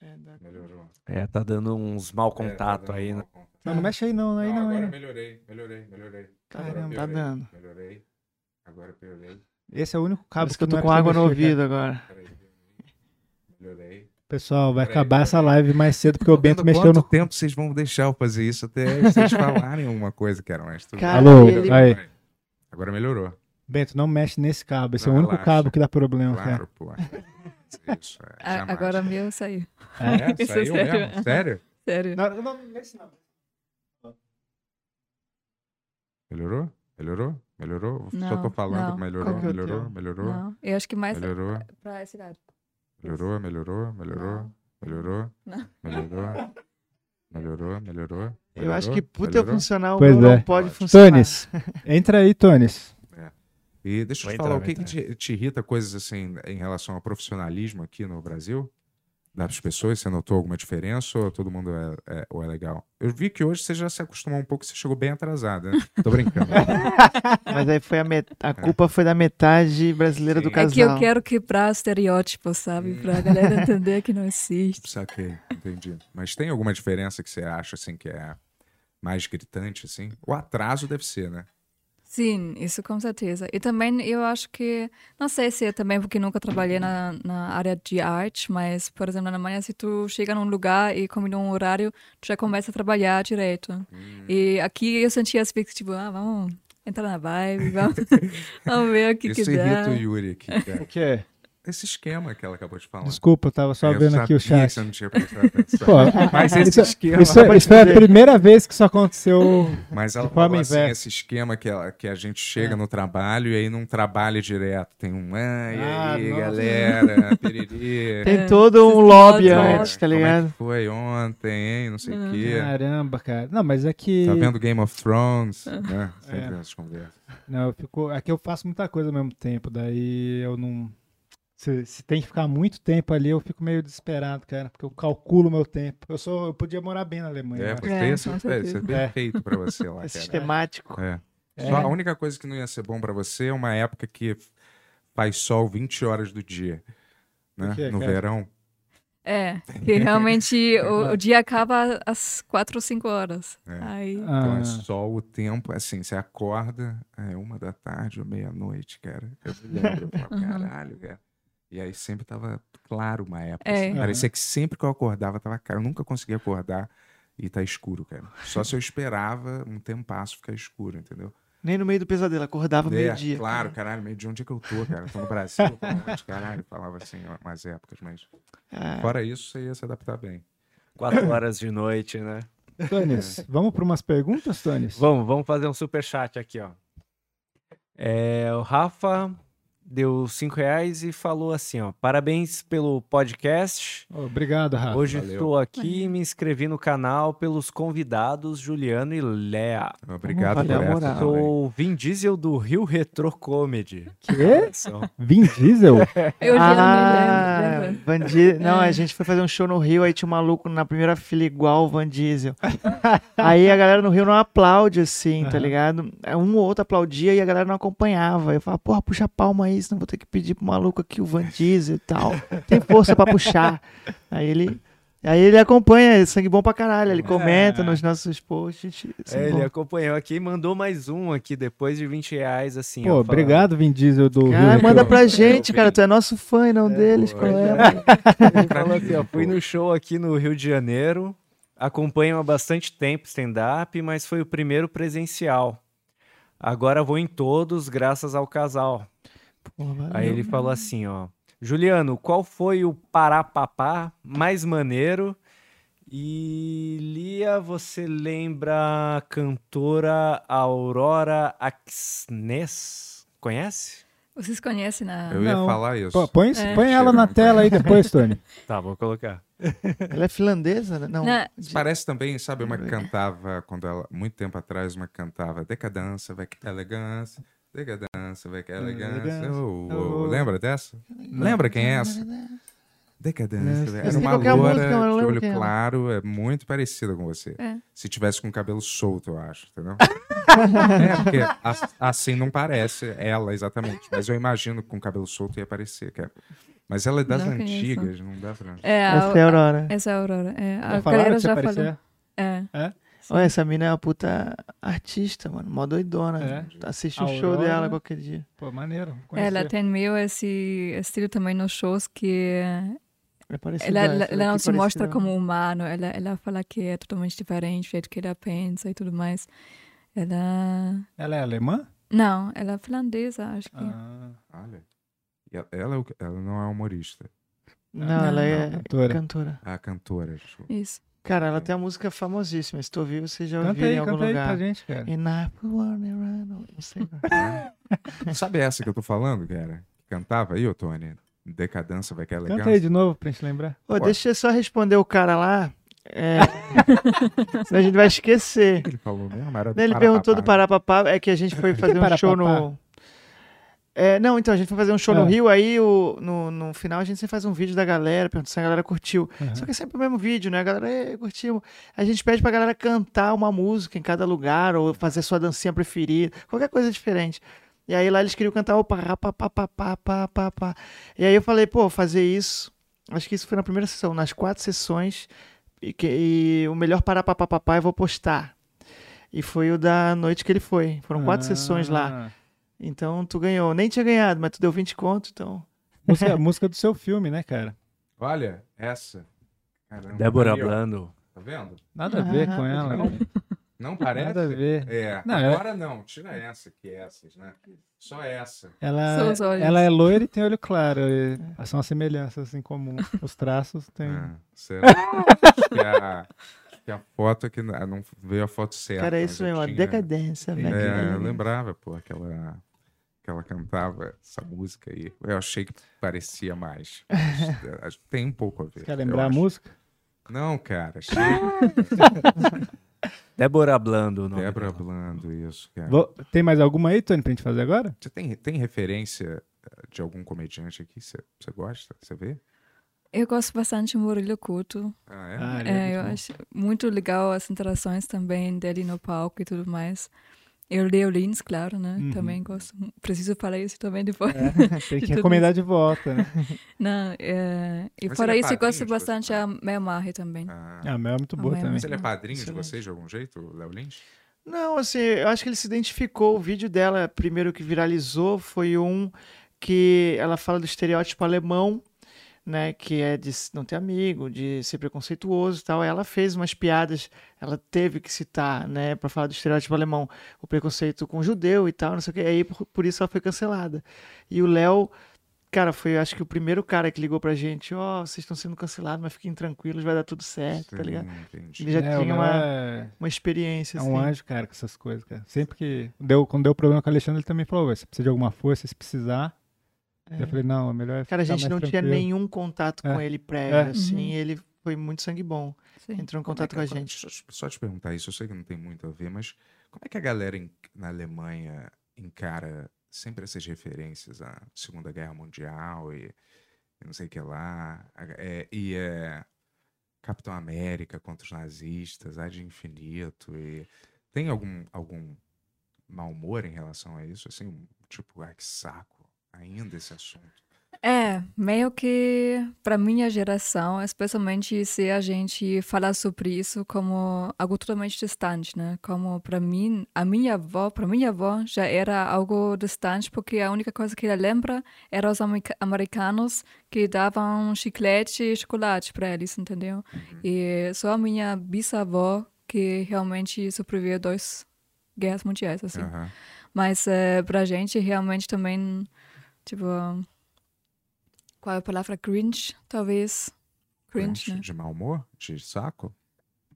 S4: É, dá-
S1: Melhorou. É, tá
S5: É, tá dando uns mau contato aí,
S1: um
S5: né?
S2: Não, não mexe aí não, aí não, é. aí
S1: agora
S2: não.
S1: melhorei, melhorei, melhorei.
S4: Caramba,
S1: Agora
S4: tá
S1: piorei,
S4: dando.
S1: Melhorei. Agora piorei.
S2: Esse é o único cabo
S4: Parece que eu
S2: não
S4: tô
S2: é
S4: com
S2: pra
S4: água no
S2: mexer, cara.
S4: ouvido agora.
S1: Peraí. Melhorei.
S2: Pessoal, vai
S1: Peraí,
S2: acabar
S1: peraí.
S2: essa live mais cedo porque o Bento
S1: Quanto-
S2: mexeu
S1: Quanto
S2: no.
S1: tempo vocês vão deixar eu fazer isso até vocês falarem alguma coisa, cara? Mas tudo bem. né?
S4: Cara,
S2: Alô,
S4: ele-
S2: aí.
S1: Agora melhorou.
S2: Bento, não mexe nesse cabo. Esse é
S1: Não,
S2: o único
S1: relaxa.
S2: cabo que dá problema, cara.
S1: Claro, pô. Isso, é,
S3: A-
S1: jamais.
S3: Ah, agora o meu saiu.
S1: É,
S3: Isso é
S1: saiu
S3: sério.
S1: mesmo? Sério?
S3: Sério.
S2: Não, não mexe não.
S1: Melhorou? Melhorou? Melhorou? Só
S3: Não,
S1: tô falando
S3: não.
S1: que melhorou,
S4: Qual que é o
S1: melhorou,
S4: teu?
S1: melhorou,
S3: Não. Eu acho que mais
S1: melhorou,
S3: pra esse lado.
S1: melhorou, melhorou, melhorou,
S3: Não.
S1: melhorou,
S3: Não.
S1: melhorou, melhorou, melhorou.
S4: Eu acho que
S1: melhorou,
S4: puta eu
S1: melhorou.
S4: funcionar, o
S2: Pois
S4: meu
S2: é.
S4: não pode
S1: Ótimo.
S4: funcionar.
S2: Tones, entra aí, Tones.
S1: E deixa eu
S5: Vai
S1: te falar,
S5: entrar,
S1: o que,
S5: vai
S1: que te, te irrita coisas assim em relação ao profissionalismo aqui no Brasil? Das pessoas, você notou alguma diferença ou todo mundo é, é- ou é legal? Eu vi que hoje você já se acostumou um pouco, você chegou bem atrasada, né? Tô brincando.
S4: Mas aí foi a, met... a culpa foi da metade brasileira
S1: É. Sim.
S4: do
S1: É
S4: casal.
S3: É que eu quero quebrar estereótipos, sabe? Pra galera entender que não existe.
S1: Saquei, entendi. Mas tem alguma diferença que você acha assim que é mais gritante assim? O atraso deve ser, né?
S3: Sim, isso com certeza. E também eu acho que, não sei se é também porque nunca trabalhei na, na área de arte, mas, por exemplo, na Alemanha, se tu chega num lugar e combina um horário, tu já começa a trabalhar direto. E aqui eu sentia esse pique, tipo, ah, vamos entrar na vibe, vamos, vamos ver o que
S1: Isso
S3: que dá.
S1: irrita o Yuri aqui, cara.
S2: que é?
S1: Esse esquema que ela acabou de falar.
S2: Desculpa, eu tava só
S1: Eu
S2: vendo aqui o
S1: sabia que
S2: chat.
S1: você não tinha prestado atenção.
S2: Pô,
S1: Mas esse
S2: isso, é-
S1: esquema.
S2: isso- isso foi a primeira vez que isso aconteceu.
S1: Mas ela
S2: De forma
S1: falou assim,
S2: inversa. É.
S1: esse esquema que, ela- que a gente chega no trabalho e aí não trabalha direto. Tem um, ai,
S2: Ah,
S1: aí,
S2: nossa." né?"
S1: galera, piriri.
S4: Tem todo um lobby
S3: Nossa.
S4: antes, tá
S1: Como é que
S4: ligado?
S1: foi ontem, hein? Não
S3: Ah,
S1: sei o quê.
S2: Caramba, cara. Não, mas é que.
S1: Tá vendo Game of Thrones?
S3: Ah.
S1: Né?
S2: É.
S1: Sempre essas conversas.
S2: Não, eu fico. É que eu faço muita coisa ao mesmo tempo. Daí eu não. Se, se tem que ficar muito tempo ali, eu fico meio desesperado, cara, porque eu calculo meu tempo. Eu sou, eu podia morar bem na Alemanha. né?
S1: É,
S2: eu
S1: você, isso,
S2: acho.
S3: É,
S1: é,
S3: com
S1: isso é
S3: certeza.
S1: perfeito pra você lá,
S4: É
S1: cara.
S4: sistemático.
S1: É.
S2: É.
S1: Só a única coisa que não ia ser bom pra você é uma época que faz sol 20 horas do dia. Né?
S2: Por quê,
S1: no
S2: cara?
S1: verão.
S3: É, que realmente o, o dia acaba às quatro ou cinco horas.
S1: É.
S3: Aí,
S1: Então é
S2: Ah,
S1: sol o tempo, assim, você acorda, é uma da tarde ou meia-noite, cara. Eu me lembro, eu falo, caralho, cara. E aí sempre tava claro uma época.
S3: É.
S1: assim. Parecia que sempre que eu acordava, tava claro. Eu nunca conseguia acordar e tá escuro, cara. Só se eu esperava um tempasso ficar escuro, entendeu?
S4: Nem no meio do pesadelo, acordava
S1: É,
S4: meio-dia.
S1: Claro, caralho, meio-dia, onde é que eu tô, cara? Eu Tô no Brasil, tô onde, caralho? Falava assim, ó, umas épocas, mas...
S4: É.
S1: Fora isso, você ia se adaptar bem.
S5: Quatro horas de noite, né?
S2: Tones, vamos para umas perguntas, Tones?
S5: Vamos, vamos fazer um superchat aqui, ó. É, o Rafa deu cinco reais e falou assim, ó. Parabéns pelo podcast.
S2: Obrigado, Rafa.
S5: Hoje
S1: valeu.
S5: estou aqui e me inscrevi no canal pelos convidados Juliano e Léa.
S1: Obrigado
S4: Valeu
S1: por
S4: a
S1: essa
S4: moral.
S1: também.
S5: Sou o Vin Diesel do Rio Retro Comedy.
S2: Quê?
S5: São-
S2: Vin Diesel?
S3: eu já me
S4: Ah,
S3: lembro. lembro.
S4: Van Diesel. Não, a gente foi fazer um show no Rio, aí tinha um maluco na primeira fila igual o Van Diesel. aí a galera no Rio não aplaude, assim, tá
S2: Aham.
S4: ligado? Um ou outro aplaudia e a galera não acompanhava. Eu falava, porra, puxa a palma aí, senão vou ter que pedir pro maluco aqui o Van Diesel e tal. Tem força pra puxar. Aí ele... Aí ele acompanha, é sangue bom pra caralho. Ele comenta
S2: É.
S4: nos nossos posts. assim, sangue
S5: É, ele
S4: bom.
S5: acompanhou aqui e mandou mais um aqui depois de 20 reais, assim. ó,
S2: Pô,
S5: falando-
S2: obrigado, Vin Diesel do
S4: Cara,
S2: Rio.
S4: manda
S2: Retorno.
S4: pra
S1: Eu
S4: gente, cara.
S1: vi.
S4: Tu é nosso fã e não deles, é?"
S1: pô,
S4: colega.
S5: Ele falou assim, ó, fui no show aqui no Rio de Janeiro, acompanho há bastante tempo stand-up, mas foi o primeiro presencial. Agora vou em todos, graças ao casal.
S4: Pô, valeu.
S5: Aí ele falou assim, ó. Juliano, qual foi o parapapá mais maneiro? E Lia, você lembra a cantora Aurora Axnes? Conhece?
S3: Vocês conhecem a.
S1: Eu ia
S2: Não.
S1: falar isso.
S2: Pô, põe
S3: É.
S2: põe ela na tela aí depois, Tony.
S5: Tá, vou colocar.
S4: Ela é finlandesa, né? Não.
S3: Não,
S4: de-
S1: Parece também, sabe, uma que cantava, quando ela, muito tempo atrás, uma que cantava Decadência, vai que elegância, decadência, vai que elegância.
S2: Elegância,
S1: Oh,
S2: oh.
S1: oh. Lembra dessa? Lembra quem é essa? Decadência, velho.
S4: sei
S1: Era uma
S4: qualquer música,
S1: loura
S4: mas eu não
S1: de
S4: lembro
S1: olho
S4: quem era.
S1: claro, é muito parecida com você.
S3: É.
S1: Se tivesse com o cabelo solto, eu acho, entendeu? é, porque a- assim não parece ela exatamente, mas eu imagino que com o cabelo solto ia parecer. Que é- Mas ela é das
S3: Não conheço.
S1: antigas, não dá pra...
S3: É, a-
S4: Essa é a Aurora.
S3: essa é a Aurora. É, a
S2: Já falaram
S3: galera
S2: que você
S3: já falou.
S2: apareceu?
S3: É.
S4: Olha, essa mina é uma puta artista, mano. Mó doidona. Assiste o show
S2: É? Aurora.
S4: dela qualquer dia.
S2: Pô, maneiro.
S3: É, Ela
S2: Ela
S3: tem meio esse estilo também nos shows que
S4: É parecida,
S3: ela, ela,
S4: essa
S3: ela não
S4: daqui
S3: se mostra
S4: parecida.
S3: como humano, ela, ela fala que é totalmente diferente, o jeito que ela pensa e tudo mais. Ela.
S2: Ela é alemã?
S3: Não, ela é finlandesa, acho que.
S2: Ah,
S1: Olha, E ela- ela, é o- ela não é humorista,
S4: Não, ela é
S2: cantora. É.
S4: cantora.
S1: é a cantora. desculpa.
S3: Isso.
S4: Cara, ela tem uma música famosíssima. Se tu ouvir, você já
S2: Canta
S4: ouviu em
S2: aí,
S4: algum
S2: canta aí pra
S4: lugar. É,
S2: gente, cara.
S4: And I put one around, não sei.
S1: né? Sabe essa que eu tô falando, cara? Que Cantava aí, ô Tony? Decadência vai que é
S2: Canta aí
S1: elegância.
S2: de novo pra gente lembrar.
S4: Ô, deixa eu só responder o cara lá. É... Senão a gente vai esquecer.
S1: Ele falou mesmo, era do
S4: Ele
S1: Parapapá.
S4: perguntou do Parapapá, é que a gente foi fazer um
S2: Parapapá?
S4: show no. É, não, então, a gente foi fazer um show no
S2: Ah.
S4: Rio, aí o- no, no final a gente sempre faz um vídeo da galera, perguntando se a galera curtiu.
S2: Aham.
S4: Só que é sempre o mesmo vídeo, né? A galera, "Ê, curtiu. A gente pede pra galera cantar uma música em cada lugar, ou fazer sua dancinha preferida, qualquer coisa diferente. E aí lá eles queriam cantar o papapá. E aí eu falei, pô, fazer isso. Acho que isso foi na primeira sessão, nas quatro sessões, e, que- e o melhor papapá eu vou postar. E foi o da noite que ele foi. Foram quatro sessões lá.
S2: Ah.
S4: Então tu ganhou. Nem tinha ganhado, mas tu deu 20 conto, então.
S2: Música, música do seu filme, né, cara?
S1: Olha, essa. Caramba,
S5: Débora
S1: aí, ó.
S5: Blando.
S1: Tá vendo?
S2: Nada a ver
S4: Ah,
S2: com ela.
S1: não.
S2: né?
S1: Não parece?
S2: Nada a ver.
S1: É,
S2: Não, ela-
S1: agora não, tira essa que essas, né? Só essa.
S2: Ela,
S3: São os olhos.
S2: ela é loira e tem olho claro. e São as semelhanças, assim como os traços tem.
S1: Ah, será? Acho que a, acho que a foto aqui não não veio a foto certa.
S4: Cara, é
S1: mas
S4: isso
S1: eu
S4: mesmo, a
S1: tinha-
S4: decadência, velho.
S1: É, eu lembrava, pô, que ela, que ela cantava essa música aí. Eu achei que parecia mais. Mas, é, acho que Tem um pouco a ver.
S2: Você quer
S1: eu
S2: lembrar a
S1: acho.
S2: música?
S1: Não, cara.
S4: Ah!
S1: Achei
S5: Débora Blando. o nome
S1: Débora
S5: dela.
S1: Blando, isso, cara.
S2: Vou- Tem mais alguma aí, Tony, pra gente fazer agora?
S1: Você tem, tem referência eh, de algum comediante aqui? Você você gosta? Você vê?
S3: Eu gosto bastante de Murilo Couto.
S1: Ah, é?
S2: Ah, ele é
S3: É, eu
S2: muito bom.
S3: acho muito legal as interações também dele no palco e tudo mais. Eu leio Lins, claro, né?
S2: Uhum.
S3: Também gosto. Preciso falar isso também depois.
S2: Tem que
S3: tudo
S2: recomendar de volta, né?
S3: Não, é, e
S1: Mas
S3: fora
S1: ele é
S3: isso, eu gosto
S1: padrinho de
S3: bastante
S1: vocês,
S3: a Mel Maher também.
S1: Ah,
S2: A Mel é muito
S3: A
S2: boa
S3: Mel é
S2: também.
S1: Mas ele é padrinho de
S4: Excelente.
S1: vocês de algum jeito, o Léo Lins?
S4: Não, assim, eu acho que ele se identificou. O vídeo dela, primeiro que viralizou, foi um que ela fala do estereótipo alemão, né? Que é de s- não ter amigo, de ser preconceituoso e tal. Aí Ela fez umas piadas, ela teve que citar, né? Pra falar do estereótipo alemão, o preconceito com judeu e tal, não sei o quê. Aí por, por isso ela foi cancelada. E o Léo. Cara, foi, acho que o primeiro cara que ligou pra gente, ó, vocês estão sendo cancelados, mas fiquem tranquilos, vai dar tudo certo, tá
S1: Sim,
S4: ligado?
S1: entendi.
S4: Ele já
S2: É, o
S4: tinha
S2: Mel
S4: uma,
S2: é-
S4: uma experiência,
S2: É
S4: assim.
S2: um anjo, cara, com essas coisas, cara. Sempre que deu, quando deu problema com o Alexandre, ele também falou, "Ué, você precisa de alguma força, se precisar. Eu falei, não, é melhor
S4: Cara, a
S2: ficar
S4: gente
S2: mais
S4: não tinha
S2: tranquilo."
S4: nenhum contato com
S2: É.
S4: ele prévio,
S2: É.
S4: assim,
S3: Uhum.
S4: ele foi muito sangue bom.
S3: Sim.
S4: Entrou em contato com
S1: é
S4: a gente.
S1: Só, só te perguntar isso, eu sei que não tem muito a ver, mas como é que a galera em- na Alemanha encara sempre essas referências à Segunda Guerra Mundial e, e não sei o que lá, a- é, e é, Capitão América contra os nazistas, A de Infinito, e tem algum, algum mau humor em relação a isso? Assim, tipo, ai que saco, ainda esse assunto.
S3: É, meio que para minha geração, especialmente se a gente falar sobre isso como algo totalmente distante, né? Como para mim, a minha avó, para minha avó já era algo distante porque a única coisa que ela lembra era os ameca- americanos que davam chiclete e chocolate para eles, entendeu? E só a minha bisavó que realmente sobreviveu a dois guerras mundiais, assim.
S1: Aham.
S3: Mas eh, pra gente realmente também, tipo, qual é a palavra? Cringe, talvez. Cringe,
S1: Cringe
S3: né?
S1: De mau humor? De saco?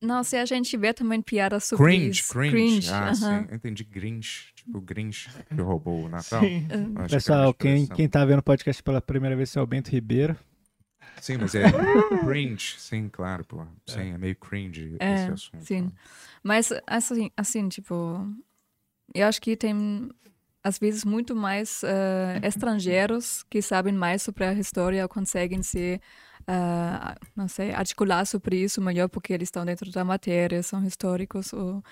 S3: Não, se a gente vê também piadas sobre
S1: Cringe,
S3: isso.
S1: cringe. Ah,
S3: aham.
S1: sim. Eu entendi Grinch. o Grinch que roubou o Natal.
S4: Sim.
S1: Acho que é
S2: Pessoal,
S1: uma
S2: quem,
S1: expressão.
S2: quem tá vendo o podcast pela primeira vez esse é o Bento Ribeiro.
S1: Sim, mas é cringe. Sim, claro, pô. Sim, é meio cringe esse assunto.
S3: sim. Mas assim, assim, tipo, eu acho que tem às vezes muito mais eh, estrangeiros que sabem mais sobre a história ou conseguem se, ah, não sei, articular sobre isso melhor porque eles estão dentro da matéria, são históricos ou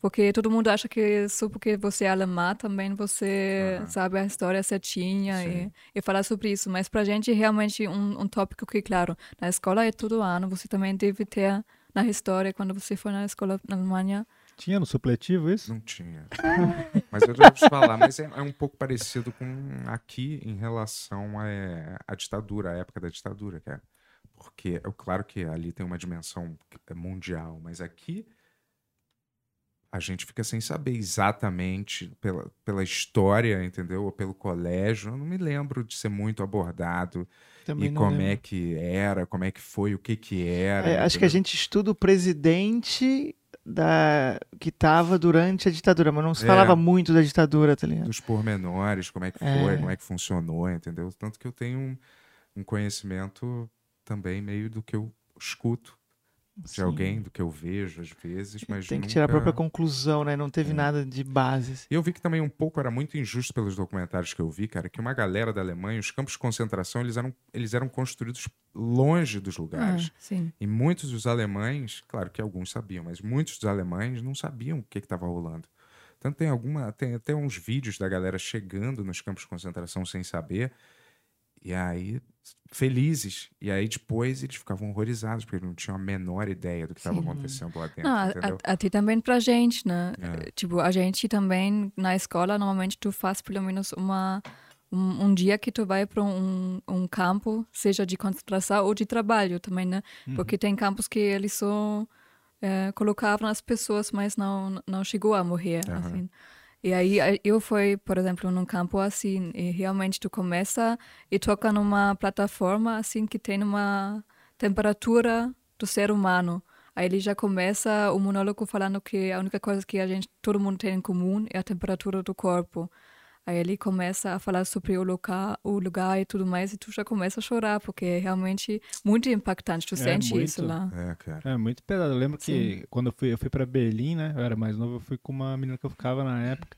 S3: porque todo mundo acha que só porque você é alemã também você
S1: Aham.
S3: sabe a história certinha
S1: Sim.
S3: e, e falar sobre isso. Mas pra gente é realmente um, um tópico que, claro, na escola é todo ano, você também deve ter na história, quando você for na escola na Alemanha.
S2: Tinha no supletivo isso?
S1: Não tinha. mas eu já te falar, mas é, é um pouco parecido com aqui em relação à à ditadura, à época da ditadura, cara. Porque, é claro que ali tem uma dimensão é mundial, mas aqui a gente fica sem saber exatamente pela, pela história, entendeu? Ou pelo colégio. Eu não me lembro de ser muito abordado e
S4: Também não
S1: como
S4: lembro.
S1: é que era, como é que foi, o que que era.
S4: É, acho que a
S1: entendeu?
S4: gente estuda o presidente da que tava durante a ditadura, mas não se
S1: É.
S4: falava muito da ditadura, tá ligado?
S1: dos pormenores, como é que
S4: É.
S1: foi, como é que funcionou, entendeu? Tanto que eu tenho um, um conhecimento também meio do que eu escuto de
S4: Sim.
S1: alguém, do que eu vejo às vezes, mas
S4: Tem que tirar a
S1: nunca- É.
S4: própria conclusão, né? Não teve nada de base. assim.
S1: e eu vi que também um pouco era muito injusto pelos documentários que eu vi, cara, que uma galera da Alemanha, os campos de concentração, eles eram, eles eram construídos longe
S4: É.
S1: dos lugares.
S3: Ah, sim.
S1: E muitos dos alemães, claro que alguns sabiam, mas muitos dos alemães não sabiam o que estava rolando. Tanto tem alguma, tem até uns vídeos da galera chegando nos campos de concentração sem saber, e aí felizes. E aí depois eles ficavam horrorizados, porque eles não tinham a menor ideia do que estava
S3: Sim.
S1: acontecendo lá dentro,
S3: Não, a-
S1: entendeu?
S3: a- até também pra gente, né?
S1: É.
S3: Tipo, a gente também na escola, normalmente tu faz pelo menos uma um, um dia que tu vai para um, um campo, seja de concentração ou de trabalho também, né?
S1: Uhum.
S3: Porque tem campos que eles só eh, colocavam as pessoas, mas não não chegou a morrer,
S1: Aham.
S3: assim. E aí a- eu fui, por exemplo, num campo assim, e realmente tu começa e toca numa plataforma assim que tem uma temperatura do ser humano. Aí ele já começa o monólogo falando que a única coisa que a gente, todo mundo tem em comum é a temperatura do corpo. Aí ele começa a falar sobre o lugar, o lugar e tudo mais, e tu já começa a chorar, porque é realmente muito impactante, tu
S2: É,
S3: sente
S2: muito.
S3: isso lá.
S1: É, cara.
S2: É muito pesado. Eu lembro que quando eu fui, eu fui pra Berlim, né? Eu era mais novo, eu fui com uma menina que eu ficava na época.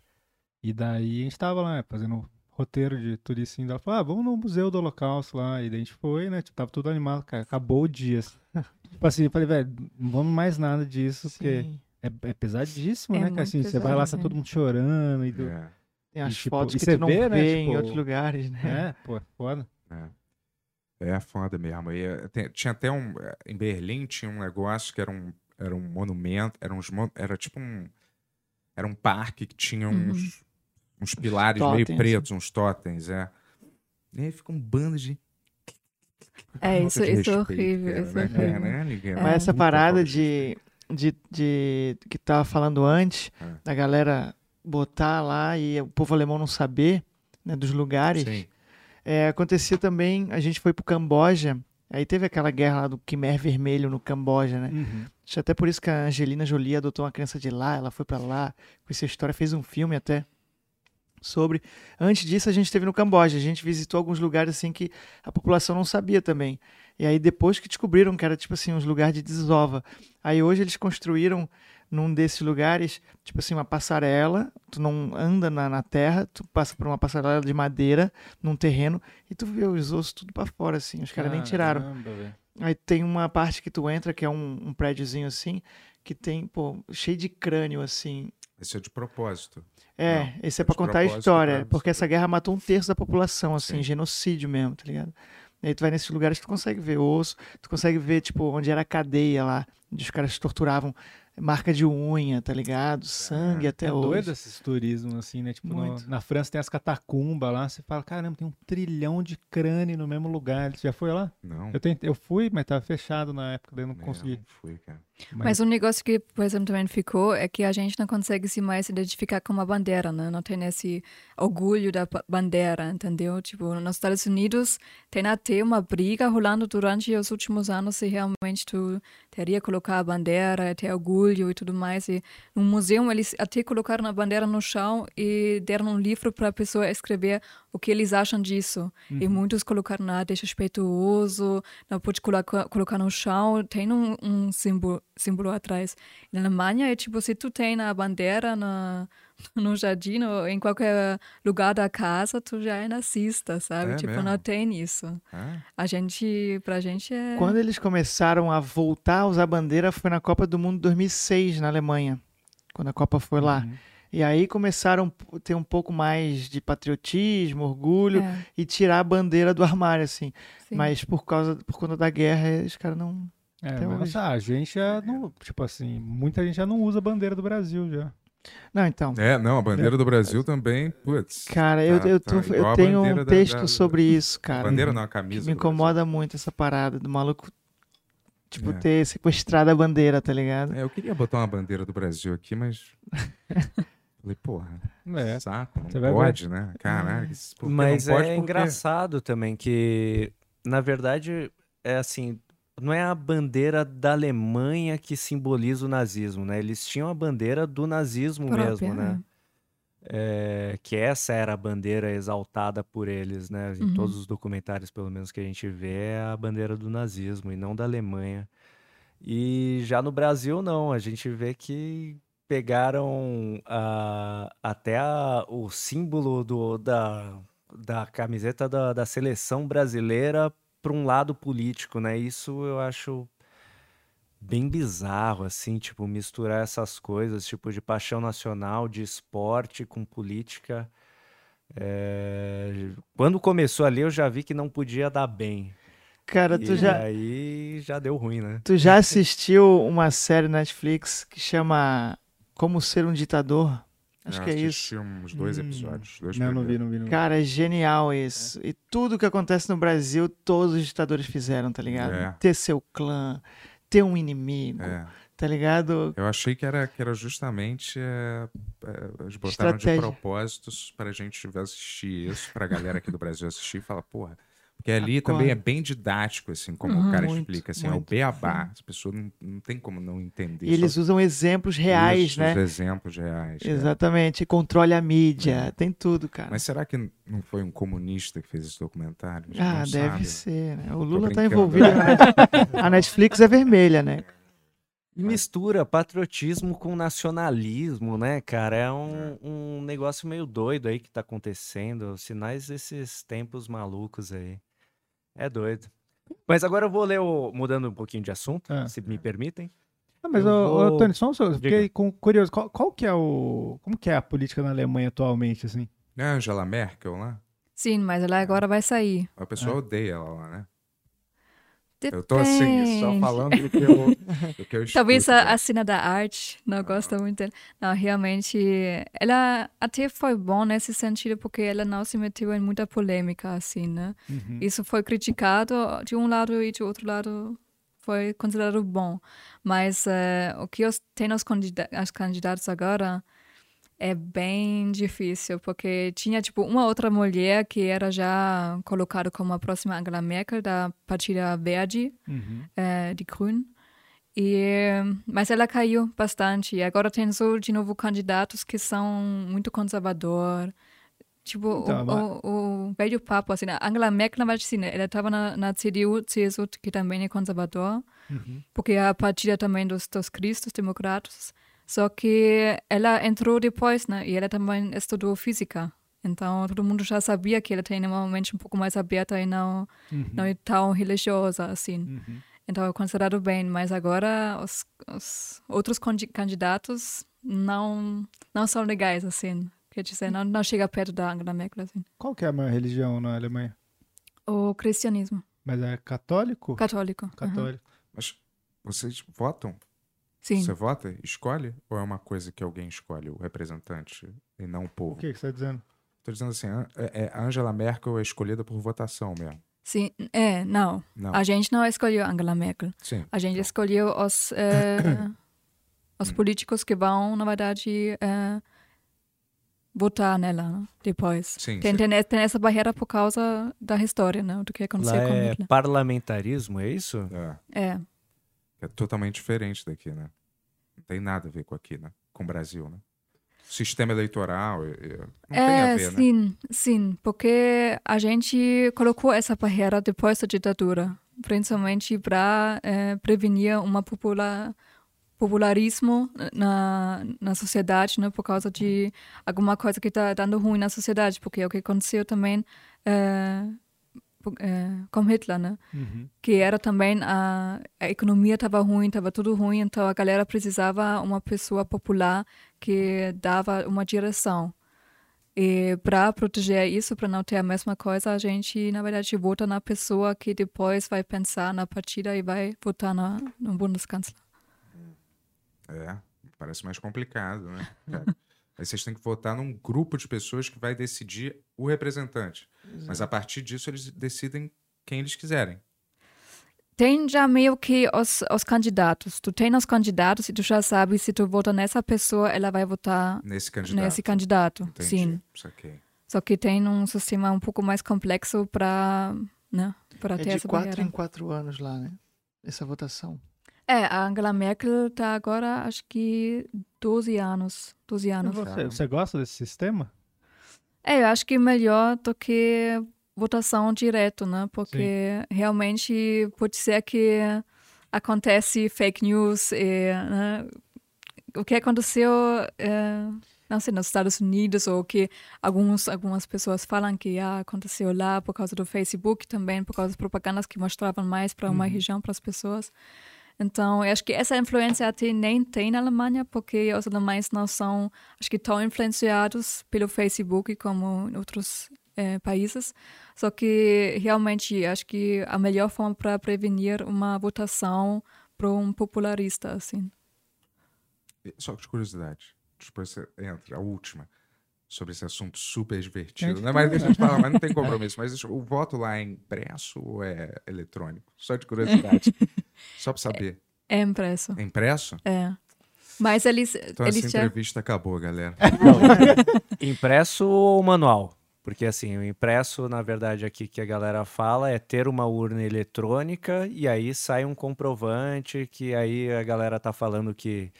S2: E daí a gente tava lá, né, fazendo um roteiro de tudo isso. E ela falou, ah, vamos no Museu do Holocausto lá. E daí a gente foi, né? Tipo, tava tudo animado, cara. Acabou o dia. assim. tipo assim, eu falei, velho, não vamos mais nada disso, porque
S4: Sim.
S2: é, é pesadíssimo,
S3: É
S2: né? Cara?
S3: muito
S2: Assim, você vai lá,
S3: pesado,
S2: tá
S3: né?
S2: todo mundo chorando. E do...
S1: É,
S4: Tem as
S2: E, tipo,
S4: fotos
S2: e
S4: que
S2: você
S4: tu não
S2: vê,
S4: vê,
S2: né,
S4: em
S2: tipo,
S4: outros lugares, né?
S2: É, pô, é foda.
S1: é. É foda mesmo. E, eh, tem- tinha até um. eh, Em Berlim tinha um negócio que era um, era um monumento, era, uns, mon- era tipo um. Era um parque que tinha
S3: Uhum. né?
S1: uns, uns pilares meio
S4: totens.
S1: pretos, uns totens, é. E aí fica um bando de.
S3: É,
S1: falta
S3: isso,
S1: de
S3: isso é
S1: respeito,
S3: horrível,
S1: cara,
S3: isso é
S1: né,
S3: horrível.
S1: caralho, cara?
S4: Mas essa
S1: Puta
S4: parada
S1: falta
S4: de, de, de- que tava falando antes,
S1: É.
S4: da galera botar lá e o povo alemão não saber né, dos lugares.
S1: respeito. Sim.
S4: É, acontecia também, a gente foi pro Camboja, aí teve aquela guerra lá do Quimer Vermelho no Camboja, né? Acho até por isso que a Angelina Jolie adotou uma criança de lá, ela foi pra lá, com essa história, fez um filme até sobre. Antes disso, a gente esteve no Camboja, a gente visitou alguns lugares assim que a população não sabia também. E aí depois que descobriram que era tipo assim, uns lugares de desova. Aí hoje eles construíram num desses lugares, tipo assim, uma passarela, tu não anda na, na terra, tu passa por uma passarela de madeira, num terreno, e tu vê os ossos tudo pra fora, assim, os
S2: Ah,
S4: caras nem tiraram.
S2: Caramba, velho.
S4: Aí tem uma parte que tu entra, que é um, um prédiozinho assim, que tem, pô, cheio de crânio, assim.
S1: Isso é de propósito.
S4: É,
S1: Não,
S4: esse
S1: é
S4: é pra
S1: de
S4: contar a
S1: propósito
S4: história,
S1: pra-
S4: porque essa guerra matou um terço da população, assim,
S1: Sim.
S4: genocídio mesmo, tá ligado? E aí tu vai nesses lugares, tu consegue ver osso, tu consegue ver, tipo, onde era a cadeia lá, onde os caras torturavam, marca de unha, tá ligado? Sangue até
S2: é
S4: hoje.
S2: doido esses turismos, assim, né? Tipo, no-
S4: Muito.
S2: na França tem as catacumbas lá, você fala, caramba, tem um trilhão de crânio no mesmo lugar. Você já foi lá?
S1: Não.
S2: Eu, tentei, eu fui, mas tava fechado na época, daí eu não
S1: né,
S2: consegui.
S1: Não fui, cara.
S3: Mas um negócio que, por exemplo, também ficou é que a gente não consegue se mais identificar com a bandeira, né? Não tem esse orgulho da ba- bandeira, entendeu? Tipo, nos Estados Unidos tem até uma briga rolando durante os últimos anos se realmente tu teria que colocar a bandeira, é ter orgulho orgulho e tudo mais. E no museu eles até colocaram a bandeira no chão e deram um livro para a pessoa escrever o que eles acham disso. E muitos colocaram, ah, desrespeitoso, não pode colocar, colocar no chão, tem um, um símbolo, símbolo atrás. Na Alemanha é tipo, se tu tem a bandeira na no jardim ou em qualquer lugar da casa, tu já é nazista, sabe?
S1: É
S3: tipo,
S1: mesmo?
S3: não tem isso.
S1: Ah,
S3: A gente, pra gente é...
S4: Quando eles começaram a voltar a usar bandeira foi na Copa do Mundo 2006 na Alemanha, quando a Copa foi lá.
S1: Uhum.
S4: E aí começaram a ter um pouco mais de patriotismo, orgulho
S3: é,
S4: e tirar a bandeira do armário assim.
S3: sim.
S4: Mas por causa por conta da guerra, os caras não
S2: É,
S4: Até
S2: mas,
S4: hoje.
S2: ah, a gente já não. Tipo assim, muita gente já não usa a bandeira do Brasil já.
S4: Não, então.
S1: É, não, a bandeira do Brasil também, putz.
S4: Cara, eu,
S1: Tá,
S4: eu,
S1: tá,
S4: tô-
S1: igual
S4: eu
S1: a
S4: tenho
S1: bandeira
S4: um
S1: da-
S4: texto
S1: da- da-
S4: sobre isso, cara.
S1: Bandeira não, a
S4: Que
S1: camisa.
S4: me
S1: do Brasil.
S4: incomoda muito essa parada do maluco, tipo,
S1: É.
S4: ter sequestrado a bandeira, tá ligado?
S1: É, eu queria botar uma bandeira do Brasil aqui, mas. Falei, porra,
S2: É.
S1: saco, não
S2: Você vai É.
S1: pode, né? Caraca, isso- por que
S5: Mas
S1: não pode
S5: é
S1: porque-
S5: engraçado também que, na verdade, é assim, não é a bandeira da Alemanha que simboliza o nazismo, né? Eles tinham a bandeira do nazismo
S3: Própria,
S5: mesmo, né? É, que essa era a bandeira exaltada por eles, né? Em
S3: Uhum.
S5: todos os documentários, pelo menos que a gente vê, é a bandeira do nazismo e não da Alemanha. E já no Brasil, não. A gente vê que pegaram a- até a- o símbolo do- da, da camiseta da, da seleção brasileira para um lado político, né? Isso eu acho bem bizarro, assim, tipo, misturar essas coisas, tipo, de paixão nacional, de esporte com política. É, Quando começou ali, eu já vi que não podia dar bem.
S4: Cara, tu
S5: e
S4: já,
S5: aí já deu ruim, né?
S4: Tu já assistiu uma série Netflix que chama Como Ser um Ditador? Acho
S1: Eu
S4: que é
S1: assisti
S4: isso.
S1: uns dois
S2: Hum.
S1: episódios. Dois
S2: Não, não vi,
S1: primeiros.
S2: não vi. Não vi.
S4: Cara, é genial isso.
S1: É.
S4: E tudo que acontece no Brasil, todos os ditadores fizeram, tá ligado?
S1: É.
S4: Ter seu clã, ter um inimigo,
S1: É.
S4: tá ligado?
S1: Eu achei que era, que era justamente. É, é, eles botaram
S4: Estratégia.
S1: de propósito pra gente assistir isso, pra galera aqui do Brasil assistir e falar, porra. Porque ali
S4: Acorda.
S1: também é bem didático, assim, como o cara
S2: Uhum,
S4: Muito,
S1: explica, assim, é o
S4: muito.
S1: beabá. As pessoas não, não tem como não entender.
S4: E eles
S1: só
S4: usam exemplos reais,
S1: isso,
S4: né?
S1: Os exemplos reais. é.
S4: Exatamente. E Controle a mídia, tem tudo, cara.
S1: Mas será que não foi um comunista que fez esse documentário? A gente
S4: ah,
S1: não
S4: deve
S1: sabe.
S4: ser, né? O Lula tá
S1: brincando.
S4: envolvido. na Net- a Netflix é vermelha, né?
S5: E mistura patriotismo com nacionalismo, né, cara? É um, um negócio meio doido aí que tá acontecendo. Sinais desses tempos malucos aí. É doido. Mas agora eu vou ler o. Mudando um pouquinho de assunto,
S2: Ah.
S5: se me permitem.
S2: Ah, mas,
S5: Eu
S2: ô, ô,
S5: vou-
S2: Tony, só um segundo, eu
S5: Diga.
S2: fiquei com- curioso. Qual, qual que é o. Como que é a política na Alemanha atualmente, assim?
S1: Não é a Angela Merkel lá?
S3: Sim, mas ela agora vai sair.
S1: O
S4: É.
S1: pessoal odeia ela lá, né?
S3: Depende.
S1: Eu tô assim, só falando do que eu, do que eu escuto.
S3: Talvez a,
S1: né?
S3: a cena da arte não gosta muito dela. Não, realmente, ela até foi bom nesse sentido, porque ela não se meteu em muita polêmica, assim, né?
S2: Uhum.
S3: Isso foi criticado de um lado e de outro lado foi considerado bom. Mas eh, o que os, tem os candida- as candidatos agora é bem difícil, porque tinha, tipo, uma outra mulher que era já colocada como a próxima Angela Merkel, da Partida Verde, eh, de Grün. E, mas ela Eh, caiu bastante. E agora tem só de novo candidatos que são muito conservador. Tipo,
S2: Então,
S3: o,
S2: mas-
S3: o, o velho papo, assim, a Angela Merkel, na verdade, sim, né, ela estava na, na CDU, CSU, que também é conservador, porque é a partida também dos, dos cristos democratas. Só que ela entrou depois, né? E ela também estudou física. Então, todo mundo já sabia que ela tem uma mente um pouco mais aberta e não, não é tão religiosa, assim. Então é considerado bem, mas agora os, os outros condi- candidatos não não são legais assim. Quer dizer, não, não chega perto da Angela Merkel assim.
S2: Qual que é a maior religião na Alemanha?
S3: O cristianismo
S2: Mas é católico?
S3: católico. Uhum.
S2: Católico.
S1: Mas vocês votam?
S3: Sim.
S1: Você vota? Escolhe? Ou é uma coisa que alguém escolhe, o representante, e não o povo?
S2: O que, que você tá dizendo?
S1: Tô dizendo assim, An- é, é- Angela Merkel é escolhida por votação mesmo.
S3: Sim, é, não.
S1: Não,
S3: A gente não escolheu Angela Merkel.
S1: sim.
S3: A gente
S1: Então.
S3: escolheu os eh, os políticos que vão, na verdade, eh, votar nela né? depois.
S1: Sim,
S3: tem,
S1: sim.
S3: Tem, tem essa barreira por causa da história, né? Do que
S5: Lá
S3: aconteceu com
S5: é
S3: Hitler.
S5: parlamentarismo, é isso?
S1: É,
S3: É.
S1: é totalmente diferente daqui, né? Não tem nada a ver com aqui, né? Com o Brasil, né? Sistema eleitoral. e- e- Não tem a
S3: É,
S1: ver, né?
S3: sim, sim, porque a gente colocou essa barreira depois da ditadura, principalmente para prevenir uma popular popularismo na, na sociedade, né, por causa de alguma coisa que está dando ruim na sociedade, porque é o que aconteceu também eh, po- eh, com Hitler, né?
S1: Uhum.
S3: que era também a, a economia estava ruim, estava tudo ruim, então a galera precisava uma pessoa popular que dava uma direção. E para proteger isso, para não ter a mesma coisa, a gente, na verdade, vota na pessoa que depois vai pensar na partida e vai votar na, no Bundeskanzler.
S1: É, parece mais complicado, né? cara? Aí vocês têm que votar num grupo de pessoas que vai decidir o representante. Mas a partir disso eles decidem quem eles quiserem.
S3: Tem já meio que os, os candidatos. Tu tem os candidatos e tu já sabe se tu vota nessa pessoa, ela vai votar
S1: Nesse candidato.
S3: nesse candidato.
S1: Entendi.
S3: Sim.
S1: Saquei.
S3: Só que tem um sistema um pouco mais complexo para né, pra
S4: É
S3: ter
S4: de
S3: essa
S4: quatro
S3: barreira.
S4: em quatro anos lá, né? Essa votação.
S3: É, a Angela Merkel tá agora, acho que 12 anos. 12 anos.
S2: Você,
S1: Caramba.
S2: você gosta desse sistema?
S3: É, eu acho que melhor do que votação direto, né? Porque realmente pode ser que acontece fake news e, né, o que aconteceu, é, não sei, nos Estados Unidos ou que alguns algumas pessoas falam que ah, aconteceu lá por causa do Facebook também, por causa das propagandas que mostravam mais para uma região para as pessoas. Então, eu acho que essa influência até nem tem na Alemanha, porque os alemães não são, acho que tão influenciados pelo Facebook como em outros eh, países. Só que realmente acho que a melhor forma para prevenir uma votação para um popularista assim.
S1: E Só de curiosidade. Depois você entra, a última. Sobre esse assunto super
S2: A
S1: divertido.
S2: gente
S1: Não, mas deixa eu te falar, mas não tem compromisso. Mas o voto lá é impresso ou é eletrônico? Só de curiosidade. Só pra saber.
S3: É impresso.
S1: É impresso?
S3: É. Mas eles
S1: Então
S3: eles
S1: essa
S3: já
S1: entrevista acabou, galera.
S5: Impresso ou manual? Porque assim, o impresso, na verdade, aqui que a galera fala é ter uma urna eletrônica e aí sai um comprovante que aí a galera tá falando que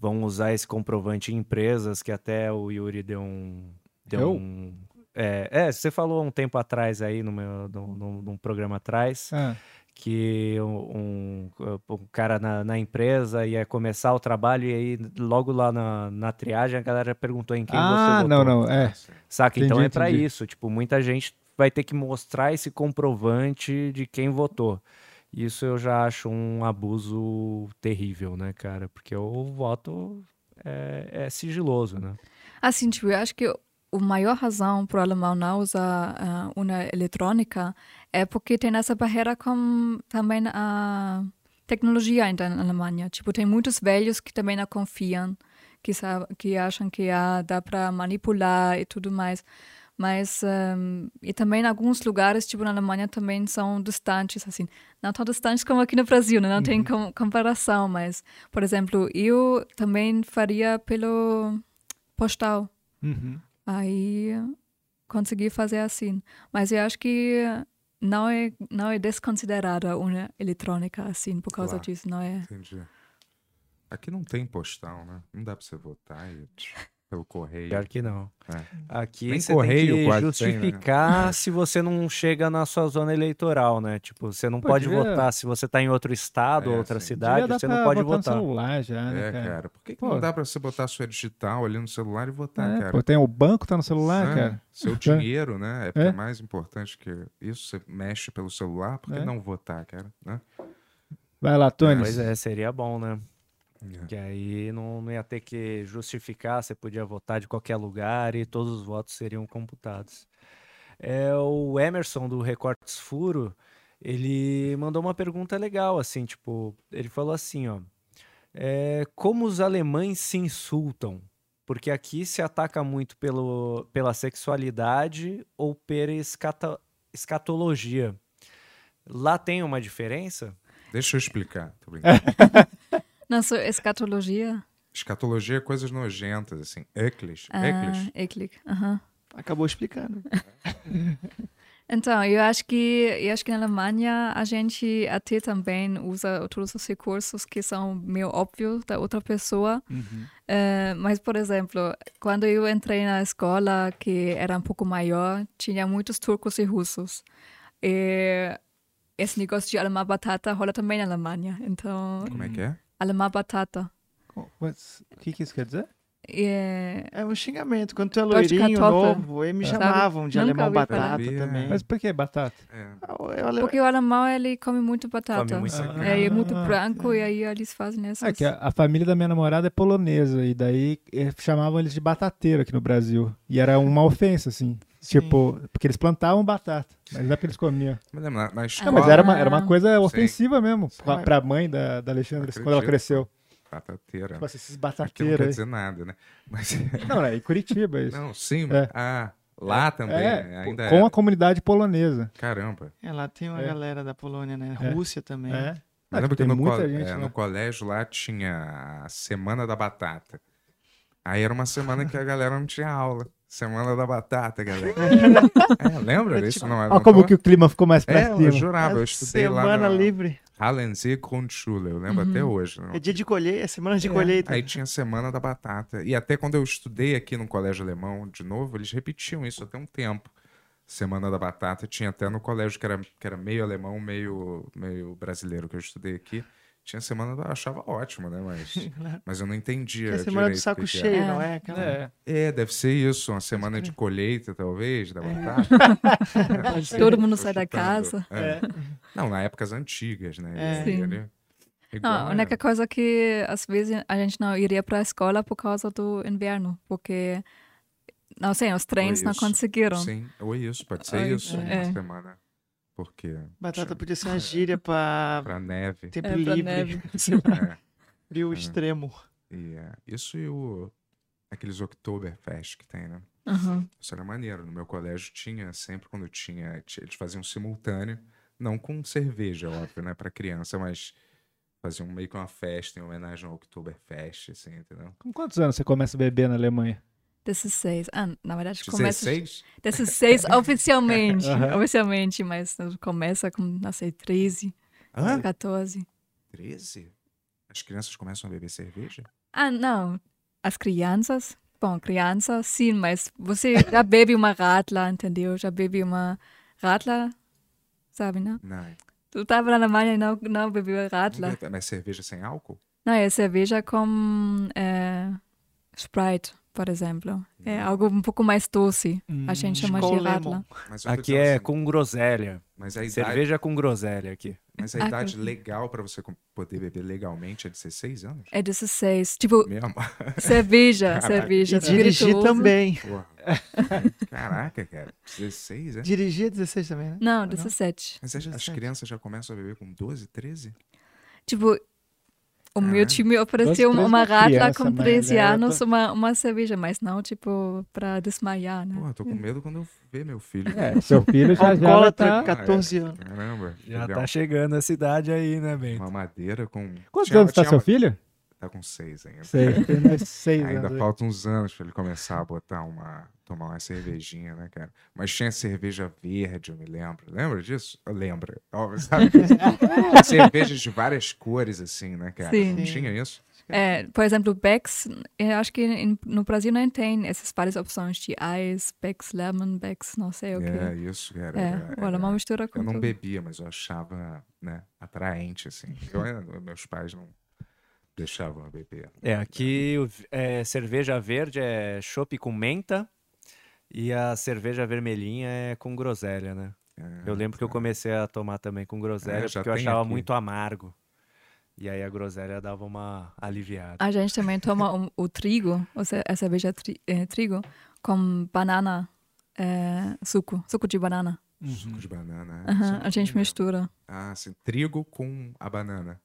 S5: vão usar esse comprovante em empresas, que até o Yuri deu um. Deu
S2: Eu?
S5: um- é, é, você falou um tempo atrás aí, no meu, num- num- num programa atrás,
S2: Ah,
S5: que um, um- um cara na, na empresa ia começar o trabalho e aí logo lá na, na triagem a galera perguntou em quem
S2: Ah,
S5: você
S2: não,
S5: votou.
S2: não. É.
S5: Saca? então
S2: Entendi,
S5: é pra
S2: entendi.
S5: isso. Tipo, muita gente vai ter que mostrar esse comprovante de quem votou. Isso eu já acho um abuso terrível, né, cara? Porque o voto é, é sigiloso, né?
S3: Assim, tipo, eu acho que a maior razão para o alemão não usar ah, urna eletrônica é porque tem essa barreira com também a tecnologia ainda na Alemanha. Tipo, tem muitos velhos que também não confiam, que, sa- que acham que ah, dá para manipular e tudo mais. Mas, ehm, e também alguns lugares, tipo na Alemanha, também são distantes, assim. Não tão distantes como aqui no Brasil, né? não tem com- comparação, mas, por exemplo, eu também faria pelo postal.
S2: Uhum.
S3: Aí consegui fazer assim. Mas eu acho que não é, não é desconsiderada uma eletrônica assim por causa
S1: Claro.
S3: disso, não é?
S1: Entendi. Aqui não tem postal, né? Não dá pra você votar e- pelo correio.
S5: Pior que não.
S1: É.
S5: Aqui
S1: Nem
S5: você
S1: correio
S5: tem que
S1: quase tem, né?
S5: justificar se você não chega na sua zona eleitoral, né? Tipo, você não
S2: Pô,
S5: pode
S2: devia-
S5: votar. Se você tá em outro estado,
S1: É,
S5: outra
S1: sim.
S5: cidade,
S2: Devia dar
S5: você não
S2: pra
S5: pode
S2: botar no
S5: votar.
S2: celular já, né,
S1: É,
S2: cara?
S1: cara. Por que, que
S2: Pô.
S1: não dá pra você botar sua digital ali no celular e votar,
S2: É,
S1: Ah, cara?
S2: pô, tem o banco tá no celular,
S1: É,
S2: cara.
S1: Seu
S2: É.
S1: dinheiro, né? É, porque
S2: É.
S1: é mais importante que isso. Você mexe pelo celular, por que
S2: É.
S1: não votar, cara? Né?
S2: Vai lá, Tony.
S5: Pois é, seria bom, né?
S1: É.
S5: Que aí não, não ia ter que justificar, você podia votar de qualquer lugar e todos os votos seriam computados. É, o Emerson do Recortes Furo, ele mandou uma pergunta legal, assim, tipo, ele falou assim, ó, é, como os alemães se insultam? Porque aqui se ataca muito pelo, pela sexualidade ou pela escata- escatologia. Lá tem uma diferença?
S1: Deixa eu explicar. Tô brincando.
S3: Não sou escatologia.
S1: Escatologia é coisas nojentas, assim. Eclis.
S3: Ah,
S1: Eclis.
S3: Eklig. Aham.
S4: Acabou explicando.
S3: Então, eu acho que eu acho que na Alemanha a gente até também usa todos os recursos que são meio óbvios da outra pessoa. Eh, mas, por exemplo, quando eu entrei na escola, que era um pouco maior, tinha muitos turcos e russos. E esse negócio de alemã batata rola também na Alemanha. Então,
S1: Como é que é?
S3: alemã batata.
S2: Mas O que, que isso quer dizer?
S3: E,
S4: É um xingamento. Quando tu é
S3: Gosto de
S4: loirinho,
S3: catofa.
S4: novo, eles me
S3: Sabe?
S4: chamavam de
S3: Nunca
S4: alemão
S3: ouvi falar.
S4: batata
S1: Sabia.
S4: também.
S2: Mas por que batata?
S1: É,
S4: Ah, eu- eu-
S3: porque o alemão, ele come muito batata.
S5: Come muito
S2: Ah.
S3: É, e é muito
S2: Ah,
S3: branco e aí eles fazem essas...
S2: É que a, a família da minha namorada é polonesa e daí eh, chamavam eles de batateiro aqui no Brasil. E era uma ofensa, assim. Tipo, porque eles plantavam batata, mas não é porque eles comiam.
S1: Mas lembra, na- na
S2: Não,
S1: escola.
S2: mas era uma, era uma coisa
S1: Sim.
S2: ofensiva mesmo pra,
S4: Sim.
S2: pra mãe da, da Alexandra quando ela
S1: Acredito.
S2: cresceu.
S1: Batateira.
S2: Tipo assim, esses
S1: Aquilo Ah, não quer
S2: batateiros aí.
S1: dizer nada, né? Mas,
S2: Não, é em Curitiba isso.
S1: não, sim.
S2: É.
S1: Ah, lá também. né?
S2: É,
S1: ainda
S2: com
S1: era.
S2: a comunidade polonesa.
S1: Caramba.
S4: É, lá tem uma
S2: É.
S4: galera da Polônia, né?
S2: É.
S4: Rússia também.
S2: É.
S1: Eu
S2: Ah,
S1: lembro que
S2: tem
S1: no,
S2: muita
S1: col-
S2: gente
S1: é,
S2: lá.
S1: no colégio lá tinha a Semana da Batata. Aí era uma semana que a galera não tinha aula. Semana da Batata, galera. é, lembra disso? Não,
S2: Olha tipo, ah, como que o clima ficou mais pra
S1: É, eu
S2: cima.
S1: jurava, eu
S4: É
S1: estudei lá na
S4: semana livre.
S1: Halensee Grundschule, eu lembro até hoje. né?
S4: É dia de colheita, é semana de colheita.
S1: Aí tinha a Semana da Batata. E até quando eu estudei aqui no Colégio Alemão, de novo, eles repetiam isso até um tempo. Semana da Batata tinha até no colégio que era, que era meio alemão, meio, meio brasileiro que eu estudei aqui. Tinha Semana da... Eu achava ótimo, né? Mas, mas eu não entendia
S4: Que é a semana do
S1: direito o
S4: saco
S1: que que era.
S4: cheio,
S3: É.
S4: não é? Aquela...
S1: É, deve ser isso. Uma semana de colheita, talvez, da batata.
S3: É. Todo
S2: tá
S3: mundo sai da
S1: Chutando.
S3: casa.
S1: É. Não, na épocas antigas, né? E
S4: É.
S1: aí,
S3: Sim.
S1: né? Igual,
S3: Não, a única coisa que às vezes a gente não iria para a escola por causa do inverno, porque não sei, os trens não
S1: isso.
S3: conseguiram.
S1: Sim, ou é isso, pode ser
S3: Ai,
S1: isso,
S3: é.
S1: uma semana. Porque
S4: Batata
S1: tinha-
S4: podia ser uma gíria pra
S1: pra neve.
S4: tempo
S3: É, pra
S4: livre.
S3: neve.
S1: é,
S4: Frio extremo.
S1: e, é, isso e o aqueles Oktoberfest que tem, né?
S3: Uhum.
S1: Isso era maneiro. No meu colégio tinha, sempre quando tinha, ti- eles faziam simultâneo, não com cerveja, óbvio, né? Pra criança, mas faziam meio que uma festa em homenagem ao Oktoberfest, assim, entendeu?
S2: Com quantos anos você começa a beber na Alemanha?
S3: 16. Ah, na verdade começa
S1: 16?
S3: 16 oficialmente,
S2: Aham.
S3: oficialmente, mas começa com, não sei, 13,
S1: Hã?
S3: 14.
S1: 13? As crianças começam a beber cerveja?
S3: Ah, não. As crianças? Bom, criança, sim, mas você já bebe uma Radler, entendeu? Já bebe uma Radler, sabe, né?
S1: Não.
S3: Tu estava na Alemanha e não, não bebeu Radler.
S1: Mas cerveja sem álcool?
S3: Não, é cerveja com é, Sprite, por exemplo. É algo um pouco mais doce. a gente chama
S4: Skol
S3: de
S4: Lemon.
S3: radler.
S1: Mas eu tô
S5: Aqui
S1: dizendo
S5: é
S1: assim,
S5: com groselha.
S1: Mas a idade,
S5: Cerveja com groselha aqui.
S1: mas a
S3: Ah,
S1: idade
S3: com-
S1: legal pra você com- poder beber legalmente é 16 anos?
S3: É 16. Tipo,
S1: Mesmo?
S3: cerveja, cerveja.
S4: E dirigir
S3: tá espirituoso.
S4: também.
S1: Porra. Caraca, cara. 16, é?
S4: Dirigir é 16 também, né?
S3: Não, 17.
S1: Mas as, as crianças já começam a beber com 12, 13?
S3: Tipo, o meu
S1: Ah.
S3: time ofereceu
S2: Dois, três
S3: uma
S2: é
S3: radler
S2: criança,
S3: com
S2: mas
S3: 13
S2: é, eu tô-
S3: anos, uma, uma cerveja, mas não, tipo, pra desmaiar, né?
S1: Porra, tô com medo quando eu ver meu filho.
S2: É, seu filho já, já
S4: Alcoólatra,
S2: tá...
S4: 14 anos.
S1: Caramba.
S5: Já
S1: legal.
S5: tá chegando a cidade aí, né, Bento?
S1: Uma madeira com...
S2: Quantos
S1: Tinha-
S2: anos tá
S1: tinha
S2: seu
S1: uma-
S2: filho?
S1: Tá com 6 ainda.
S2: Seis, tem mais seis
S1: Ainda
S2: anos. aí.
S1: falta uns anos pra ele começar a botar uma. tomar uma cervejinha, né, cara? Mas tinha cerveja verde, eu me lembro. Lembra disso? Lembra. Ó, sabe? Cervejas de várias cores, assim, né, cara?
S3: Sim.
S1: Não tinha isso?
S3: É, por exemplo, Becks, eu acho que em- no Brasil não tem essas várias opções de Ice, Becks Lemon, Becks, não sei o que.
S1: É, isso, cara.
S3: É,
S1: era-
S3: o alemão mistura com
S1: Eu não
S3: tudo.
S1: bebia, mas eu achava, né, atraente, assim. Eu, eu- meus pais não deixavam eu beber.
S5: É, aqui o v- é, cerveja verde é chopp com menta e a cerveja vermelhinha é com groselha, né? eu lembro que eu comecei a tomar também com groselha
S1: É, já
S5: porque eu
S1: tem
S5: achava
S1: aqui.
S5: muito amargo. E aí a groselha dava uma aliviada.
S3: A gente também toma um- o trigo, ou seja, a cerveja tri, eh, trigo, com banana, eh, suco, suco de banana.
S1: Suco de banana. né?
S3: Aham,
S1: Isso
S3: a
S1: eu
S3: gente
S1: não lembro.
S3: mistura.
S1: Ah, assim, trigo com a banana.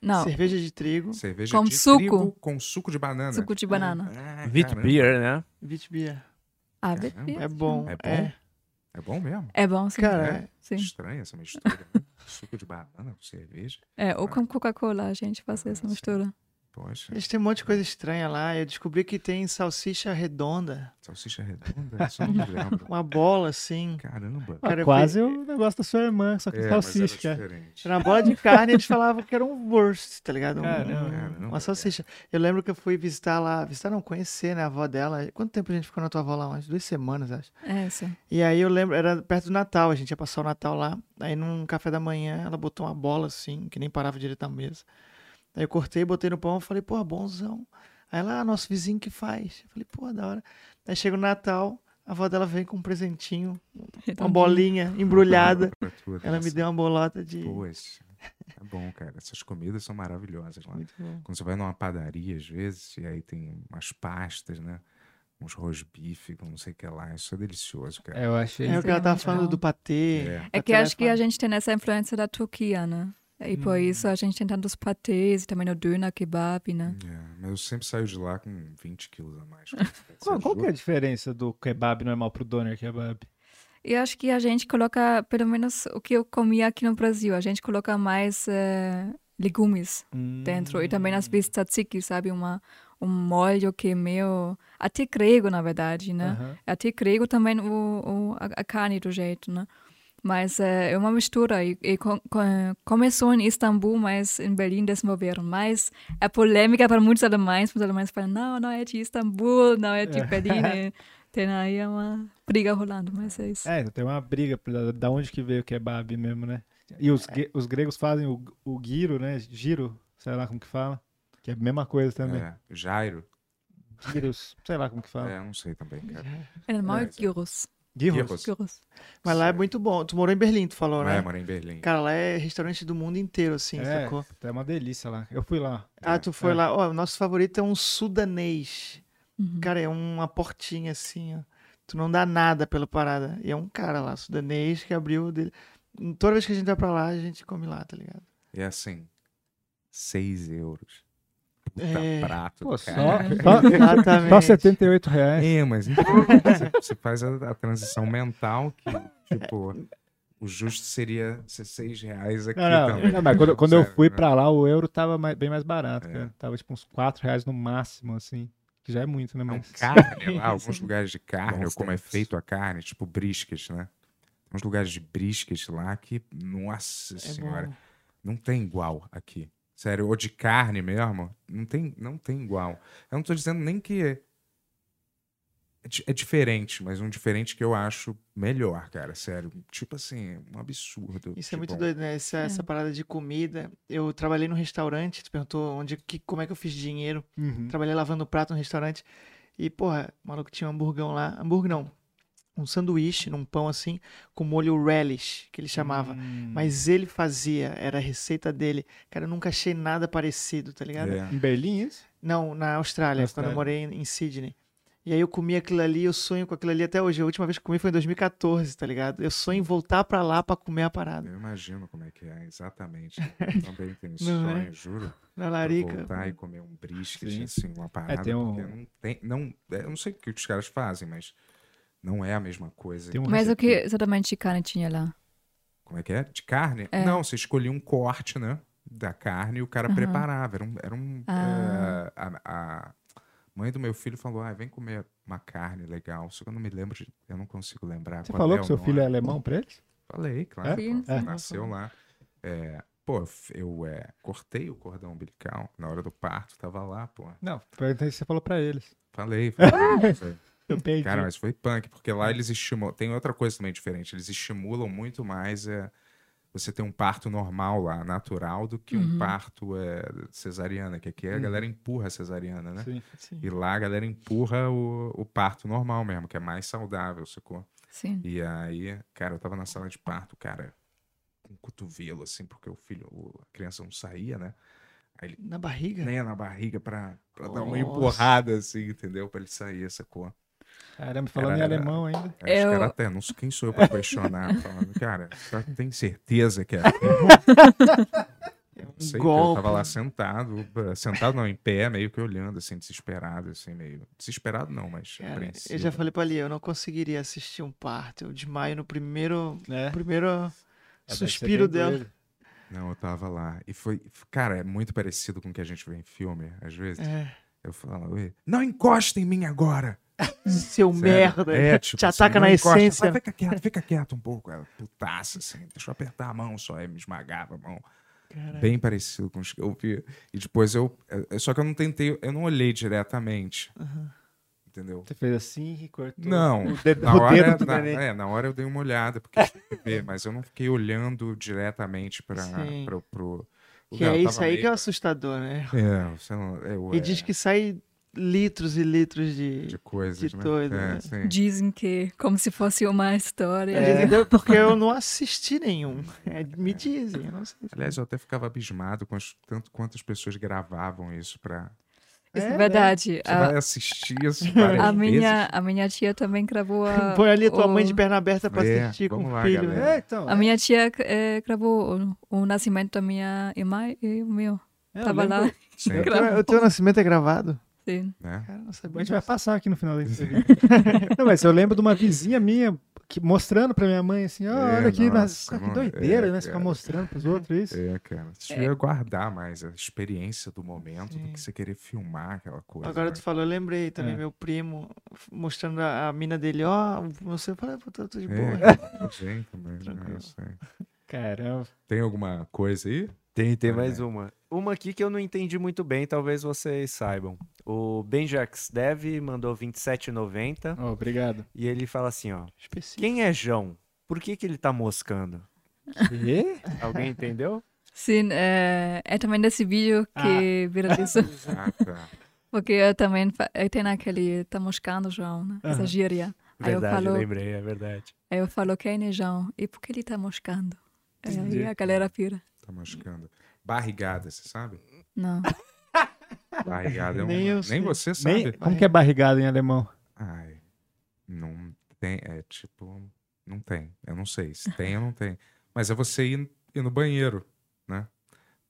S3: Não,
S4: Cerveja de trigo,
S1: Cerveja
S3: Com
S1: de
S3: suco.
S1: trigo com suco de banana.
S3: suco de banana.
S1: Ah,
S5: Wheat
S1: caramba.
S5: beer, né?
S4: Vitbia.
S3: Ah,
S1: Caramba.
S3: bebê.
S4: É bom.
S1: É
S4: É
S1: bom? É bom mesmo.
S3: É bom, sim.
S4: Cara,
S3: sim.
S1: Estranha essa mistura. né? Suco de banana com cerveja.
S3: É, ou com Coca-Cola a gente faz essa mistura.
S1: Poxa,
S4: Eles têm um monte de coisa estranha lá. Eu descobri que tem salsicha redonda.
S1: salsicha redonda? né? Só não lembro.
S4: Uma bola, assim.
S1: Caramba.
S2: Ah,
S4: Cara, eu
S2: quase
S4: fui-
S2: o negócio da sua irmã, só que
S1: É, mas era
S2: salsicha. cara.
S1: diferente.
S4: Era uma bola de carne, eles falavam que era um wurst, tá ligado? Um-
S2: Caramba.
S1: Caramba,
S4: uma
S1: cara.
S4: salsicha. Eu lembro que eu fui visitar lá, visitar não, conhecer, né, a avó dela. Quanto tempo a gente ficou na tua avó lá? Umas duas semanas, acho.
S3: É, sim.
S4: E aí eu lembro, era perto do Natal, a gente ia passar o Natal lá. Aí num café da manhã ela botou uma bola assim, que nem parava direito na mesa. Aí eu cortei, botei no pão, falei, pô, bonzão. Aí ela, ah, nosso vizinho que faz. Eu falei, pô, da hora. Aí chega o Natal, a avó dela vem com um presentinho, uma bolinha embrulhada.
S1: Pra tudo,
S4: Ela me
S1: essa-
S4: deu uma bolota de.
S1: Poxa, tá bom, cara. Essas comidas são maravilhosas lá.
S4: Muito bom.
S1: Quando você vai numa padaria, às vezes, e aí tem umas pastas, né? Uns rosbife, com não sei o que lá. Isso é delicioso, cara.
S6: Eu achei.
S4: É o que ela tava
S3: Muito
S4: falando
S3: bom.
S4: do patê.
S1: É.
S3: É que acho que a gente tem essa influência da Turquia, né? E por isso a gente tem tantos patês e também o döner, kebab, né?
S1: É, mas eu sempre saio de lá com 20 quilos a mais. cara. Você
S2: Qual, qual que é a
S1: ajuda?
S2: diferença do kebab normal pro doner kebab?
S3: E acho que a gente coloca, pelo menos o que eu comia aqui no Brasil, a gente coloca mais eh, legumes dentro e também
S2: Hum.
S3: às vezes tzatziki, sabe? Uma, um molho que é meio. Até grego, na verdade, né?
S2: Aham.
S3: Até grego também o, o, a, a carne do jeito, né? Mas eh, é uma mistura. E, e com, com, começou em Istambul, mas em Berlim desenvolveram. Mas é polêmica para muitos alemães. Muitos alemães falam: não, não é de Istambul, não é de Berlim. E Tem aí uma briga rolando, mas é isso.
S2: É, então tem uma briga pra- da onde que veio o kebab mesmo, né? E os,
S1: É.
S2: gre- os gregos fazem o, o giro, né? Giro, sei lá como que fala. Que é a mesma coisa também.
S1: É, Jairo?
S2: Giros, sei lá como que fala.
S1: É, não sei também, cara.
S3: É normal
S1: É,
S3: é gyros.
S2: Giros.
S1: Gyros.
S3: gyros.
S4: Mas lá é muito bom. Tu morou em Berlim, tu falou,
S1: Mas
S4: né?
S1: eu moro em Berlim.
S4: Cara, lá é restaurante do mundo inteiro, assim,
S2: É,
S4: sacou?
S2: é uma delícia lá. Eu fui lá.
S4: Ah, tu foi
S2: é.
S4: lá. Ó, o nosso favorito é um sudanês.
S3: Uhum.
S4: Cara, é uma portinha assim, ó. Tu não dá nada pela parada. E é um cara lá, sudanês, que abriu o dele. Toda vez que a gente vai pra lá, a gente come lá, tá ligado?
S1: E é assim, 6 euros. Puta
S4: É.
S1: prato,
S2: Pô, só,
S1: cara.
S2: só,
S4: Exatamente.
S2: só 78 reais.
S1: É, mas então, você- você faz a, a transição mental que, tipo, o justo seria ser 6 reais aqui
S2: Não, não,
S1: também.
S2: não, mas quando, quando
S1: Então,
S2: eu
S1: é. Sério,
S2: fui
S1: né?
S2: pra lá, o euro tava mais- bem mais barato,
S1: É.
S2: cara. Tava tipo uns 4 reais no máximo, assim. Que já é muito, né?
S1: Não,
S2: Mas...
S1: um carne lá, alguns lugares de carne,
S5: Bons
S1: ou como é
S5: tempos.
S1: feito a carne, tipo brisket, né? Tem uns lugares de brisket lá que, nossa
S4: É
S1: senhora,
S4: bom.
S1: não tem igual aqui. Sério, ou de carne mesmo, não tem, não tem igual. Eu não tô dizendo nem que é, é di- é diferente, mas um diferente que eu acho melhor, cara, sério. Tipo assim, um absurdo.
S4: Isso
S1: de
S4: é muito
S1: bom.
S4: doido, né? Essa, essa parada de comida. Eu trabalhei num restaurante, tu perguntou onde, que, como é que eu fiz dinheiro.
S2: Uhum.
S4: Trabalhei lavando prato num restaurante. E, porra, o maluco tinha um hamburgão lá. Hambúrguer não. Um sanduíche num pão assim, com molho relish, que ele
S1: Hum.
S4: chamava.
S2: Hum.
S4: Mas ele fazia, era a receita dele. Cara, eu nunca achei nada parecido, tá ligado?
S1: É.
S2: Em Berlim, isso?
S4: Não, na Austrália,
S2: Na
S4: quando
S2: Austrália.
S4: eu morei em Sydney. E aí eu comi aquilo ali, eu sonho com aquilo ali até hoje. A última vez que comi foi em 2014, tá ligado? Eu sonho em voltar pra lá pra comer a parada.
S1: Eu imagino como é que é, exatamente. Eu também tenho esse
S4: Não é?
S1: sonho, juro.
S4: Na
S1: pra
S4: larica.
S1: voltar e comer um brisket,
S2: Sim.
S1: assim, uma parada.
S2: tem um-
S1: porque não tem, não, é, eu não sei o que os caras fazem, mas não é a mesma coisa.
S2: Tem um
S3: Mas o que exatamente de carne tinha lá?
S1: Como é que é? De carne? Não, você escolhia um corte, né? Da carne e o cara preparava. Era um. Era um eh,
S3: Ah.
S1: a, a mãe do meu filho falou: ah, vem comer uma carne legal. Só que eu não me lembro, de- eu não consigo lembrar.
S2: Você
S1: qual
S2: falou
S1: é
S2: que
S1: o
S2: seu filho é
S1: nome.
S2: alemão pra eles?
S1: Falei, claro.
S3: É?
S1: pô,
S3: Sim, sim.
S1: Nasceu lá. É, pô, eu f- eu eh, cortei o cordão umbilical na hora do parto, tava lá, pô.
S2: Não, perguntei se então você falou pra eles.
S1: Falei,
S3: Ah.
S1: falei. falei.
S2: Eu perdi.
S1: Cara, mas foi punk, porque lá eles estimulam. Tem outra coisa também diferente. Eles estimulam muito mais é, você ter um parto normal lá, natural, do que um parto é, cesariana, que aqui a galera empurra a cesariana, né?
S2: Sim.
S4: Sim.
S1: E lá a galera empurra o, o parto normal mesmo, que é mais saudável, sacou?
S3: Sim.
S1: E aí, cara, eu tava na sala de parto, cara, com o cotovelo, assim, porque o filho, o- a criança não saía, né?
S4: Na barriga?
S1: Nem na barriga pra, pra dar uma
S4: Nossa.
S1: empurrada, assim, entendeu? Pra ele sair, sacou?
S2: Caramba, falando em
S1: Era-
S2: alemão ainda.
S1: É, os
S3: Eu-
S1: caras até, não sei quem sou eu pra questionar, falando, cara, tá- tem certeza que é. Não sei, cara, eu
S4: Golpe.
S1: tava lá sentado, sentado não, em pé, meio que olhando, assim, desesperado, assim, meio. Desesperado não, mas
S4: Cara,
S1: apreensivo.
S4: eu já falei pra ali, eu não conseguiria assistir um parto. Eu desmaio no primeiro,
S2: É.
S4: primeiro
S2: É, deve ser
S4: suspiro
S2: bem
S4: dela.
S2: doido.
S1: Não, eu tava lá. E foi, cara, é muito parecido com o que a gente vê em filme, às vezes.
S4: É.
S1: Eu falo, "Ui, não encosta em mim agora! Sério.
S4: Seu merda.
S1: É, tipo,
S4: Te
S1: assim,
S4: ataca
S1: não
S4: na
S1: encosta,
S4: essência.
S1: fala, fica quieto, fica quieto um pouco. Ela, putaça, assim, deixa eu apertar a mão só. Aí me esmagava a mão. Bem parecido com os que eu vi. E depois eu. é- é Só que eu não tentei, eu não olhei diretamente. Entendeu?
S2: Você fez assim e cortou.
S1: Não,
S2: o dedo-
S1: na
S2: o
S1: hora,
S2: dedo do
S1: na,
S2: neném.
S1: é, na hora eu dei uma olhada, porque eu tinha que ver, mas eu não fiquei olhando diretamente para
S4: Sim.
S1: pro
S4: Que é isso aí que é o assustador, né?
S1: É, você não, é, ué,
S4: E diz que sai litros e litros de.
S1: de coisas,
S4: de
S1: né?
S4: doido,
S1: É,
S4: né?
S1: sim.
S3: Dizem que, como se fosse uma história.
S4: Entendeu? Porque eu não assisti nenhum. É, me dizem, eu não sei.
S1: Aliás, eu até ficava abismado com as, tanto quantas pessoas gravavam isso para
S3: Isso
S2: né?
S4: É,
S3: é verdade.
S1: Você
S3: A,
S1: vai assistir isso
S3: a
S1: várias
S3: minha, a minha tia também gravou a.
S4: Põe ali a tua
S3: Ah, o-
S4: mãe de perna aberta pra
S1: É,
S4: assistir com
S1: vamos
S4: o
S1: lá,
S4: filho.
S1: galera.
S2: É, então.
S3: A minha tia eh, gravou o, o nascimento da minha irmã e o meu.
S2: é, eu
S3: Tava
S2: lembro.
S3: lá.
S1: vezes.
S4: O
S1: Sempre,
S4: teu- O teu
S2: um
S4: nascimento é gravado?
S3: Sim.
S1: né?
S4: Cara, não sabia.
S2: A gente
S4: disso.
S2: vai passar aqui no final da entrevista. não, mas eu lembro de uma vizinha minha que, mostrando pra minha mãe assim, ó,
S1: É,
S2: olha aqui, nas...
S1: nossa,
S2: cara, que
S1: mano,
S2: doideira,
S1: é,
S2: né? Você ficar
S1: cara.
S2: mostrando pros outros isso.
S1: É, cara. Você devia guardar mais a experiência do momento do que você querer filmar aquela coisa.
S4: Agora
S1: né?
S4: tu falou, eu lembrei também,
S2: É.
S4: meu primo f- mostrando a, a mina dele, ó, você fala, "Ah, pô, tô, tô de boa.
S1: É, cara, não sei também, né?
S4: Tranquilo.
S1: Eu sei.
S2: Caramba.
S1: Tem alguma coisa aí?
S5: Tem, tem
S1: É.
S5: mais um. uma. Uma aqui que eu não entendi muito bem, talvez vocês saibam. O Benjax Dev mandou 27,90
S2: Ó, obrigado.
S5: e ele fala assim, ó.
S4: Específico.
S5: Quem é João? Por que que ele tá moscando?
S2: E?
S5: Alguém entendeu?
S3: Sim, eh, é, também desse vídeo
S4: Ah.
S3: que viralizou.
S1: Ah, tá.
S3: Porque eu também fa- eh, tem aquele tá moscando João, né? Essa
S2: Aham.
S3: gíria. Aí eu
S5: Verdade,
S3: falo-
S5: lembrei, é verdade.
S3: Aí eu falo, quem é João? E por que ele tá moscando? Aí
S2: Entendi.
S3: a galera pira.
S1: Tá machucando. Barrigada, você sabe?
S3: Não.
S1: Barrigada é um.
S4: Nem
S1: Nem,
S4: eu sei.
S1: você sabe.
S2: Nem... Como que é barrigado em alemão?
S1: Ai. Não tem. É tipo. Não tem. Eu não sei. Se tem ou não tem. Mas é você ir, ir no banheiro, né?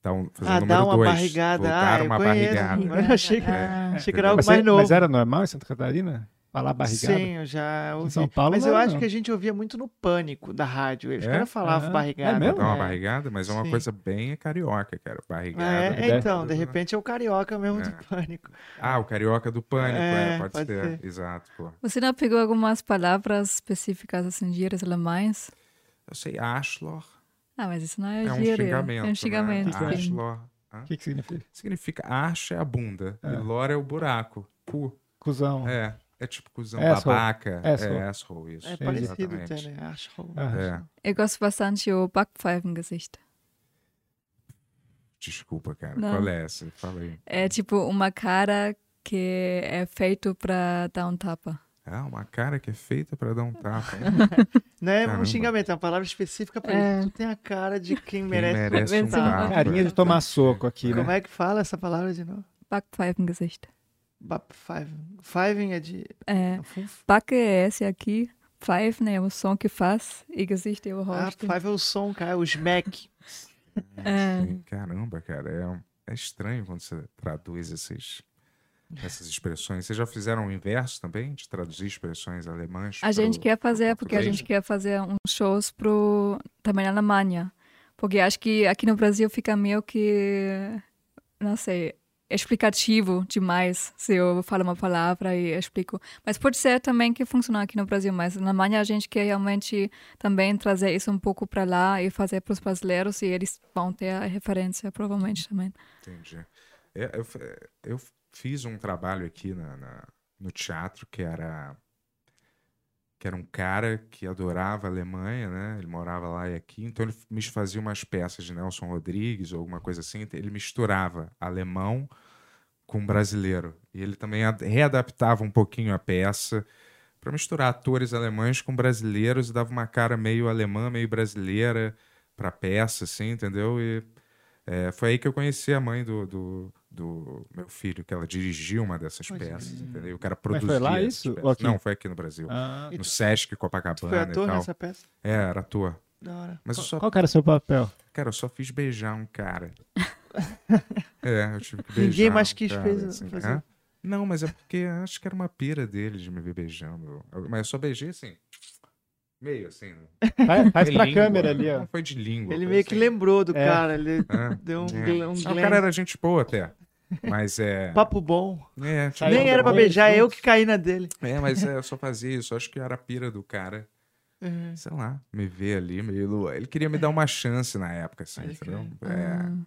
S1: Dá um, fazer o
S4: Ah,
S1: número
S4: dá uma
S1: dois.
S4: barrigada.
S1: Vou
S4: ah,
S1: dar
S4: eu
S1: uma
S4: conheço.
S1: barrigada.
S4: Agora eu achei que,
S3: Ah,
S4: achei que era algo
S2: Mas,
S4: mais
S2: é-
S4: novo.
S2: mas era normal em Santa Catarina? Falar barrigado?
S4: Sim, eu já ouvi.
S2: São Paulo
S4: mas
S2: não
S4: eu
S2: era,
S4: acho
S2: não.
S4: que a gente ouvia muito no pânico da rádio. Os
S1: É?
S4: caras falavam
S2: Ah,
S4: barrigada.
S1: Dá
S2: é mesmo?
S1: uma barrigada, mas é uma
S4: Sim.
S1: coisa bem carioca, cara. Barrigada.
S4: Ah,
S1: do
S4: é?
S2: né?
S4: Então,
S1: Brasil,
S4: de
S1: né?
S4: repente é o carioca mesmo
S1: É.
S4: do pânico.
S1: Ah, o carioca do pânico, é,
S4: É,
S1: pode,
S4: pode
S1: ser.
S4: ser.
S1: Exato, pô.
S3: Você não pegou algumas palavras específicas, assim, gírias alemães?
S1: Eu sei, Ashlor
S3: Ah, mas isso não é,
S1: é um
S3: gíria.
S1: xingamento.
S3: É um xingamento,
S1: Né?
S3: sim.
S1: Ashlor. Hã?
S2: O que, que significa?
S1: Significa acha é a bunda.
S2: É.
S1: E lor é o buraco. Cu.
S2: Cusão.
S1: É. É tipo cuzão
S2: Asshole.
S1: babaca.
S2: Asshole.
S1: É asshole, isso.
S4: É parecido até,
S1: Exatamente.
S4: né? Acho.
S2: Ah,
S1: É.
S3: Eu gosto bastante do Backpfeifengesicht.
S1: Desculpa, cara.
S3: Não.
S1: Qual é essa? Fala aí.
S3: É tipo uma cara que é feito pra dar um tapa.
S1: Ah, uma cara que é feita pra dar um tapa.
S4: Não é um
S1: Caramba.
S4: xingamento, é uma palavra específica pra
S3: É.
S4: isso. Tu tem a cara de quem
S1: Quem
S4: merece.
S1: merece um
S3: Merece um
S1: tapa.
S3: tapa.
S2: Carinha de tomar soco aqui,
S4: Como
S2: né?
S4: é que fala essa palavra de novo?
S3: Backpfeifengesicht.
S4: Bap five. Five é de.
S3: É, Backe é esse aqui, Pfeifen é o som que faz e Gesicht é o
S4: Ah,
S3: rosto.
S4: five é o som, cara. O smack.
S3: É.
S1: Sim, Caramba, cara, é, um- é estranho quando você traduz esses, essas expressões. Vocês já fizeram o inverso também, de traduzir expressões alemãs?
S3: A gente
S1: pro-
S3: quer fazer,
S1: Tipo, pro
S3: porque a
S1: português?
S3: gente quer fazer uns shows pro, também na Alemanha. Porque acho que aqui no Brasil fica meio que, não sei, explicativo demais se eu falo uma palavra e explico. Mas pode ser também que funciona aqui no Brasil, mas na Alemanha a gente quer realmente também trazer isso um pouco para lá e fazer para os brasileiros e eles vão ter a referência provavelmente também.
S1: Entendi. É, Eu, f- é, eu fiz um trabalho aqui na, na- no teatro que era que era um cara que adorava a Alemanha, né? Ele morava lá e aqui, então ele me fazia umas peças de Nelson Rodrigues ou alguma coisa assim. Ele misturava alemão com brasileiro e ele também ad- readaptava um pouquinho a peça para misturar atores alemães com brasileiros e dava uma cara meio alemã, meio brasileira para peça, assim, entendeu? E é, foi aí que eu conheci a mãe do, do, do meu filho, que ela dirigiu uma dessas
S4: Pode
S1: peças, entendeu? E O cara
S2: Mas foi
S1: produzia.
S2: lá
S1: essas
S2: isso? Ou
S1: peças.
S2: aqui?
S1: Não, foi aqui no Brasil.
S2: Ah,
S1: No Sesc
S4: Tu foi
S1: Copacabana e
S4: ator
S1: tal.
S4: nessa peça?
S1: É, era ator.
S4: Da hora.
S1: Mas eu só,
S2: qual que era o seu papel?
S1: cara, eu só fiz beijar um cara. é, eu tive que beijar.
S4: Ninguém mais
S1: um
S4: quis
S1: cara,
S4: fez-
S1: assim,
S4: fazer.
S1: hã? Não, mas é porque acho que era uma pira dele de me ver beijando. Eu- Mas eu só beijei assim. Meio assim. né?
S2: Faz, faz
S1: De
S2: pra
S1: língua,
S2: câmera
S1: né?
S2: ali, ó.
S1: Não foi de língua.
S4: Ele
S1: foi
S4: meio que
S1: assim.
S4: lembrou do
S2: É.
S4: cara, ele
S1: É.
S4: deu um,
S1: É.
S4: gl- um
S1: Ah, O
S4: glance.
S1: cara era gente boa até. Mas é.
S4: Papo bom.
S1: é tipo,
S2: Saiu
S4: Nem era pra
S2: bem
S4: beijar,
S2: juntos.
S4: eu que caí na dele.
S1: É, mas é, eu só fazia isso. Acho que era a pira do cara.
S2: Uhum.
S1: Sei lá, me ver ali, meio lua. Ele queria me dar uma chance na época, assim,
S4: Pode
S1: entendeu? É.
S3: Uhum.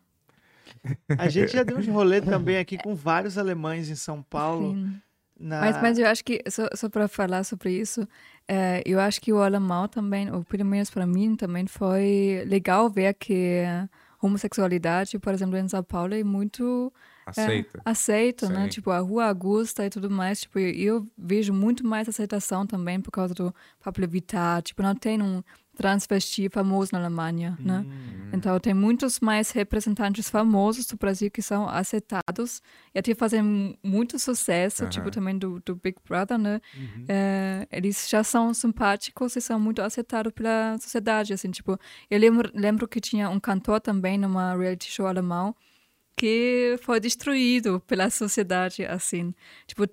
S4: A gente já deu uns rolê também aqui com vários alemães em São Paulo.
S3: Sim.
S4: Na...
S3: Mas, mas eu acho que, só, só para falar sobre isso, eh, eu acho que o alemão também, ou pelo menos para mim também, foi legal ver que a homossexualidade, por exemplo, em São Paulo é muito eh,
S1: Aceita.
S3: aceita, né?
S1: Sim.
S3: Tipo, a rua Augusta e tudo mais, tipo, eu- eu vejo muito mais aceitação também por causa do Pablo Vittar, tipo, não tem um transvesti famoso na Alemanha,
S1: Uhum.
S3: né?
S2: Hum.
S3: Então, tem muitos mais representantes famosos do Brasil que são aceitados e até fazem muito sucesso,
S1: Aham.
S3: tipo também do, do Big Brother, né? Eh, eles já são simpáticos e são muito aceitados pela sociedade, assim, tipo... Eu lembro, lembro que tinha um cantor também numa reality show alemão que foi destruído pela sociedade, assim. Tipo,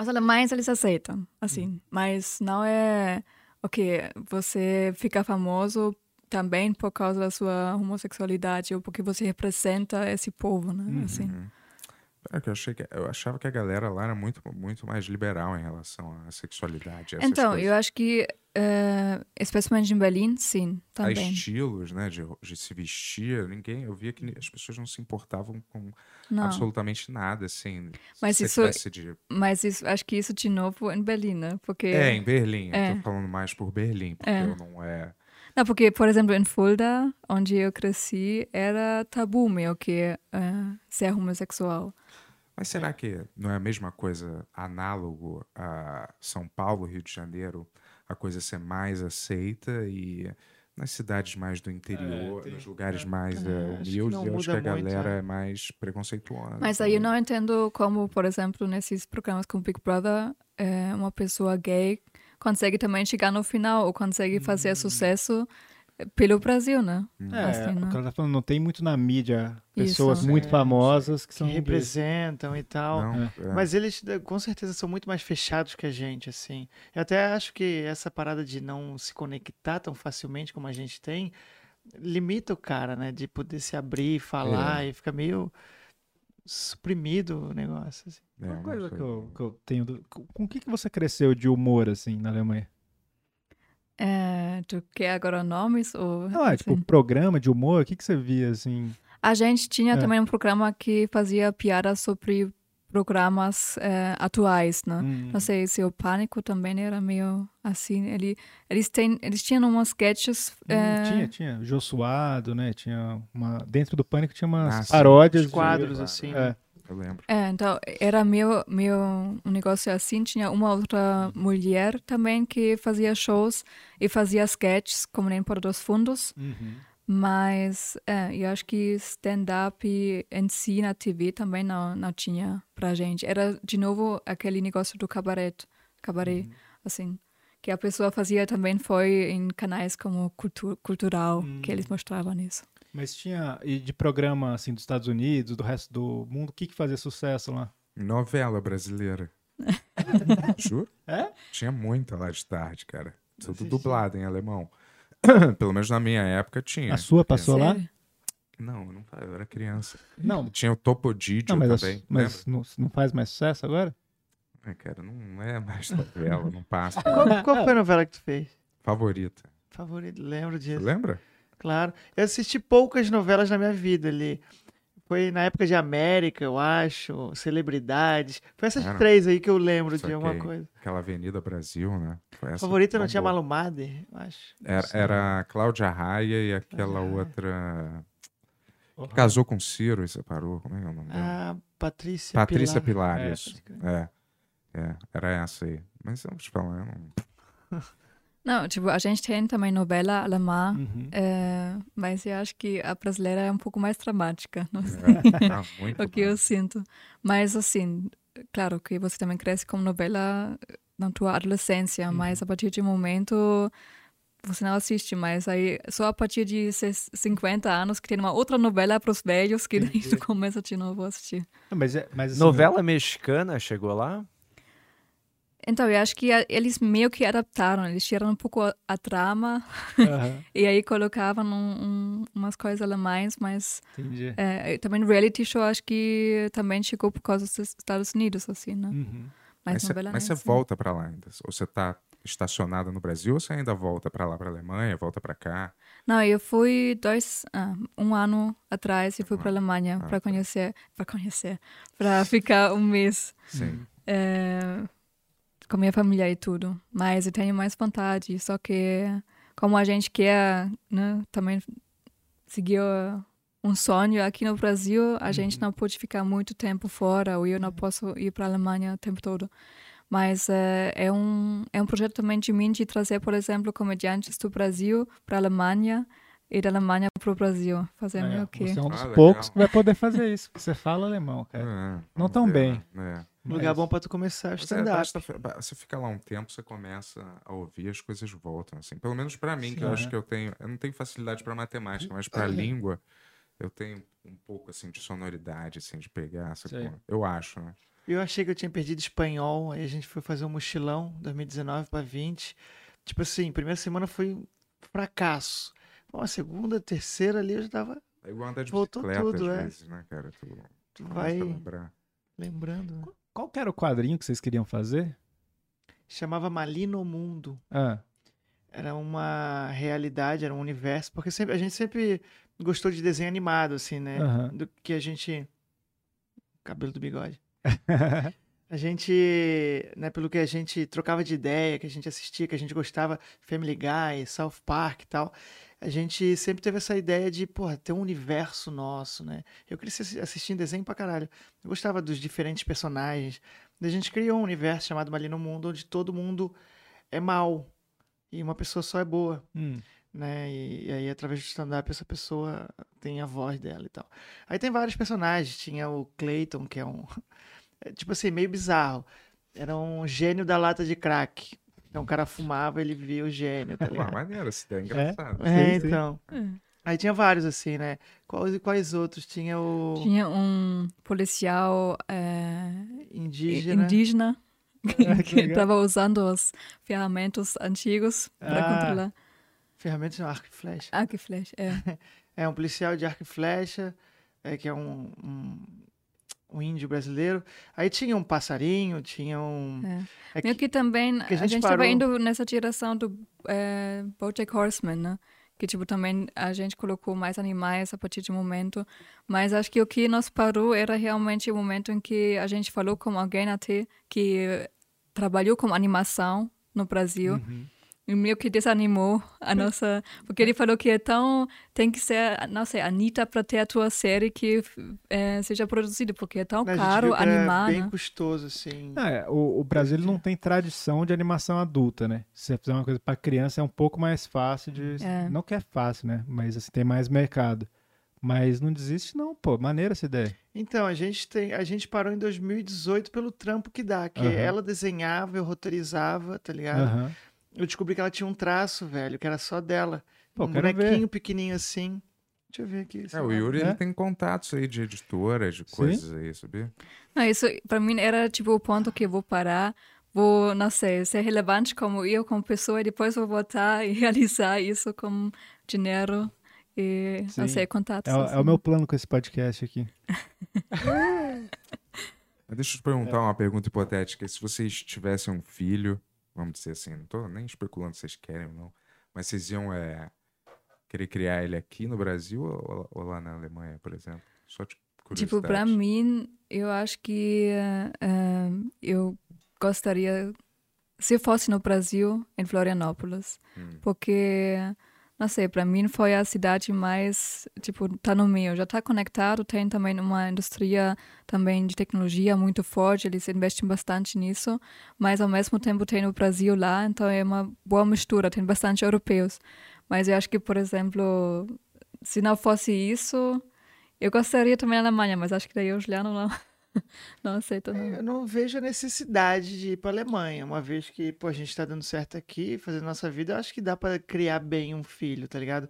S3: os alemães, eles aceitam, assim. Mas não é... Ok, você fica famoso também por causa da sua homossexualidade ou porque você representa esse povo, né?
S1: Uhum,
S3: Assim.
S1: É que eu, achei que- eu achava que a galera lá era muito, muito mais liberal em relação à sexualidade. Essas
S3: Então,
S1: coisas.
S3: eu acho que, eh, especialmente em Berlim, sim,
S1: Há
S3: também.
S1: estilos, né, de, de se vestir. Ninguém, eu via que as pessoas não se importavam com
S3: Não,
S1: absolutamente nada, assim.
S3: Mas
S1: se
S3: isso-
S1: tivesse de-
S3: mas isso, acho que isso de novo em Berlim, né? Porque,
S1: É, em Berlim.
S3: É.
S1: Eu tô falando mais por Berlim, porque
S3: É.
S1: eu não é...
S3: não, porque, por exemplo, em Fulda, onde eu cresci, era tabu meio que eh, ser homossexual.
S1: Mas será que não é a mesma coisa análogo a São Paulo, Rio de Janeiro, a coisa ser mais aceita e nas cidades mais do interior, nos lugares mais é,
S4: É, acho que
S1: humildes,
S4: não
S1: eu acho que a
S4: muda muito,
S1: galera
S4: né?
S1: é mais preconceituosa. então
S3: Mas aí eu não entendo como, por exemplo, nesses programas como Big Brother, eh, uma pessoa gay consegue também chegar no final ou consegue fazer
S2: Hum.
S3: sucesso eh, pelo Brasil, né?
S2: É,
S3: Assim, né?
S2: o cara tá falando, não tem muito na mídia pessoas
S3: Isso.
S2: muito
S4: É,
S2: famosas que
S4: Que
S2: são. gays.
S4: representam e tal.
S1: Não,
S2: É.
S1: é.
S4: Mas eles da- com certeza são muito mais fechados que a gente, assim. Eu até acho que essa parada de não se conectar tão facilmente como a gente tem limita o cara, né? De poder se abrir, falar e fica meio suprimido o negócio. assim.
S1: É,
S2: Uma
S1: não
S2: coisa
S1: sei.
S2: que eu, que eu tenho. do- com- Com o que, que você cresceu de humor, assim, na Alemanha?
S3: Eh, tu quer agora nomes? Ou,
S2: Não, é,
S3: assim?
S2: tipo, programa de humor, o que, que você via, assim?
S3: A gente tinha
S2: É.
S3: também um programa que fazia piadas sobre programas eh, atuais, né?
S2: Hum,
S3: Não sei se o Pânico também era meio assim. Ele, eles, têm, eles tinham umas sketches. eh,
S2: hum, Tinha, tinha. Jô Suado, né? Tinha uma. Dentro do pânico tinha
S1: Ah,
S2: umas
S1: sim,
S2: paródias.
S1: os
S2: de-
S4: Quadros,
S1: claro.
S4: assim.
S2: É.
S1: Eu lembro.
S3: É, então era meio, meio um negócio assim. Tinha uma outra mulher também que fazia shows e fazia sketches, como nem Porta dos Fundos.
S2: Uhum.
S3: Mas é, eu acho que stand-up em si na TV também não, não tinha pra gente. Era, de novo, aquele negócio do cabaré, cabaré, assim, que a pessoa fazia também foi em canais como cultu Cultural, que eles mostravam isso.
S2: Mas tinha. E de programa, assim, dos Estados Unidos, do resto do mundo, o que, que fazia sucesso lá?
S1: Novela brasileira. Juro?
S2: É?
S1: Tinha muita lá de tarde, cara. Tudo dublado em alemão. Pelo menos na minha época tinha.
S2: A sua passou lá?
S3: Sério?
S1: Não, eu, não, eu era criança.
S2: Não.
S1: Tinha o Topo Didio
S2: Não, mas, a-
S1: também. lembra?
S2: mas não, não faz mais sucesso agora?
S1: É, cara, não é mais novela, não passa.
S4: Qual,
S2: É.
S4: qual foi a novela que tu fez?
S1: Favorita.
S4: Favorito, lembro
S1: Você
S4: disso.
S1: lembra?
S4: Claro. Eu assisti poucas novelas na minha vida ali. Foi na época de América, eu acho, celebridades. Foi essas
S1: Cara,
S4: três aí que eu lembro de
S1: saquei.
S4: alguma coisa.
S1: Aquela Avenida Brasil, né? Foi essa que
S4: Favorita não tinha
S1: bombou.
S4: Malumader, eu acho.
S1: Era, era a Cláudia Raia e
S4: Ah.
S1: aquela outra. que Casou com Ciro e separou. Como é que é o nome dela?
S4: Ah, Patrícia
S1: Patrícia
S4: Pilar.
S1: Pilar,
S2: É,
S1: isso. É. É, era essa aí. Mas eu vou te falar, eu não...
S3: Não, tipo, a gente tem também novela alemã,
S2: Uhum.
S3: eh, mas eu acho que a brasileira é um pouco mais dramática, não sei.
S1: é, tá muito
S3: o que eu sinto. Mas assim, claro que você também cresce como novela na tua adolescência, mas a partir de um momento você não assiste mais. Aí só a partir de ses- 50 anos que tem uma outra novela para os velhos que daí tu começa de novo a assistir.
S2: Não, Mas, é- mas, assim,
S5: Novela mexicana chegou lá?
S3: Então, eu acho que a- eles meio que adaptaram, eles tiraram um pouco a, a trama
S2: Aham,
S3: e aí colocavam um, um, umas coisas alemães, mas
S2: entendi.
S3: é, também reality show acho que também chegou por causa dos Estados Unidos, assim, né?
S2: Uhum.
S1: Mas
S3: Mas
S1: cê-
S3: novela
S1: mas
S3: nem
S1: você
S3: assim.
S1: volta pra lá ainda? Ou você tá estacionada no Brasil ou você ainda volta pra lá, pra Alemanha, volta pra cá?
S3: Não, eu fui dois, ah, um ano atrás e fui
S1: Ah,
S3: para Alemanha
S1: tá.
S3: para conhecer, para conhecer, para ficar um mês
S1: Sim.
S3: eh, com minha família e tudo. Mas eu tenho mais vontade, só que como a gente quer, né, também seguir ah, um sonho aqui no Brasil,
S2: Uhum.
S3: a gente não pode ficar muito tempo fora, ou eu não posso ir para a Alemanha o tempo todo. Mas eh, é, um, é um projeto também de mim de trazer, por exemplo, comediantes do Brasil para a Alemanha e da Alemanha para o Brasil. Fazer
S2: Aí, ó,
S3: meio que.
S2: Você é um
S1: Ah,
S2: dos
S1: legal.
S2: poucos que vai poder fazer isso, porque você fala alemão, cara.
S1: É,
S2: Não
S1: vamos
S2: tão
S1: ver,
S2: bem.
S1: né? É.
S4: Um Lugar
S2: Mas-
S4: bom pra tu começar o
S1: Mas é,
S4: stand-up.
S1: basta- você fica lá um tempo, você começa a ouvir, as coisas voltam, assim. Pelo menos pra mim, que eu
S2: Sim.
S1: acho que eu tenho... Eu não tenho facilidade pra matemática, mas pra língua eu tenho um pouco, assim, de sonoridade, assim, de pegar essa
S2: Sim.
S1: coisa. Eu acho, né?
S4: Eu achei que eu tinha perdido espanhol, aí a gente foi fazer um mochilão 2019 pra 20. Tipo assim, primeira semana foi um fracasso. Bom, a segunda, terceira ali eu já tava
S1: É igual andar de
S4: Voltou
S1: bicicleta,
S4: tudo,
S1: às
S4: é.
S1: vezes, né, cara? Tu,
S4: tu
S1: começa a
S4: vai
S1: lembrar.
S4: lembrando. né?
S2: Qual que era o quadrinho que vocês queriam fazer?
S4: Chamava Malino Mundo.
S2: Ah,
S4: Era uma realidade, era um universo, porque sempre, a gente sempre gostou de desenho animado, assim, né?
S2: Aham.
S4: Do que a gente. Cabelo do bigode. A gente, né, pelo que a gente trocava de ideia, que a gente assistia, que a gente gostava, Family Guy, South Park e tal, a gente sempre teve essa ideia de, porra, ter um universo nosso, né? Eu cresci assi- assistindo desenho pra caralho. Eu gostava dos diferentes personagens. Daí A gente criou um universo chamado Malino Mundo, onde todo mundo é mal e uma pessoa só é boa
S2: hum,
S4: né? E, e aí, através do stand-up, essa pessoa tem a voz dela e tal. Aí tem vários personagens. Tinha o Clayton, que é um. é, tipo assim, meio bizarro. Era um gênio da lata de crack. Então o cara fumava, ele via o gênio, tá
S1: Pô,
S4: ligado?
S1: maneiro essa ideia, engraçado.
S4: É,
S2: Sim, sim.
S4: então. Aí tinha vários, assim, né? Quais, e quais outros? Tinha o
S3: Tinha um policial eh,
S4: indígena.
S3: indígena
S2: Ah, que
S3: que
S2: legal.
S3: estava usando as ferramentas antigas para
S2: Ah.
S3: controlar.
S4: Ferramentas de arco e flecha.
S3: Ah, que flash, é.
S4: É um policial de arco e flecha, é, que é um, um, um índio brasileiro. Aí tinha um passarinho, tinha um. É
S3: Meio
S4: que-
S3: que também
S4: que a
S3: a
S4: gente
S3: gente estava
S4: parou-
S3: indo nessa direção do eh, Bojack Horseman, né? Que, tipo, também a gente colocou mais animais a partir de um momento. Mas acho que o que nos parou era realmente o momento em que a gente falou com alguém até que trabalhou com animação no Brasil.
S2: uhum.
S3: E meio que desanimou a nossa. Porque ele falou que é tão. Tem que ser, não sei, Anitta para ter a tua série que eh, seja produzida, porque é tão
S4: né, a gente
S3: caro
S4: viu que era
S3: animar.
S4: bem
S3: né?
S4: custoso, assim.
S2: Ah, é, o, o Brasil ele não tem tradição de animação adulta, né? Se você fizer uma coisa pra criança é um pouco mais fácil de.
S3: É.
S2: Não que é fácil, né? Mas assim, tem mais mercado. Mas não desiste, não, pô. Maneira essa ideia.
S4: Então, a gente tem, a gente parou em 2018 pelo trampo que dá, que
S2: Aham.
S4: ela desenhava, eu roteirizava, tá ligado?
S2: Aham.
S4: Eu descobri que ela tinha um traço, velho, que era só dela.
S2: Pô,
S4: um
S2: quero ver.
S4: bonequinho pequenininho assim. Deixa eu ver aqui. sei
S1: É, o
S4: lá.
S1: Yuri
S2: É.
S1: ele tem contatos aí de editoras, de coisas aí, sabia?
S3: Não, isso para mim era tipo o ponto que eu vou parar, vou, não sei, ser relevante como eu, como pessoa, e depois vou voltar e realizar isso com dinheiro e, não
S2: Sim.
S3: sei, contatos.
S2: É, o- é
S3: assim.
S2: o meu plano com esse podcast aqui.
S1: Mas Deixa eu te perguntar uma pergunta hipotética. Se vocês tivessem um filho, vamos dizer assim, não tô nem especulando se vocês querem ou não, mas vocês iam é, querer criar ele aqui no Brasil ou, ou lá na Alemanha, por exemplo? Só de curiosidade.
S3: Tipo, para mim, eu acho que eh, eh, eu gostaria, se eu fosse no Brasil, em Florianópolis, porque, não sei, para mim foi a cidade mais, tipo, tá no meio, já tá conectado, tem também uma indústria também de tecnologia muito forte, eles investem bastante nisso, mas ao mesmo tempo tem o Brasil lá, então é uma boa mistura, tem bastante europeus. Mas eu acho que, por exemplo, se não fosse isso, eu gostaria também da Alemanha, mas acho que daí o Juliano não, não aceita. Não.
S4: Eu não vejo a necessidade de ir pra Alemanha, uma vez que, pô, a gente tá dando certo aqui, fazendo nossa vida, eu acho que dá pra criar bem um filho, tá ligado?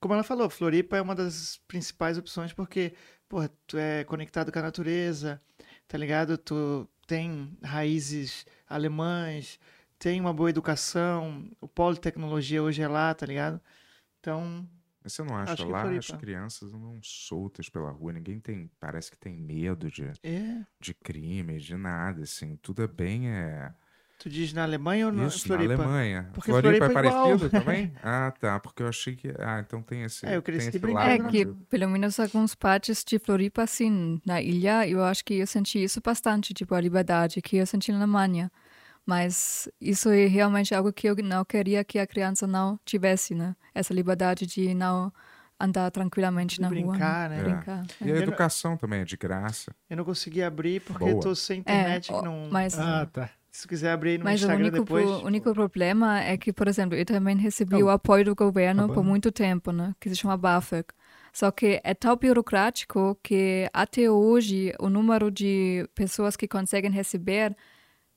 S4: Como ela falou, Floripa é uma das principais opções porque, pô, tu é conectado com a natureza, tá ligado? Tu tem raízes alemãs, tem uma boa educação, o polo de tecnologia hoje é lá, tá ligado? Então,
S1: Mas você não acha
S4: Acho que é
S1: lá
S4: Floripa.
S1: as crianças andam soltas pela rua, ninguém tem, parece que tem medo de,
S4: é.
S1: de crime, de nada, assim, tudo é bem é
S4: Tu diz na Alemanha ou na
S1: isso,
S4: Floripa?
S1: na Alemanha.
S4: Porque
S1: Floripa,
S4: Floripa é
S1: é
S4: igual.
S1: parecido também? Ah, tá, porque eu achei que, ah, então tem esse,
S4: É, eu cresci
S1: tem esse
S4: brincando
S1: lado
S3: É
S4: Claro,
S3: que,
S1: negativo.
S3: pelo menos alguns partes de Floripa, sim, na ilha, eu acho que eu senti isso bastante, tipo, a liberdade que eu senti na Alemanha. Mas isso é realmente algo que eu não queria que a criança não tivesse, né? Essa liberdade de não andar tranquilamente
S4: De
S3: na rua.
S4: brincar, né?
S1: É.
S3: Brincar.
S1: E
S3: é.
S1: a
S4: Eu não-
S1: educação também é de graça.
S4: Eu não consegui abrir porque
S1: Boa.
S4: tô
S3: É,
S4: sem internet. que
S3: ó,
S4: não...
S3: mas,
S2: Ah, tá.
S4: Se quiser abrir aí no
S3: mas o
S4: Instagram
S3: único,
S4: depois. tipo
S3: pro- único problema é que, por exemplo, eu também recebi
S2: Não.
S3: o apoio do governo
S2: Tá bom.
S3: por muito tempo, né? Que se chama BAföG. Só que é tão burocrático que até hoje o número de pessoas que conseguem receber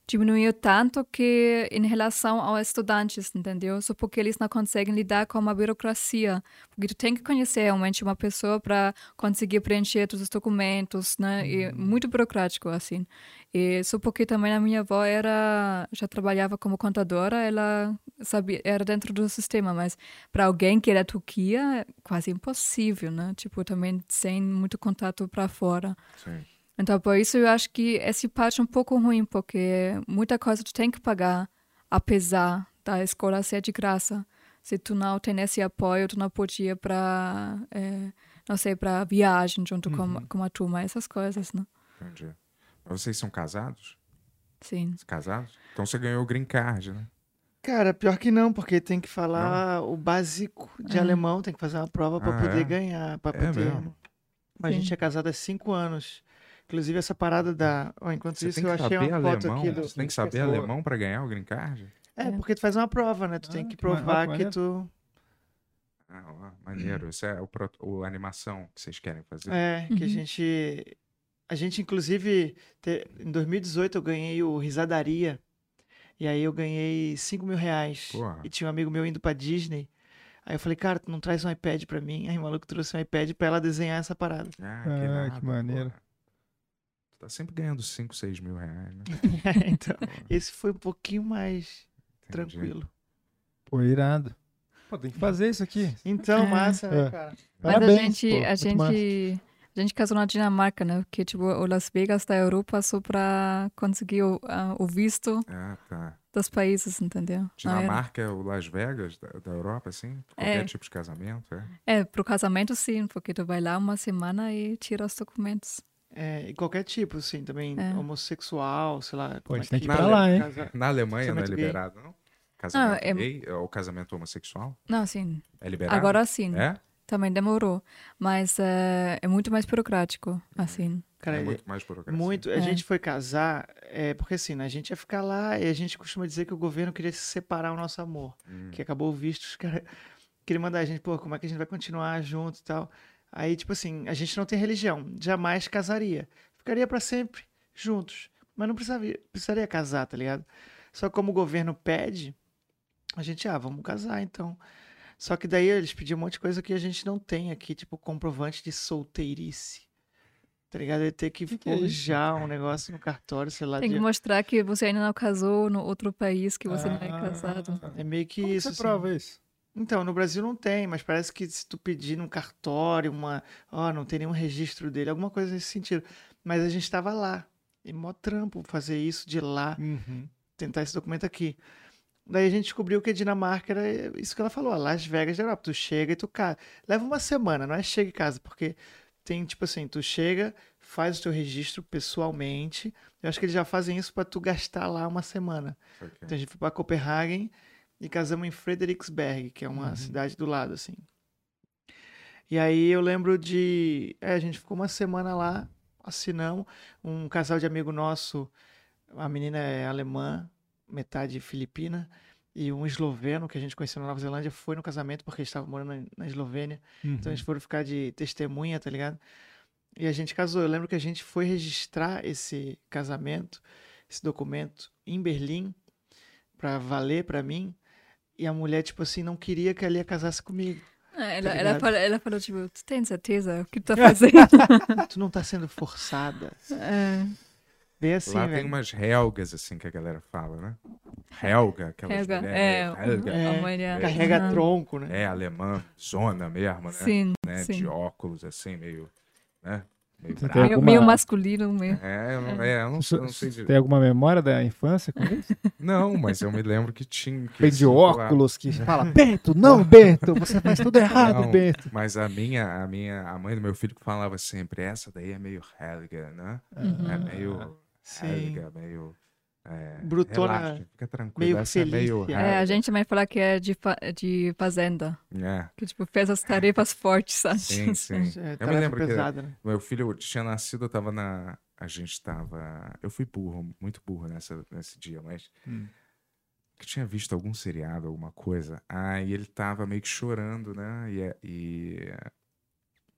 S3: diminuiu tanto que em relação aos estudantes, entendeu? Só porque eles não conseguem lidar com a burocracia, porque tu tem que conhecer realmente uma pessoa para conseguir preencher todos os documentos, né? E é
S4: Uhum.
S3: muito burocrático assim. E só porque também a minha avó era já trabalhava como contadora, ela sabia era dentro do sistema, mas para alguém que é da Turquia, é quase impossível, né? Tipo também sem muito contato para fora.
S1: Sim.
S3: Então, por isso eu acho que esse parte é um pouco ruim, porque muita coisa tu tem que pagar, apesar da escola ser de graça. Se tu não tem esse apoio, tu não podia para, eh, não sei, para viagem junto com, com a turma, essas coisas, né?
S1: Entendi. Mas vocês são casados?
S3: Sim.
S1: Casados? Então você ganhou o green card, né?
S4: Cara, pior que não, porque tem que falar o básico
S3: É.
S4: de alemão, tem que fazer uma prova pra
S1: Ah,
S4: poder
S1: é?
S4: ganhar, pra
S1: É
S4: poder.
S1: mesmo?
S4: Mas a
S3: Sim.
S4: gente é casado há cinco anos. Inclusive essa parada da. Ó, enquanto
S1: Você
S4: isso,
S1: tem que
S4: eu achei
S1: saber
S4: uma foto
S1: alemão? né?
S4: aqui do.
S1: Você tem que saber alemão pra ganhar o green card?
S4: É, porque tu faz uma prova, né? Tu tem
S2: Ah,
S4: que
S2: que maneiro,
S4: provar que
S1: é
S2: maneiro.
S4: tu.
S1: Ah, ó, maneiro. Isso é o, pro- o a animação que vocês querem fazer.
S4: É, que a
S3: Uhum.
S4: gente. A gente, inclusive, te- em 2018 eu ganhei o Risadaria. E aí eu ganhei 5 mil reais.
S1: Porra.
S4: E tinha um amigo meu indo pra Disney. Aí eu falei, cara, tu não traz um iPad pra mim? Aí o maluco trouxe um iPad pra ela desenhar essa parada.
S1: Ah,
S2: Ah,
S1: irado,
S2: que maneiro.
S1: porra. Tu tá sempre ganhando 5, 6 mil reais, né?
S4: então,
S1: Porra,
S4: esse foi um pouquinho mais
S1: entendi.
S4: tranquilo.
S2: Pô, irado. Pô, tem que fazer isso aqui.
S4: Então,
S3: É.
S4: massa, né,
S2: É.
S4: cara?
S3: Mas
S2: Parabéns,
S3: a gente,
S2: pô,
S3: a
S2: muito massa.
S3: gente, a gente casou na Dinamarca, né? Que tipo o Las Vegas da Europa só para conseguir o, ah, o visto
S1: Ah, tá.
S3: dos países, entendeu? Não era-
S1: Dinamarca é o Las Vegas da, da Europa, assim? Qualquer
S3: É.
S1: tipo de casamento, é?
S3: É, pro casamento sim, porque tu vai lá uma semana e tira os documentos.
S4: É, e qualquer tipo, assim, também
S3: É.
S4: homossexual, sei lá.
S2: Pô, a
S4: como
S2: gente tem que ir
S1: pra
S4: é?
S2: lá, hein?
S4: Casa-
S1: Na Alemanha não é
S4: Casamento gay.
S1: liberado, não? Casamento
S3: é-
S1: gay é... ou casamento homossexual?
S3: Não, sim.
S1: É liberado?
S3: Agora sim.
S1: É?
S3: Também demorou. Mas é, é muito mais burocrático, assim.
S4: Cara,
S1: é
S4: ele-
S1: muito mais burocracia.
S4: Muito. A
S3: É.
S4: gente foi casar, é, porque assim, né, a gente ia ficar lá e a gente costuma dizer que o governo queria separar o nosso amor.
S1: Hum.
S4: Que acabou o visto, os caras queriam mandar a gente, pô, como é que a gente vai continuar junto e tal. Aí, tipo assim, a gente não tem religião, jamais casaria. Ficaria pra sempre juntos, mas não precisaria, precisaria casar, tá ligado? Só como o governo pede, a gente, ah, vamos casar então. Só que daí eles pediam um monte de coisa que a gente não tem aqui, tipo comprovante de solteirice. Tá ligado? Ia ter que,
S2: que é isso?
S4: forjar um negócio no cartório, sei lá.
S3: Tem que
S4: de-
S3: mostrar que você ainda não casou no outro país que você não é
S2: Ah,
S3: casado.
S2: Como
S4: É meio que
S2: que
S4: isso.
S2: você
S4: assim.
S2: prova isso?
S4: Então, no Brasil não tem, mas parece que se tu pedir num cartório, uma. Ó, não tem nenhum registro dele, alguma coisa nesse sentido. Mas a gente tava lá. E mó trampo fazer isso de lá,
S2: Uhum.
S4: tentar esse documento aqui. Daí a gente descobriu que a Dinamarca era eh, isso que ela falou, a Las Vegas da Europa. Tu chega e tu casa. Leva uma semana, não é chega e casa, porque tem tipo assim, tu chega, faz o teu registro pessoalmente. Eu acho que eles já fazem isso pra tu gastar lá uma semana.
S1: Isso aqui.
S4: Então a gente foi pra Copenhagen e casamos em Frederiksberg, que é uma cidade do lado, assim. E aí eu lembro de. É, a gente ficou uma semana lá, assinamos. Um casal de amigo nosso, a menina é alemã, metade filipina, e um esloveno que a gente conheceu na Nova Zelândia foi no casamento porque eles estavam morando na- na Eslovênia. Então
S3: Uhum.
S4: eles foram ficar de testemunha, tá ligado? E a gente casou. Eu lembro que a gente foi registrar esse casamento, esse documento, em Berlim, pra valer pra mim. E a mulher, tipo assim, não queria que ela ia casasse comigo.
S3: É, Ela,
S4: Tá
S3: ela,
S4: ligado?
S3: falou, ela falou, tipo, tu
S4: Ah,
S3: tem certeza o que tu tá fazendo?
S4: Tu não tá sendo forçada.
S3: É.
S4: bem assim,
S1: Lá
S4: né?
S1: tem umas helgas, assim, que a galera fala, né? Helga, aquelas
S3: Helga, é,
S1: mulheres, Helga.
S3: é, a mulher.
S4: Carrega
S3: Aham.
S4: tronco, né?
S1: É, alemã, zona mesmo, né?
S3: Sim,
S1: Né,
S3: sim.
S1: De óculos, assim, meio, né? Meio
S2: Você tem
S1: brava.
S3: Meio,
S2: Alguma-
S3: meio masculino, meio...
S1: É, eu não, é, eu não, eu não sei direito.
S2: uhum. Tem alguma memória da infância com isso?
S1: Não, mas eu me lembro que tinha. Que
S2: Tem de
S1: circulava.
S2: óculos que
S1: Ah,
S2: fala, Bento, não, Bento, você faz tudo errado,
S1: Não,
S2: Bento.
S1: Mas a minha, a minha, a mãe do meu filho que falava sempre, essa daí é meio Helga, né?
S3: Ah,
S1: É meio
S4: Sim.
S1: Helga, meio. É,
S4: Brutona,
S1: relaxa, fica tranquilo.
S4: meio
S1: essa é meio
S4: Felícia.
S1: Helga.
S3: É, a gente também fala que é de, fa- de fazenda,
S1: É,
S3: que tipo, fez as tarefas fortes, sabe?
S1: sim, sim.
S4: É,
S1: eu me
S4: tarefa
S1: lembro que
S4: pesada, né?
S1: Meu filho tinha nascido, eu tava na. A gente tava. Eu fui burro, muito burro nessa, nesse dia, mas. Que tinha visto algum seriado, alguma coisa. Aí ele tava meio que chorando, né? E, a- e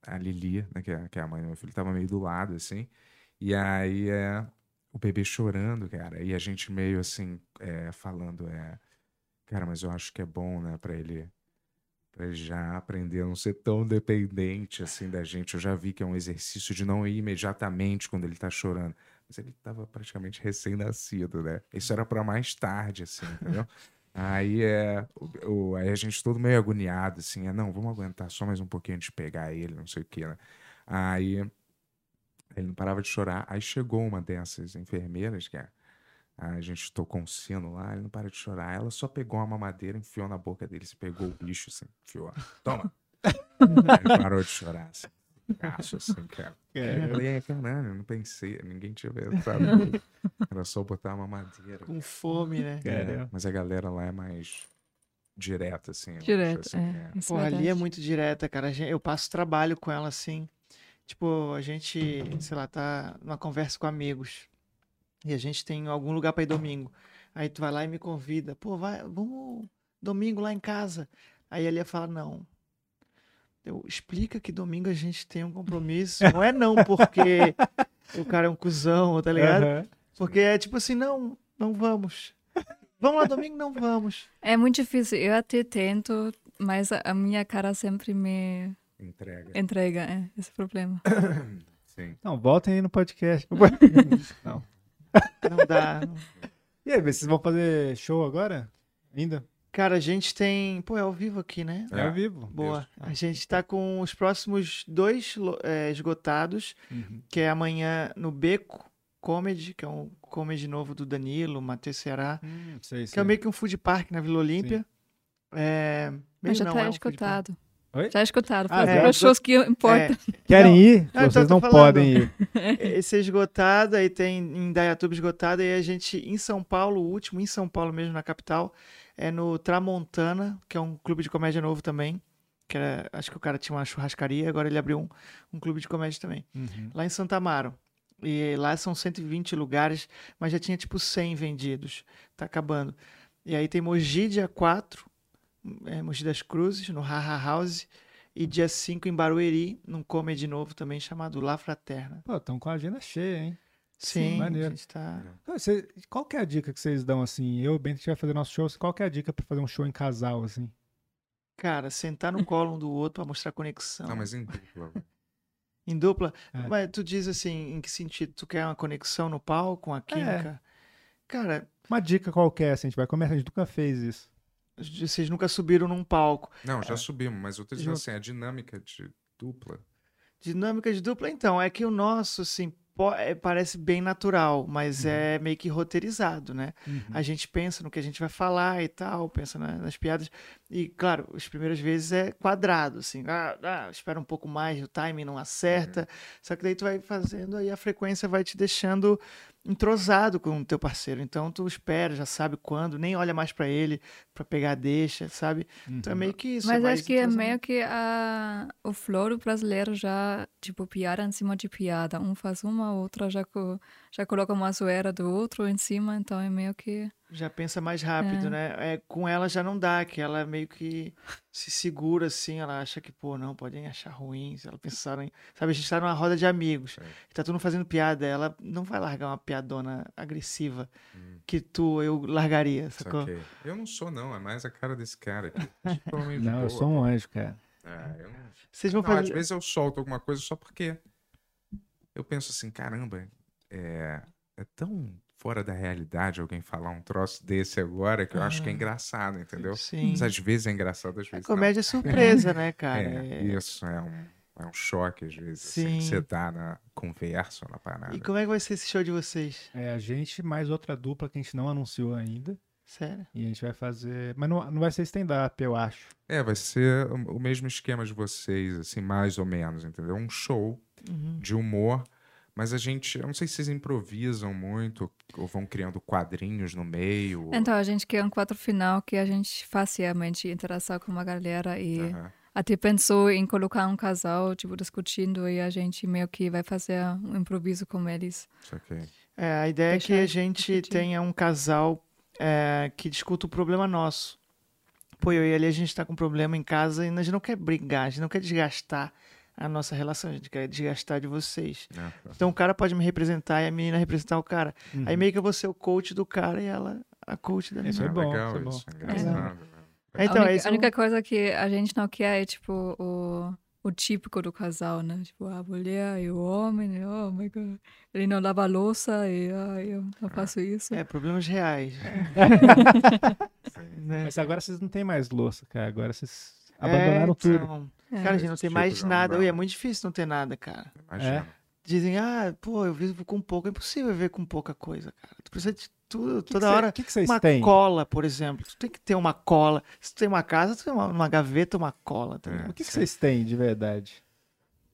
S1: a Lili, né, que, é, que é a mãe do meu filho, tava meio do lado, assim. E aí é, o bebê chorando, cara. E a gente meio assim, é, falando, é. Cara, mas eu acho que é bom, né, pra ele Pra ele já aprender a não ser tão dependente assim da gente. Eu já vi que é um exercício de não ir imediatamente quando ele tá chorando. Mas ele tava praticamente recém-nascido, né? Isso era pra mais tarde, assim, entendeu? Aí é. O, o- aí a gente todo meio agoniado, assim, é, não, vamos aguentar só mais um pouquinho antes de pegar ele, não sei o quê, né? Aí ele não parava de chorar. Aí chegou uma dessas enfermeiras, é cara. A gente tocou um sino lá, ele não para de chorar. Ela só pegou uma mamadeira, enfiou na boca dele, se pegou o bicho, assim, enfiou. Toma! ele parou de chorar, assim. Caço, assim, cara. Eu falei, é, caralho, eu não pensei, ninguém tinha pensado. nisso. Era só botar uma mamadeira.
S4: Com fome, né?
S1: É, mas a galera lá é mais direta, assim. eu acho,
S3: Direto,
S1: assim,
S3: é. Isso
S4: Porra, ali é
S3: verdade.
S4: muito direta, cara. A gen- Eu passo trabalho com ela assim. Tipo, a gente, sei lá, tá numa conversa com amigos. E a gente tem algum lugar pra ir domingo. Aí tu vai lá e me convida. Pô, vai, vamos domingo lá em casa. Aí ele ia falar, não. Eu, explica que domingo a gente tem um compromisso. Não é não porque o cara é um cuzão, tá ligado?
S2: Aham.
S4: Porque é tipo assim, não, não vamos. Vamos lá domingo? Não vamos.
S3: É muito difícil, eu até tento, mas a, a minha cara sempre me
S1: é, Entrega,
S3: entrega, é, esse é o problema.
S1: sim.
S2: Não, voltem aí no podcast.
S4: Não dá. não
S2: E aí, vocês vão fazer show agora? Ainda?
S4: Cara, a gente tem. Pô, é ao vivo aqui, né?
S1: É.
S2: É. ao vivo.
S4: Boa. A gente tá com os próximos dois lo- é, esgotados, que é amanhã no Beco Comedy, que é um comedy novo do Danilo, Matheus Ceará,
S2: Hum, sei,
S4: que é
S2: sei.
S4: meio que um food park na Vila Olímpia. É... meio
S3: Mas já
S4: não,
S3: tá
S4: é um food park.
S3: escutado.
S2: Oi?
S3: Já é escutado,
S2: Ah,
S3: foi
S4: é?
S2: já.
S3: para os shows que importa.
S2: Querem
S4: Não.
S2: ir?
S4: Ah, então
S2: Vocês
S4: eu tô
S2: não
S4: falando.
S2: podem ir.
S4: Esse é esgotado, aí tem em Dayatuba esgotado, e a gente em São Paulo, o último em São Paulo mesmo, na capital, é no Tramontana, que é um clube de comédia novo também. Que era, acho que o cara tinha uma churrascaria, agora ele abriu um, um clube de comédia também.
S1: Uhum.
S4: Lá em Santa Amaro. E lá são 120 lugares, mas já tinha tipo 100 vendidos. Tá acabando. E aí tem Mogi dia 4, é, Mogi das Cruzes, no Haha House. E dia 5 em Barueri, num comedy novo também chamado La Fraterna.
S2: Pô, estão com a agenda cheia, hein?
S4: Sim,
S2: maneiro.
S4: a gente tá.
S2: Não, cê- qual que é a dica que vocês dão, assim? Eu, Bento, a gente vai fazer nosso show. Qual que é a dica pra fazer um show em casal, assim?
S4: Cara, sentar no colo um do outro pra mostrar conexão.
S1: Não, mas em dupla.
S4: Em dupla.
S2: É.
S4: Mas tu diz assim, em que sentido? Tu quer uma conexão no palco, uma química? Cara,
S2: Uma dica qualquer, assim, a gente vai começar. A gente nunca fez isso.
S4: vocês nunca subiram num palco.
S1: Não, já subimos, mas É. eu tô dizendo
S4: Junto.
S1: assim, a dinâmica de dupla.
S4: Dinâmica de dupla, então, é que o nosso, assim, po- é, parece bem natural, mas é meio que roteirizado, né? A gente pensa no que a gente vai falar e tal, pensa na- nas piadas. E, claro, as primeiras vezes é quadrado, assim, ah, ah, espera um pouco mais, o timing não acerta. Só que daí tu vai fazendo, aí a frequência vai te deixando entrosado com o teu parceiro. Então tu espera, já sabe quando, nem olha mais pra ele pra pegar a deixa, sabe?
S1: Uhum.
S4: Então é
S2: Uhum.
S4: meio que isso.
S3: Mas acho que é
S4: entrosamento.
S3: meio que a, o flor do brasileiro já, tipo, piada em cima de piada. Um faz uma, a outra já, co, já coloca uma zoeira do outro em cima, então é meio que...
S4: Já pensa mais rápido, né? É, com ela já não dá, que ela meio que se segura assim, ela acha que, pô, não, podem achar ruim, se ela pensaram em. Sabe, a gente tá numa roda de amigos,
S1: É.
S4: e tá todo mundo fazendo piada, ela não vai largar uma piadona agressiva
S1: Hum.
S4: que tu, eu largaria, sacou?
S1: Saquei. Eu não sou, não, é mais a cara desse cara. aqui. Tipo, é meio de
S2: Não, eu
S1: boa.
S2: sou um anjo, cara.
S1: Ah, eu não-
S4: Vocês vão
S1: Não, às
S4: fazer.
S1: vezes eu solto alguma coisa só porque eu penso assim, caramba, é, é tão fora da realidade alguém falar um troço desse agora que eu acho que é engraçado, entendeu?
S4: Sim.
S1: Mas às vezes é engraçado, às
S4: A
S1: vezes não.
S4: comédia é surpresa, né, cara?
S1: É,
S4: É.
S1: isso é um, é um choque às vezes, assim, que
S4: Sim.
S1: você tá na conversa, na parada.
S4: E como é que vai ser esse show de vocês?
S2: É a gente mais outra dupla que a gente não anunciou ainda.
S4: Sério?
S2: E a gente vai fazer. Mas não, não vai ser stand-up, eu acho.
S1: É, vai ser o o mesmo esquema de vocês, assim, mais ou menos, entendeu? Um show
S4: Uhum.
S1: de humor, mas a gente, eu não sei se vocês improvisam muito ou vão criando quadrinhos no meio.
S3: Então, a gente quer um quadro final que a gente facilmente interação com a galera e
S1: Aham.
S3: até pensou em colocar um casal, tipo, discutindo e a gente meio que vai fazer um improviso com eles.
S1: Isso aqui. né?
S4: É, a ideia é que
S3: Deixar
S4: a gente
S3: discutir.
S4: tenha um casal é, que discuta o problema nosso. Pô, eu e ali a gente tá com um problema em casa e a gente não quer brigar, a gente não quer desgastar a nossa relação, a gente quer desgastar de vocês.
S1: né?
S4: Então o cara pode me representar e a menina representar o cara. Aí
S2: Uhum.
S4: meio que eu vou ser o coach do cara e ela a coach da
S2: Isso
S4: menina.
S2: é bom,
S1: Ah, legal,
S2: isso é bom.
S1: isso, engraçado. né?
S4: É, então,
S3: a
S4: é
S3: única,
S4: isso.
S3: a única coisa que a gente não quer é, tipo, o, o típico do casal, né? Tipo, a mulher e o homem, e, oh my God, ele não lava a louça e ah, eu não faço isso.
S4: É, problemas reais.
S3: É.
S4: né?
S2: Mas agora vocês não têm mais louça, cara. Agora vocês abandonaram
S4: É,
S2: tudo.
S4: então,
S3: É.
S4: Cara, a gente não
S1: Esse
S4: tem
S1: tipo
S4: mais
S1: já não
S4: nada.
S1: dá.
S4: Ui, é muito difícil não ter nada, cara.
S1: Imagina.
S4: Dizem, ah, pô, eu vivo com pouco. É impossível viver com pouca coisa, cara. Tu precisa de tudo,
S2: Que que
S4: toda
S2: cê-
S4: hora.
S2: que que vocês
S4: uma
S2: têm?
S4: cola, por exemplo. Tu tem que ter uma cola. Se tu tem uma casa, tu tem uma, uma gaveta, uma cola. Tá
S1: É.
S4: ligado?
S2: O que que vocês têm de verdade?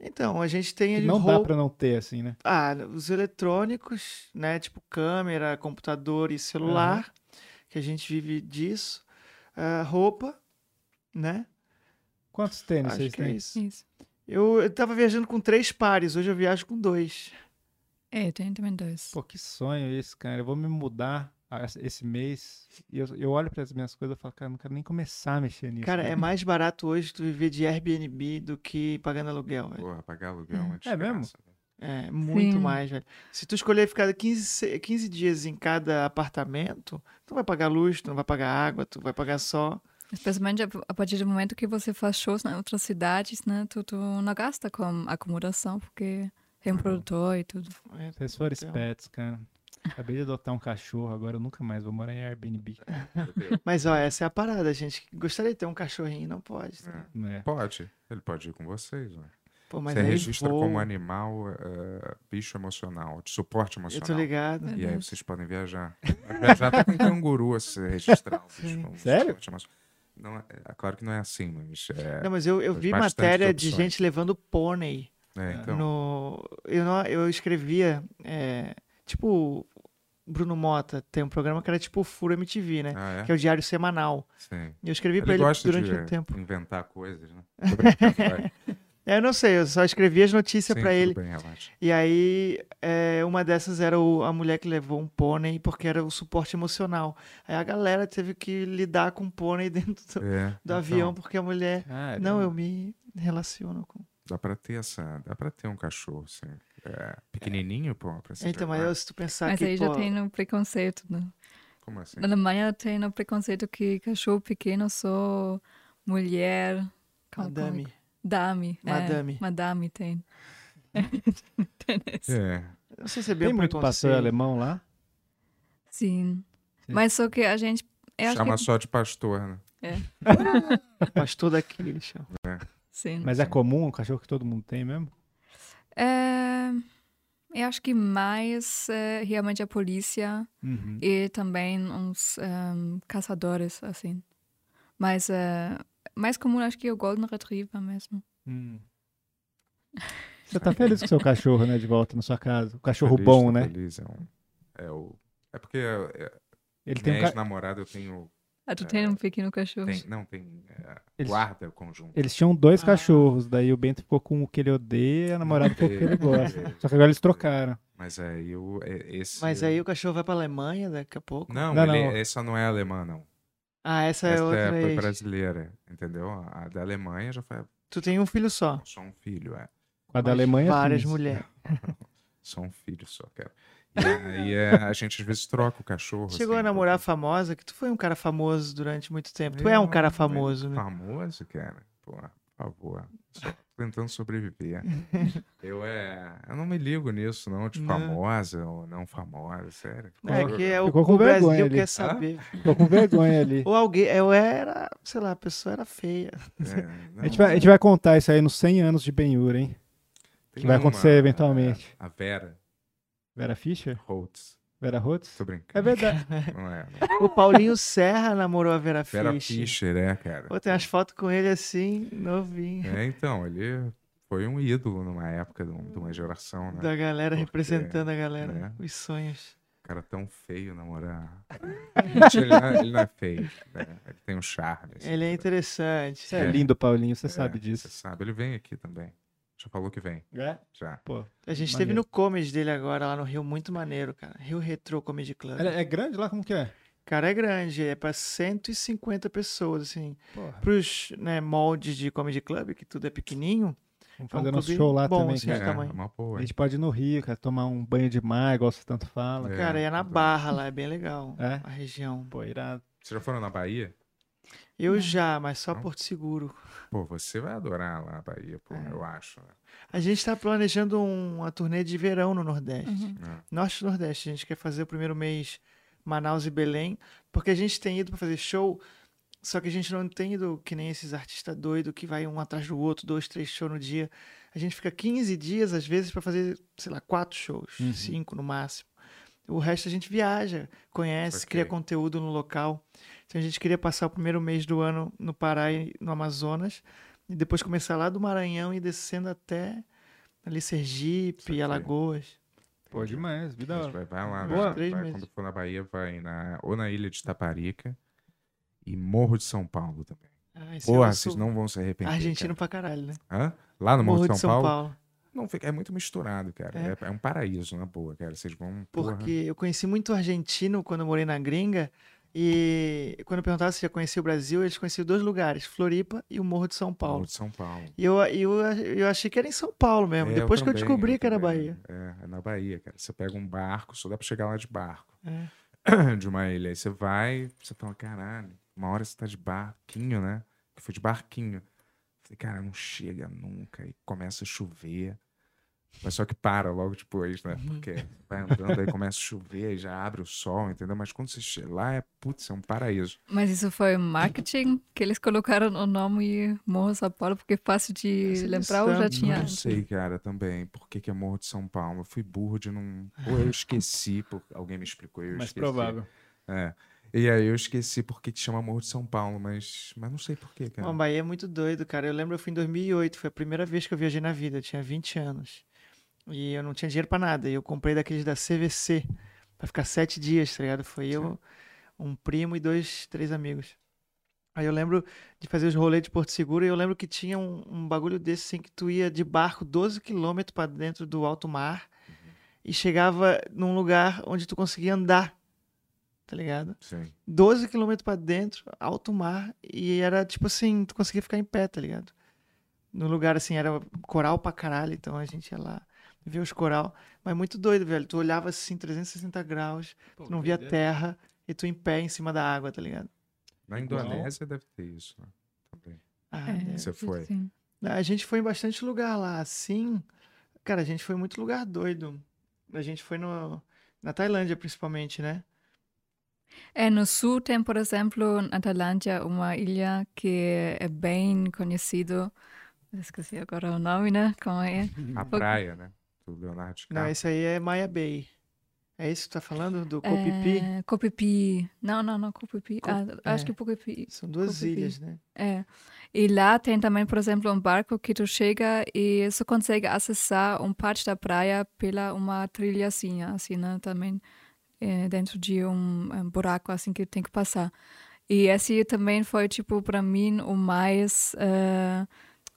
S4: Então, a gente tem
S2: Que
S4: ele
S2: não dá
S4: roupa.
S2: pra não ter, assim, né?
S4: Ah, os eletrônicos, né? Tipo câmera, computador e celular, que a gente vive disso. Ah, roupa, né?
S2: Quantos tênis
S4: Acho
S2: vocês
S4: que é
S2: têm?
S4: isso.
S3: Isso.
S4: Eu, eu tava viajando com três pares, hoje eu viajo com dois.
S3: É, tem também dois.
S2: Pô, que sonho esse, cara. Eu vou me mudar a- esse mês e eu, eu olho para as minhas coisas e falo, cara, não quero nem começar a mexer nisso. né?"
S4: Cara, é mais barato hoje tu viver de Airbnb do que pagando aluguel, velho.
S1: Porra, pagar aluguel é uma
S2: É mesmo?
S1: desgraça, né?
S4: É, muito
S3: Sim.
S4: mais, velho. Se tu escolher ficar 15, se- 15 dias em cada apartamento, tu não vai pagar luz, tu não vai pagar água, tu vai pagar só.
S3: Especialmente a- a partir do momento que você faz shows em outras cidades, né? Tu, tu não gasta com acomodação, porque tem
S4: Uhum.
S3: um produtor e tudo.
S4: É,
S2: Vocês foram
S4: Então.
S2: espertos, cara. Acabei de adotar um cachorro, agora eu nunca mais vou morar em Airbnb.
S1: né?
S4: Mas, ó, essa é a parada, gente. Gostaria de ter um cachorrinho, não pode. tá?
S1: É.
S2: né?
S1: Pode, ele pode ir com vocês. Né?
S4: Pô, mas
S1: Você
S4: aí
S1: registra
S4: voa.
S1: como animal, eh, bicho emocional, de suporte
S4: Eu
S1: emocional.
S4: tô ligado.
S1: E
S2: né?
S1: aí vocês podem viajar. Vai viajar até com canguru se registrar. um bicho como
S2: Sério?
S1: esporte, mas não é, é claro que não é assim, mas é,
S4: Não, mas eu, eu
S1: Mas
S4: vi
S1: bastante
S4: matéria de
S1: opções.
S4: gente levando pônei.
S1: é, então.
S4: no, eu, não- eu escrevia, é, tipo, Bruno Mota tem um programa que era tipo o Furo MTV, né?
S1: Ah, é?
S4: Que é o diário semanal.
S1: Sim.
S4: E eu escrevi
S1: Ele
S4: pra ele
S1: gosta
S4: durante
S1: de
S4: um tempo.
S1: inventar coisas, né? Tô brincando, vai.
S4: É, eu não sei, eu só escrevi as notícias
S1: Sim,
S4: é pra
S1: tudo
S4: ele.
S1: bem, relaxa.
S4: E aí, é, uma dessas era o- a mulher que levou um pônei porque era o suporte emocional. Aí a galera teve que lidar com o pônei dentro do,
S1: É,
S4: do
S1: então, É, né?
S4: avião porque a mulher.
S2: Cara,
S4: Não, eu me relaciono com.
S1: Dá pra ter essa. Dá pra ter um cachorro, assim. é, pequenininho, pô, pra se
S4: Então, mas
S1: levar.
S4: eu, se tu pensar
S3: Mas
S4: que.
S3: aí já
S4: pô, Uhum.
S3: tem um preconceito, né?
S1: Como assim?
S3: Na Alemanha tem um preconceito que cachorro pequeno só mulher... como- como-
S4: Madame.
S3: Dame. é,
S4: Madame.
S3: madame tem. tem esse.
S1: É.
S4: Não sei se é bem
S2: Tem
S4: um
S2: muito pastor
S4: preconceito.
S2: alemão lá?
S3: Sim.
S2: Sim.
S3: Mas só que a gente... eu acho
S1: Chama
S3: que-
S1: só de pastor, né?
S4: Pastor daqui, ele chama.
S3: Sim.
S2: Mas é comum, um cachorro que todo mundo tem mesmo?
S3: É, eu acho que mais é, realmente a polícia...
S2: Uhum.
S3: e também uns ehm, caçadores, assim. Mas eh, mais comum acho que é o Golden Retriever mesmo.
S2: Hum. Você tá feliz com seu cachorro, né, de volta na sua casa? O cachorro
S1: Feliz,
S2: bom,
S1: tô
S2: né?
S1: feliz, é, um- é o. É porque é, é,
S2: Ele tem, um
S1: minha
S2: ca...
S1: ex-namorada eu tenho
S3: Ah, tu tem um pequeno cachorro.
S1: É. Tem- não, tem. é,
S2: Eles-
S1: guarda o conjunto.
S2: Eles tinham dois
S4: Ah.
S2: cachorros, daí o Bento ficou com o que ele odeia e a namorada ficou com o que ele gosta. Só que agora eles trocaram.
S1: Mas aí o. é- Esse...
S4: Mas aí o cachorro vai pra Alemanha daqui a pouco.
S1: Não,
S2: Não,
S1: ele-
S2: não.
S1: essa não é alemã, não.
S4: Ah, essa é
S1: essa
S4: outra
S1: é, foi
S4: ex.
S1: brasileira, entendeu? A da Alemanha já foi
S4: Tu tem um filho só.
S1: só um filho, é.
S2: Com a da
S4: mas
S2: Alemanha.
S4: Várias
S2: fiz.
S4: mulheres.
S1: Só um filho só, cara. E aí é, a gente às vezes troca o cachorro.
S4: Chegou
S1: assim,
S4: a namorar
S1: porque-
S4: famosa, que tu foi um cara famoso durante muito tempo. Tu é um
S1: Eu-
S4: cara famoso, né?
S1: Famoso, cara. Pô, por favor. Só tentando sobreviver. eu é. Eu não me ligo nisso, não, de famosa ou não famosa, sério.
S4: É que é o,
S2: Ficou com
S4: o brasileiro
S2: vergonha ali. Ah?
S4: quer saber.
S2: Tô com vergonha ali.
S4: Ou alguém, eu era, sei lá, a pessoa era feia.
S1: É,
S2: A
S1: não,
S4: tipo,
S2: gente, vai, a gente vai contar isso aí nos 100 anos de Benhur, hein?
S1: tem é,
S2: que vai acontecer eventualmente.
S1: A, a Vera
S2: Vera Fischer?
S1: Holtz.
S2: Vera Rhodes?
S1: Tô
S2: É
S1: brincando.
S2: verdade.
S1: Não é. não.
S4: O Paulinho Serra namorou a Vera,
S1: Vera
S4: Fischer.
S1: Fischer, é, cara.
S4: Pô, tem umas fotos com ele assim, novinho.
S1: É, então, ele foi um ídolo numa época de, um- de uma geração, né?
S4: Da galera,
S1: Porque,
S4: representando a galera.
S1: né?
S4: Os sonhos.
S1: cara é tão feio namorar. Mentira, ele, não é, ele não é feio. né? Ele tem um charme. assim,
S4: Ele é
S1: né? É,
S4: interessante.
S2: Você é lindo, Paulinho, você sabe
S1: Você
S2: disso.
S1: sabe, ele vem aqui também. Já falou que vem,
S2: É?
S1: já.
S2: Pô.
S4: A gente
S2: Maneiro.
S4: teve no comedy dele agora, lá no Rio, muito maneiro, cara. Rio Retro Comedy Club.
S2: Ela é grande lá? Como que é?
S4: Cara, é grande, é pra 150 pessoas, assim.
S2: Porra.
S4: Pros né, moldes de comedy club, que tudo é pequenininho.
S2: Vamos
S4: É um
S2: fazer nosso
S4: clube
S2: show lá
S4: bom,
S2: também,
S4: assim,
S2: cara.
S4: Esse
S1: é
S4: tamanho.
S1: uma
S2: A
S1: boa. hein?
S2: gente pode ir no Rio, cara, tomar um banho de mar, igual você tanto fala.
S1: É,
S4: cara, e é na
S1: então.
S4: Barra lá, é bem legal.
S2: É?
S4: A região.
S2: Pô, irado.
S1: Vocês já foram na Bahia?
S2: É.
S4: Eu já, mas só
S1: Não?
S4: Porto Seguro.
S1: Pô, você vai adorar lá a Bahia, pô,
S4: É.
S1: eu acho. né?
S4: A gente tá planejando um- uma turnê de verão no Nordeste. Norte e Nordeste. A gente quer fazer o primeiro mês Manaus e Belém, porque a gente tem ido pra fazer show, só que a gente não tem ido que nem esses artistas doidos que vai um atrás do outro, dois, três shows no dia. A gente fica 15 dias, às vezes, pra fazer, sei lá, quatro shows, cinco no máximo. O resto a gente viaja, conhece,
S1: Ok.
S4: cria conteúdo no local. Então a gente queria passar o primeiro mês do ano no Pará e no Amazonas, e depois começar lá do Maranhão e descendo até ali Sergipe,
S1: Saquei.
S4: Alagoas.
S2: Pô, demais.
S1: Mas
S2: Vida.
S1: vai, vai lá,
S4: Boa.
S1: vai,
S4: Três
S1: vai,
S4: meses.
S1: quando for na Bahia, vai na, ou na Ilha de Taparica e Morro de São Paulo também.
S4: Ah, esse é o
S1: Porra,
S4: nosso
S1: vocês não vão se arrepender. cara.
S4: Argentino pra caralho, né?
S1: Hã? Lá no Morro, de São Paulo?
S4: Paulo.
S1: Não, fica- é muito misturado, cara. É, é um paraíso, na boa, cara. Vocês vão. porra.
S4: Porque eu conheci muito argentino quando eu morei na gringa. E quando eu perguntava se já conhecia o Brasil, eles conheciam dois lugares, Floripa e o Morro de São Paulo.
S1: Morro de São Paulo.
S4: E eu, e eu, eu achei que era em São Paulo mesmo,
S1: É,
S4: depois que eu
S1: também,
S4: descobri que era
S1: também.
S4: Bahia.
S1: É, é na Bahia, cara. Você pega um barco, só dá pra chegar lá de barco.
S4: É.
S1: De uma ilha. Aí você vai, você fala, caralho, uma hora você tá de barquinho, né? Que foi de barquinho. Falei, cara, não chega nunca. E começa a chover. Mas só que para logo depois, né?
S4: Uhum.
S1: Porque vai andando, aí começa a chover, aí já abre o sol, entendeu? Mas quando você chega lá, é, putz, é um paraíso.
S3: Mas isso foi marketing que eles colocaram o nome Morro São Paulo, porque é fácil de
S4: Essa
S3: lembrar, eu já
S4: missão,
S3: tinha.
S1: Não sei, cara, também. Por que, que é Morro de São Paulo? Eu fui burro de não. Ou eu esqueci, por... alguém me explicou. e Eu
S2: Mais
S1: esqueci.
S2: provável.
S1: É. E aí eu esqueci por que, que chama Morro de São Paulo, mas, mas não sei por que, cara.
S4: Bom, Bahia é muito doido, cara. Eu lembro, eu fui em 2008, foi a primeira vez que eu viajei na vida, eu tinha 20 anos. E eu não tinha dinheiro pra nada, e eu comprei daqueles da CVC, pra ficar sete dias, tá ligado? Foi eu, um primo e dois, três amigos. Aí eu lembro de fazer os rolês de Porto Seguro, e eu lembro que tinha um, um bagulho desse, assim, que tu ia de barco 12 quilômetros pra dentro do alto mar, e chegava num lugar onde tu conseguia andar, tá ligado?
S1: Sim.
S4: 12 quilômetros pra dentro, alto mar, e era tipo assim, tu conseguia ficar em pé, tá ligado? No lugar assim, era coral pra caralho, então a gente ia lá ver os coral. Mas muito doido, velho. Tu olhava assim, 360 graus, tu não via terra, e tu em pé em cima da água, tá ligado?
S1: Na Indonésia deve ter isso, né? Também.
S4: Ah,
S3: É,
S1: Você foi.
S3: sim.
S4: A gente foi em bastante lugar lá, assim. Cara, a gente foi em muito lugar doido. A gente foi no, na Tailândia, principalmente, né?
S3: É, no sul tem, por exemplo, na Tailândia, uma ilha que é bem conhecido. Eu Esqueci agora o nome, né? Como é?
S1: A praia, né? Do Leonardo
S4: Não,
S1: DiCaprio.
S4: esse aí é Maya Bay. É isso que tu tá falando? Do Copipi?
S3: É, Copipi. Não, não, não, Copipi.
S4: Co-
S3: Ah, Acho
S4: é.
S3: que Copipi.
S4: São duas
S3: Copipi.
S4: ilhas, né?
S3: É. E lá tem também, por exemplo, um barco que tu chega e só consegue acessar um parte da praia pela uma trilhazinha, assim, né? Também é, dentro de um, um buraco, assim, que tem que passar. E esse também foi, tipo, para mim, o mais, eh,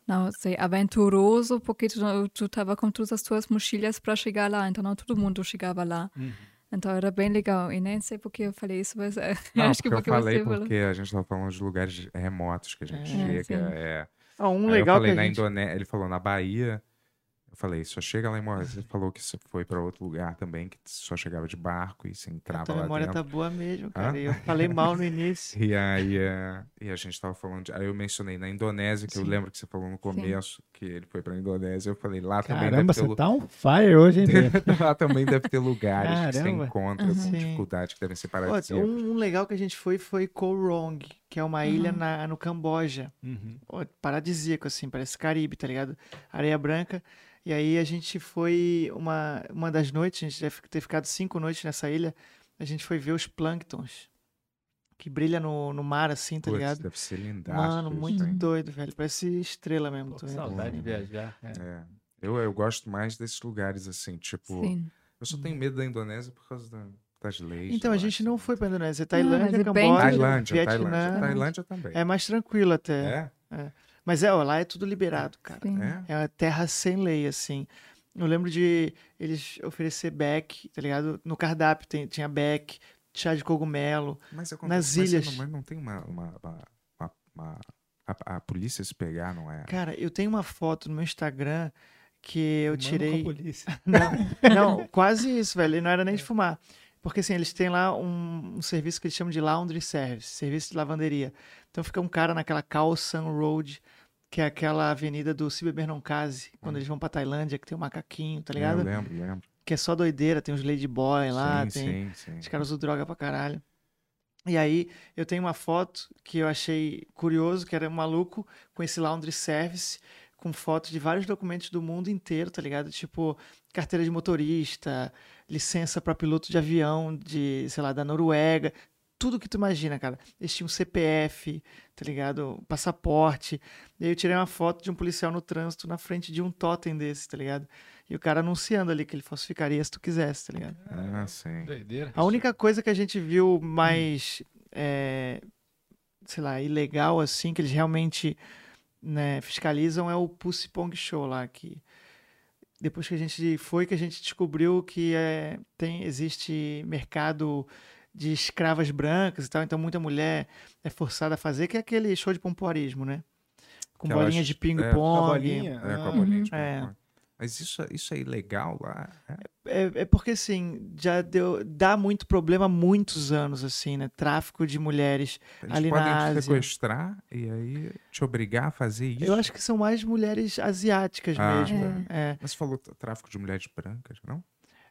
S3: não sei, aventuroso, porque tu, tu tava com todas as tuas mochilas para chegar lá, então não todo mundo chegava lá.
S1: Uhum.
S3: Então era bem legal. E nem sei porque eu falei isso, mas eh,
S1: Não,
S3: acho que
S1: porque
S3: porque
S1: eu falei
S3: você falou.
S1: porque a gente tava falando de lugares remotos que a gente chega.
S3: É, sim.
S1: é.
S4: Ah, um
S1: Aí eu
S4: legal
S1: falei
S4: que a
S1: na
S4: gente...
S1: Indonésia, ele falou na Bahia. Eu Eu falei, só chega lá em Moraes. Ele falou que você foi pra outro lugar também, que só chegava de barco e você
S4: A
S1: entrava
S4: tua
S1: lá
S4: memória
S1: dentro.
S4: tá boa mesmo, cara.
S1: Hã?
S4: Eu falei mal no início.
S1: E aí, é, e a gente tava falando. De, aí eu mencionei na Indonésia, que eu
S4: Sim.
S1: lembro que você falou no começo, que ele foi pra Indonésia. Eu falei, lá também
S2: Caramba,
S1: deve ter
S2: você
S1: lu-
S2: tá on fire hoje, hein, Bia?
S4: tá
S1: Lá também deve ter lugares que você
S2: Caramba.
S1: encontra com
S4: Uhum.
S1: dificuldade, que devem ser
S4: Pô,
S1: paradisíacos.
S4: um, um legal que a gente foi foi Koh Rong, que é uma ilha
S3: Uhum.
S4: na- no Camboja.
S2: Uhum.
S4: Pô, paradisíaco, assim, parece Caribe, tá ligado? Areia branca. E aí a gente foi, uma, uma das noites, a gente deve ter ficado cinco noites nessa ilha, a gente foi ver os plânctons, que brilha no, no mar, assim, tá
S1: Putz,
S4: ligado?
S1: deve ser lindaço.
S4: Mano,
S1: isso,
S4: muito
S1: hein?
S4: doido, velho. Parece estrela mesmo.
S5: Pô,
S4: tô
S5: que
S4: vendo.
S5: saudade de viajar. É.
S1: É. Eu, eu gosto mais desses lugares assim, tipo.
S3: Sim.
S1: Eu só tenho medo da Indonésia por causa da- das leis.
S4: Hum. Então,
S1: eu
S4: a
S1: acho,
S4: gente não
S1: sabe?
S4: foi pra Indonésia.
S3: mas é
S4: Tailândia,
S3: bem
S4: Camboja,
S1: Tailândia,
S4: Vietnã.
S1: Tailândia. Tailândia também.
S4: É mais tranquilo até.
S1: É?
S4: Mas é, ó, lá é tudo liberado, cara.
S3: Sim.
S1: É?
S4: É uma terra sem lei, assim. Eu lembro de eles oferecer beck, tá ligado? No cardápio tem- tinha beck, chá de cogumelo.
S1: Mas
S4: Nas
S1: acontece- mas você
S4: ilhas.
S1: não- Mas não tem uma. uma- uma- uma- uma- a, a polícia se pegar, não é?
S4: Cara, eu tenho uma foto no meu Instagram que eu
S1: um
S2: Mano Com a
S4: tirei.
S2: polícia.
S4: Não, não, quase isso, velho. E não era nem de fumar. Porque assim, eles têm lá um, um serviço que eles chamam de laundry service, serviço de lavanderia. Então fica um cara naquela Khao San Road, que é aquela avenida do Se Beber Não Case, quando eles vão pra Tailândia, que tem o macaquinho, tá ligado?
S1: Hum. É, Eu lembro, lembro.
S4: que é só doideira, tem os ladyboy lá,
S1: sim,
S4: tem...
S1: sim, sim.
S4: Os caras usam droga pra caralho. E aí, eu tenho uma foto que eu achei curioso, que era um maluco com esse laundry service, com foto de vários documentos do mundo inteiro, tá ligado? Tipo, carteira de motorista, licença pra piloto de avião de, sei lá, da Noruega, tudo que tu imagina, cara. Eles tinham CPF, tá ligado? Passaporte. E aí eu tirei uma foto de um policial no trânsito na frente de um totem desse, tá ligado? E o cara anunciando ali que ele falsificaria se tu quisesse, tá ligado?
S1: Ah, sim.
S6: Doideira.
S4: A única coisa que a gente viu mais, é, sei lá, ilegal, assim, que eles realmente né, fiscalizam é o Pussy Pong Show lá, que depois que a gente foi, que a gente descobriu que é, tem, existe mercado de escravas brancas e tal, então muita mulher é forçada a fazer, que é aquele show de pompoarismo, né? Com
S1: Aquelas-
S4: bolinha de
S2: Com a
S4: ping-pong.
S2: bolinha.
S1: É, com a
S2: Ah,
S1: bolinha de
S4: É.
S1: ping-pong. Mas isso, isso é ilegal lá? É.
S4: É, é porque assim, já deu, dá muito problema há muitos anos, assim, né? Tráfico de mulheres.
S1: Eles
S4: Ali
S1: podem
S4: na
S1: te
S4: Ásia.
S1: sequestrar e aí te obrigar a fazer isso?
S4: Eu acho que são mais mulheres asiáticas
S1: Ah,
S4: mesmo.
S1: tá.
S4: É.
S1: Mas você falou t- tráfico de mulheres brancas, não?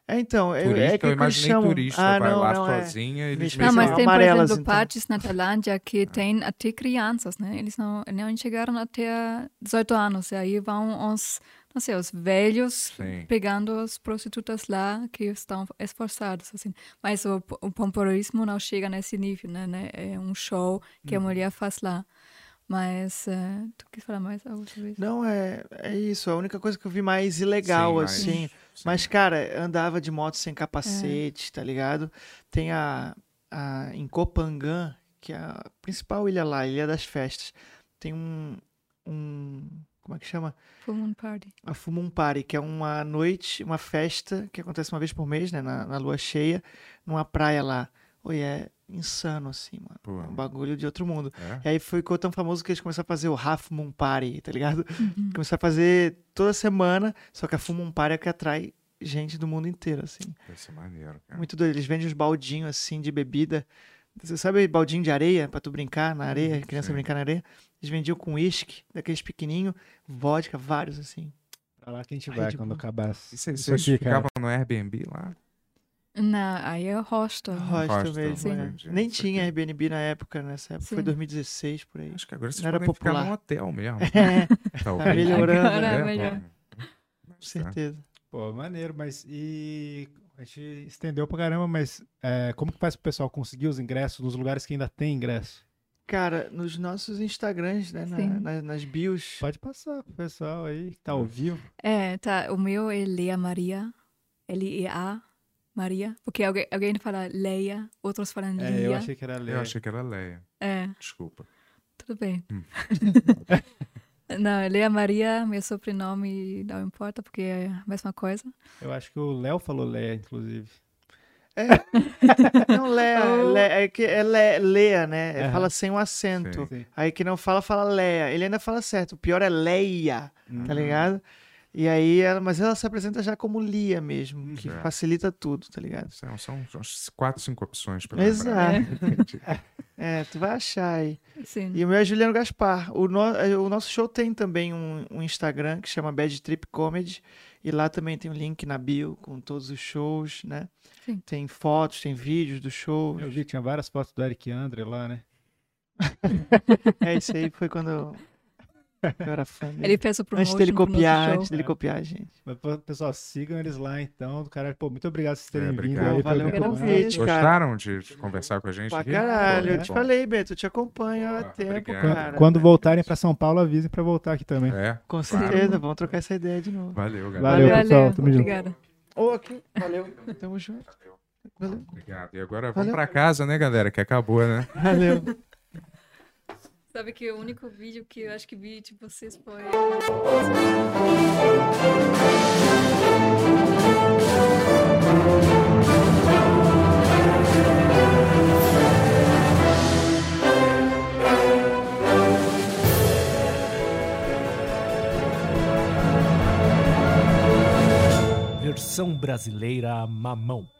S4: É, então, eu-
S1: turista,
S4: é que
S1: eu
S4: eles
S1: imaginei
S4: chamam...
S1: turista,
S4: ah,
S1: vai
S4: não,
S1: lá
S4: não, é.
S1: sozinha, eles
S4: Eles
S1: meio
S3: Não, mas
S4: Mas são
S3: tem, por
S4: amarelas,
S3: exemplo,
S4: então.
S3: partes na Tailândia que tem até crianças, né? Eles não, não chegaram até 18 anos. E aí vão os, não sei, os velhos
S1: Sim.
S3: pegando as prostitutas lá que estão esforçadas, assim. Mas o, p- o pomporismo não chega nesse nível, né, né? É um show que
S4: Uhum.
S3: a mulher faz lá. Mas, eh, tu quis falar mais algo sobre isso?
S4: Não, é, é isso. A única coisa que eu vi mais ilegal,
S1: Sim, mas-
S4: assim.
S1: Sim.
S4: Mas, cara, andava de moto sem capacete, tá ligado? Tem a, a. Em Copangan, que é a principal ilha lá, a Ilha das Festas, tem um. um como é que chama?
S3: Full Moon um Party.
S4: A Fumum Party, que é uma noite, uma festa que acontece uma vez por mês, né? Na, na lua cheia, numa praia lá. Oi, é insano, assim, mano.
S1: Pô,
S4: É um bagulho de outro mundo.
S1: é?
S4: E aí ficou tão famoso que eles começaram a fazer o Half Moon Party, tá ligado?
S3: Uhum.
S4: Começaram a fazer toda semana, só que a Full Moon Party é que atrai gente do mundo inteiro, assim.
S1: Deve ser maneiro, cara.
S4: Muito doido. Eles vendem uns baldinhos, assim, de bebida. Você sabe baldinho de areia, pra tu brincar na areia, criança
S1: Sim.
S4: brincar na areia? Eles vendiam com uísque, daqueles pequenininho, vodka, vários, assim.
S2: Pra lá que a gente
S4: Ai,
S2: vai
S4: de
S2: quando
S4: boa.
S2: acabar
S1: E
S2: isso
S1: vocês
S2: isso
S1: vocês
S2: aqui, cara.
S1: ficavam no Airbnb lá?
S3: Não, aí é hostel. né?
S4: Hostel,
S1: Hostel,
S4: mesmo,
S1: sim.
S4: é.
S1: Entendi.
S4: Nem
S1: Isso
S4: tinha
S1: aqui.
S4: Airbnb na época, nessa época. Foi
S3: Sim.
S4: 2016, por aí.
S1: Acho que agora vocês
S4: Não era
S1: podem
S4: popular.
S1: ficar num hotel mesmo.
S4: É,
S1: Talvez.
S4: melhorando,
S1: É,
S3: né?
S1: pô.
S3: Melhor.
S1: Tá.
S4: com certeza.
S2: Pô, maneiro, mas e. A gente estendeu pra caramba, mas é, como que faz pro pessoal conseguir os ingressos nos lugares que ainda tem ingresso?
S4: Cara, nos nossos Instagrams, né? na-
S3: Sim.
S4: na- nas bios.
S2: Pode passar pro pessoal aí que tá ao vivo.
S3: É, tá. O meu é Lea Maria. L-E-A Maria. Porque alguém, alguém fala Leia, outros falam
S2: É, eu
S3: Lia.
S2: achei que era
S1: Eu
S2: legal.
S1: achei que era Leia.
S3: É,
S1: Desculpa.
S3: tudo bem.
S2: Hum.
S3: não, Lea Maria, meu sobrenome não importa, porque é a mesma coisa.
S2: Eu acho que o Léo falou Léa, inclusive.
S4: Não, Lea, Lea- é que é Le- Lea, né?
S2: Aham.
S4: Fala sem o acento.
S1: Sim.
S2: Sim.
S1: Uhum.
S4: Aí que não fala, fala Lea. Ele ainda fala certo. O pior é Leia, tá ligado? E aí, ela, mas ela se apresenta já como Lia mesmo, que
S1: É.
S4: facilita tudo, tá ligado?
S1: São, são uns quatro, cinco opções pra
S4: Exato.
S1: lembrar.
S4: É, tu vai achar aí.
S3: Sim.
S4: E o meu é Juliano Gaspar. O, no- eh, o nosso show tem também um, um Instagram que chama Bad Trip Comedy. E lá também tem um link na bio com todos os shows, né?
S3: Sim.
S4: Tem fotos, tem vídeos do show.
S2: Eu vi que tinha várias fotos do Eric Andre lá, né?
S4: É isso aí, foi quando eu, eu era fã dele.
S3: Ele fez o
S4: Antes
S3: promotion
S4: dele
S3: pro nosso
S4: copiar,
S3: show.
S4: antes
S1: É.
S4: dele copiar, gente.
S2: Mas, pô, pessoal, sigam eles lá então. Do caralho, pô, muito obrigado por vocês
S1: É,
S2: terem vindo.
S1: obrigado.
S2: aí,
S4: Valeu
S2: pelo
S3: pelo
S2: convite.
S3: convite.
S1: Gostaram de de conversar com a gente?
S4: Pra
S1: aqui?
S4: caralho,
S1: Pô,
S4: eu te
S1: bom.
S4: falei, Beto, eu te acompanho há
S1: Ah,
S4: tempo,
S1: obrigado.
S2: Quando,
S4: cara.
S2: quando voltarem pra São Paulo, avisem pra voltar aqui também.
S1: É,
S4: Com
S1: Claro.
S4: certeza, vamos trocar essa ideia de novo.
S1: valeu, galera.
S2: Valeu,
S3: Valeu,
S2: pessoal. Tamo junto.
S3: obrigada.
S4: Ou aqui, valeu, tamo junto. Valeu,
S1: Obrigado. E agora vamos
S4: Valeu.
S1: pra casa, né, galera? Que acabou, né?
S4: valeu.
S3: Sabe que o único vídeo que eu acho que vi de vocês foi...
S5: Versão brasileira mamão.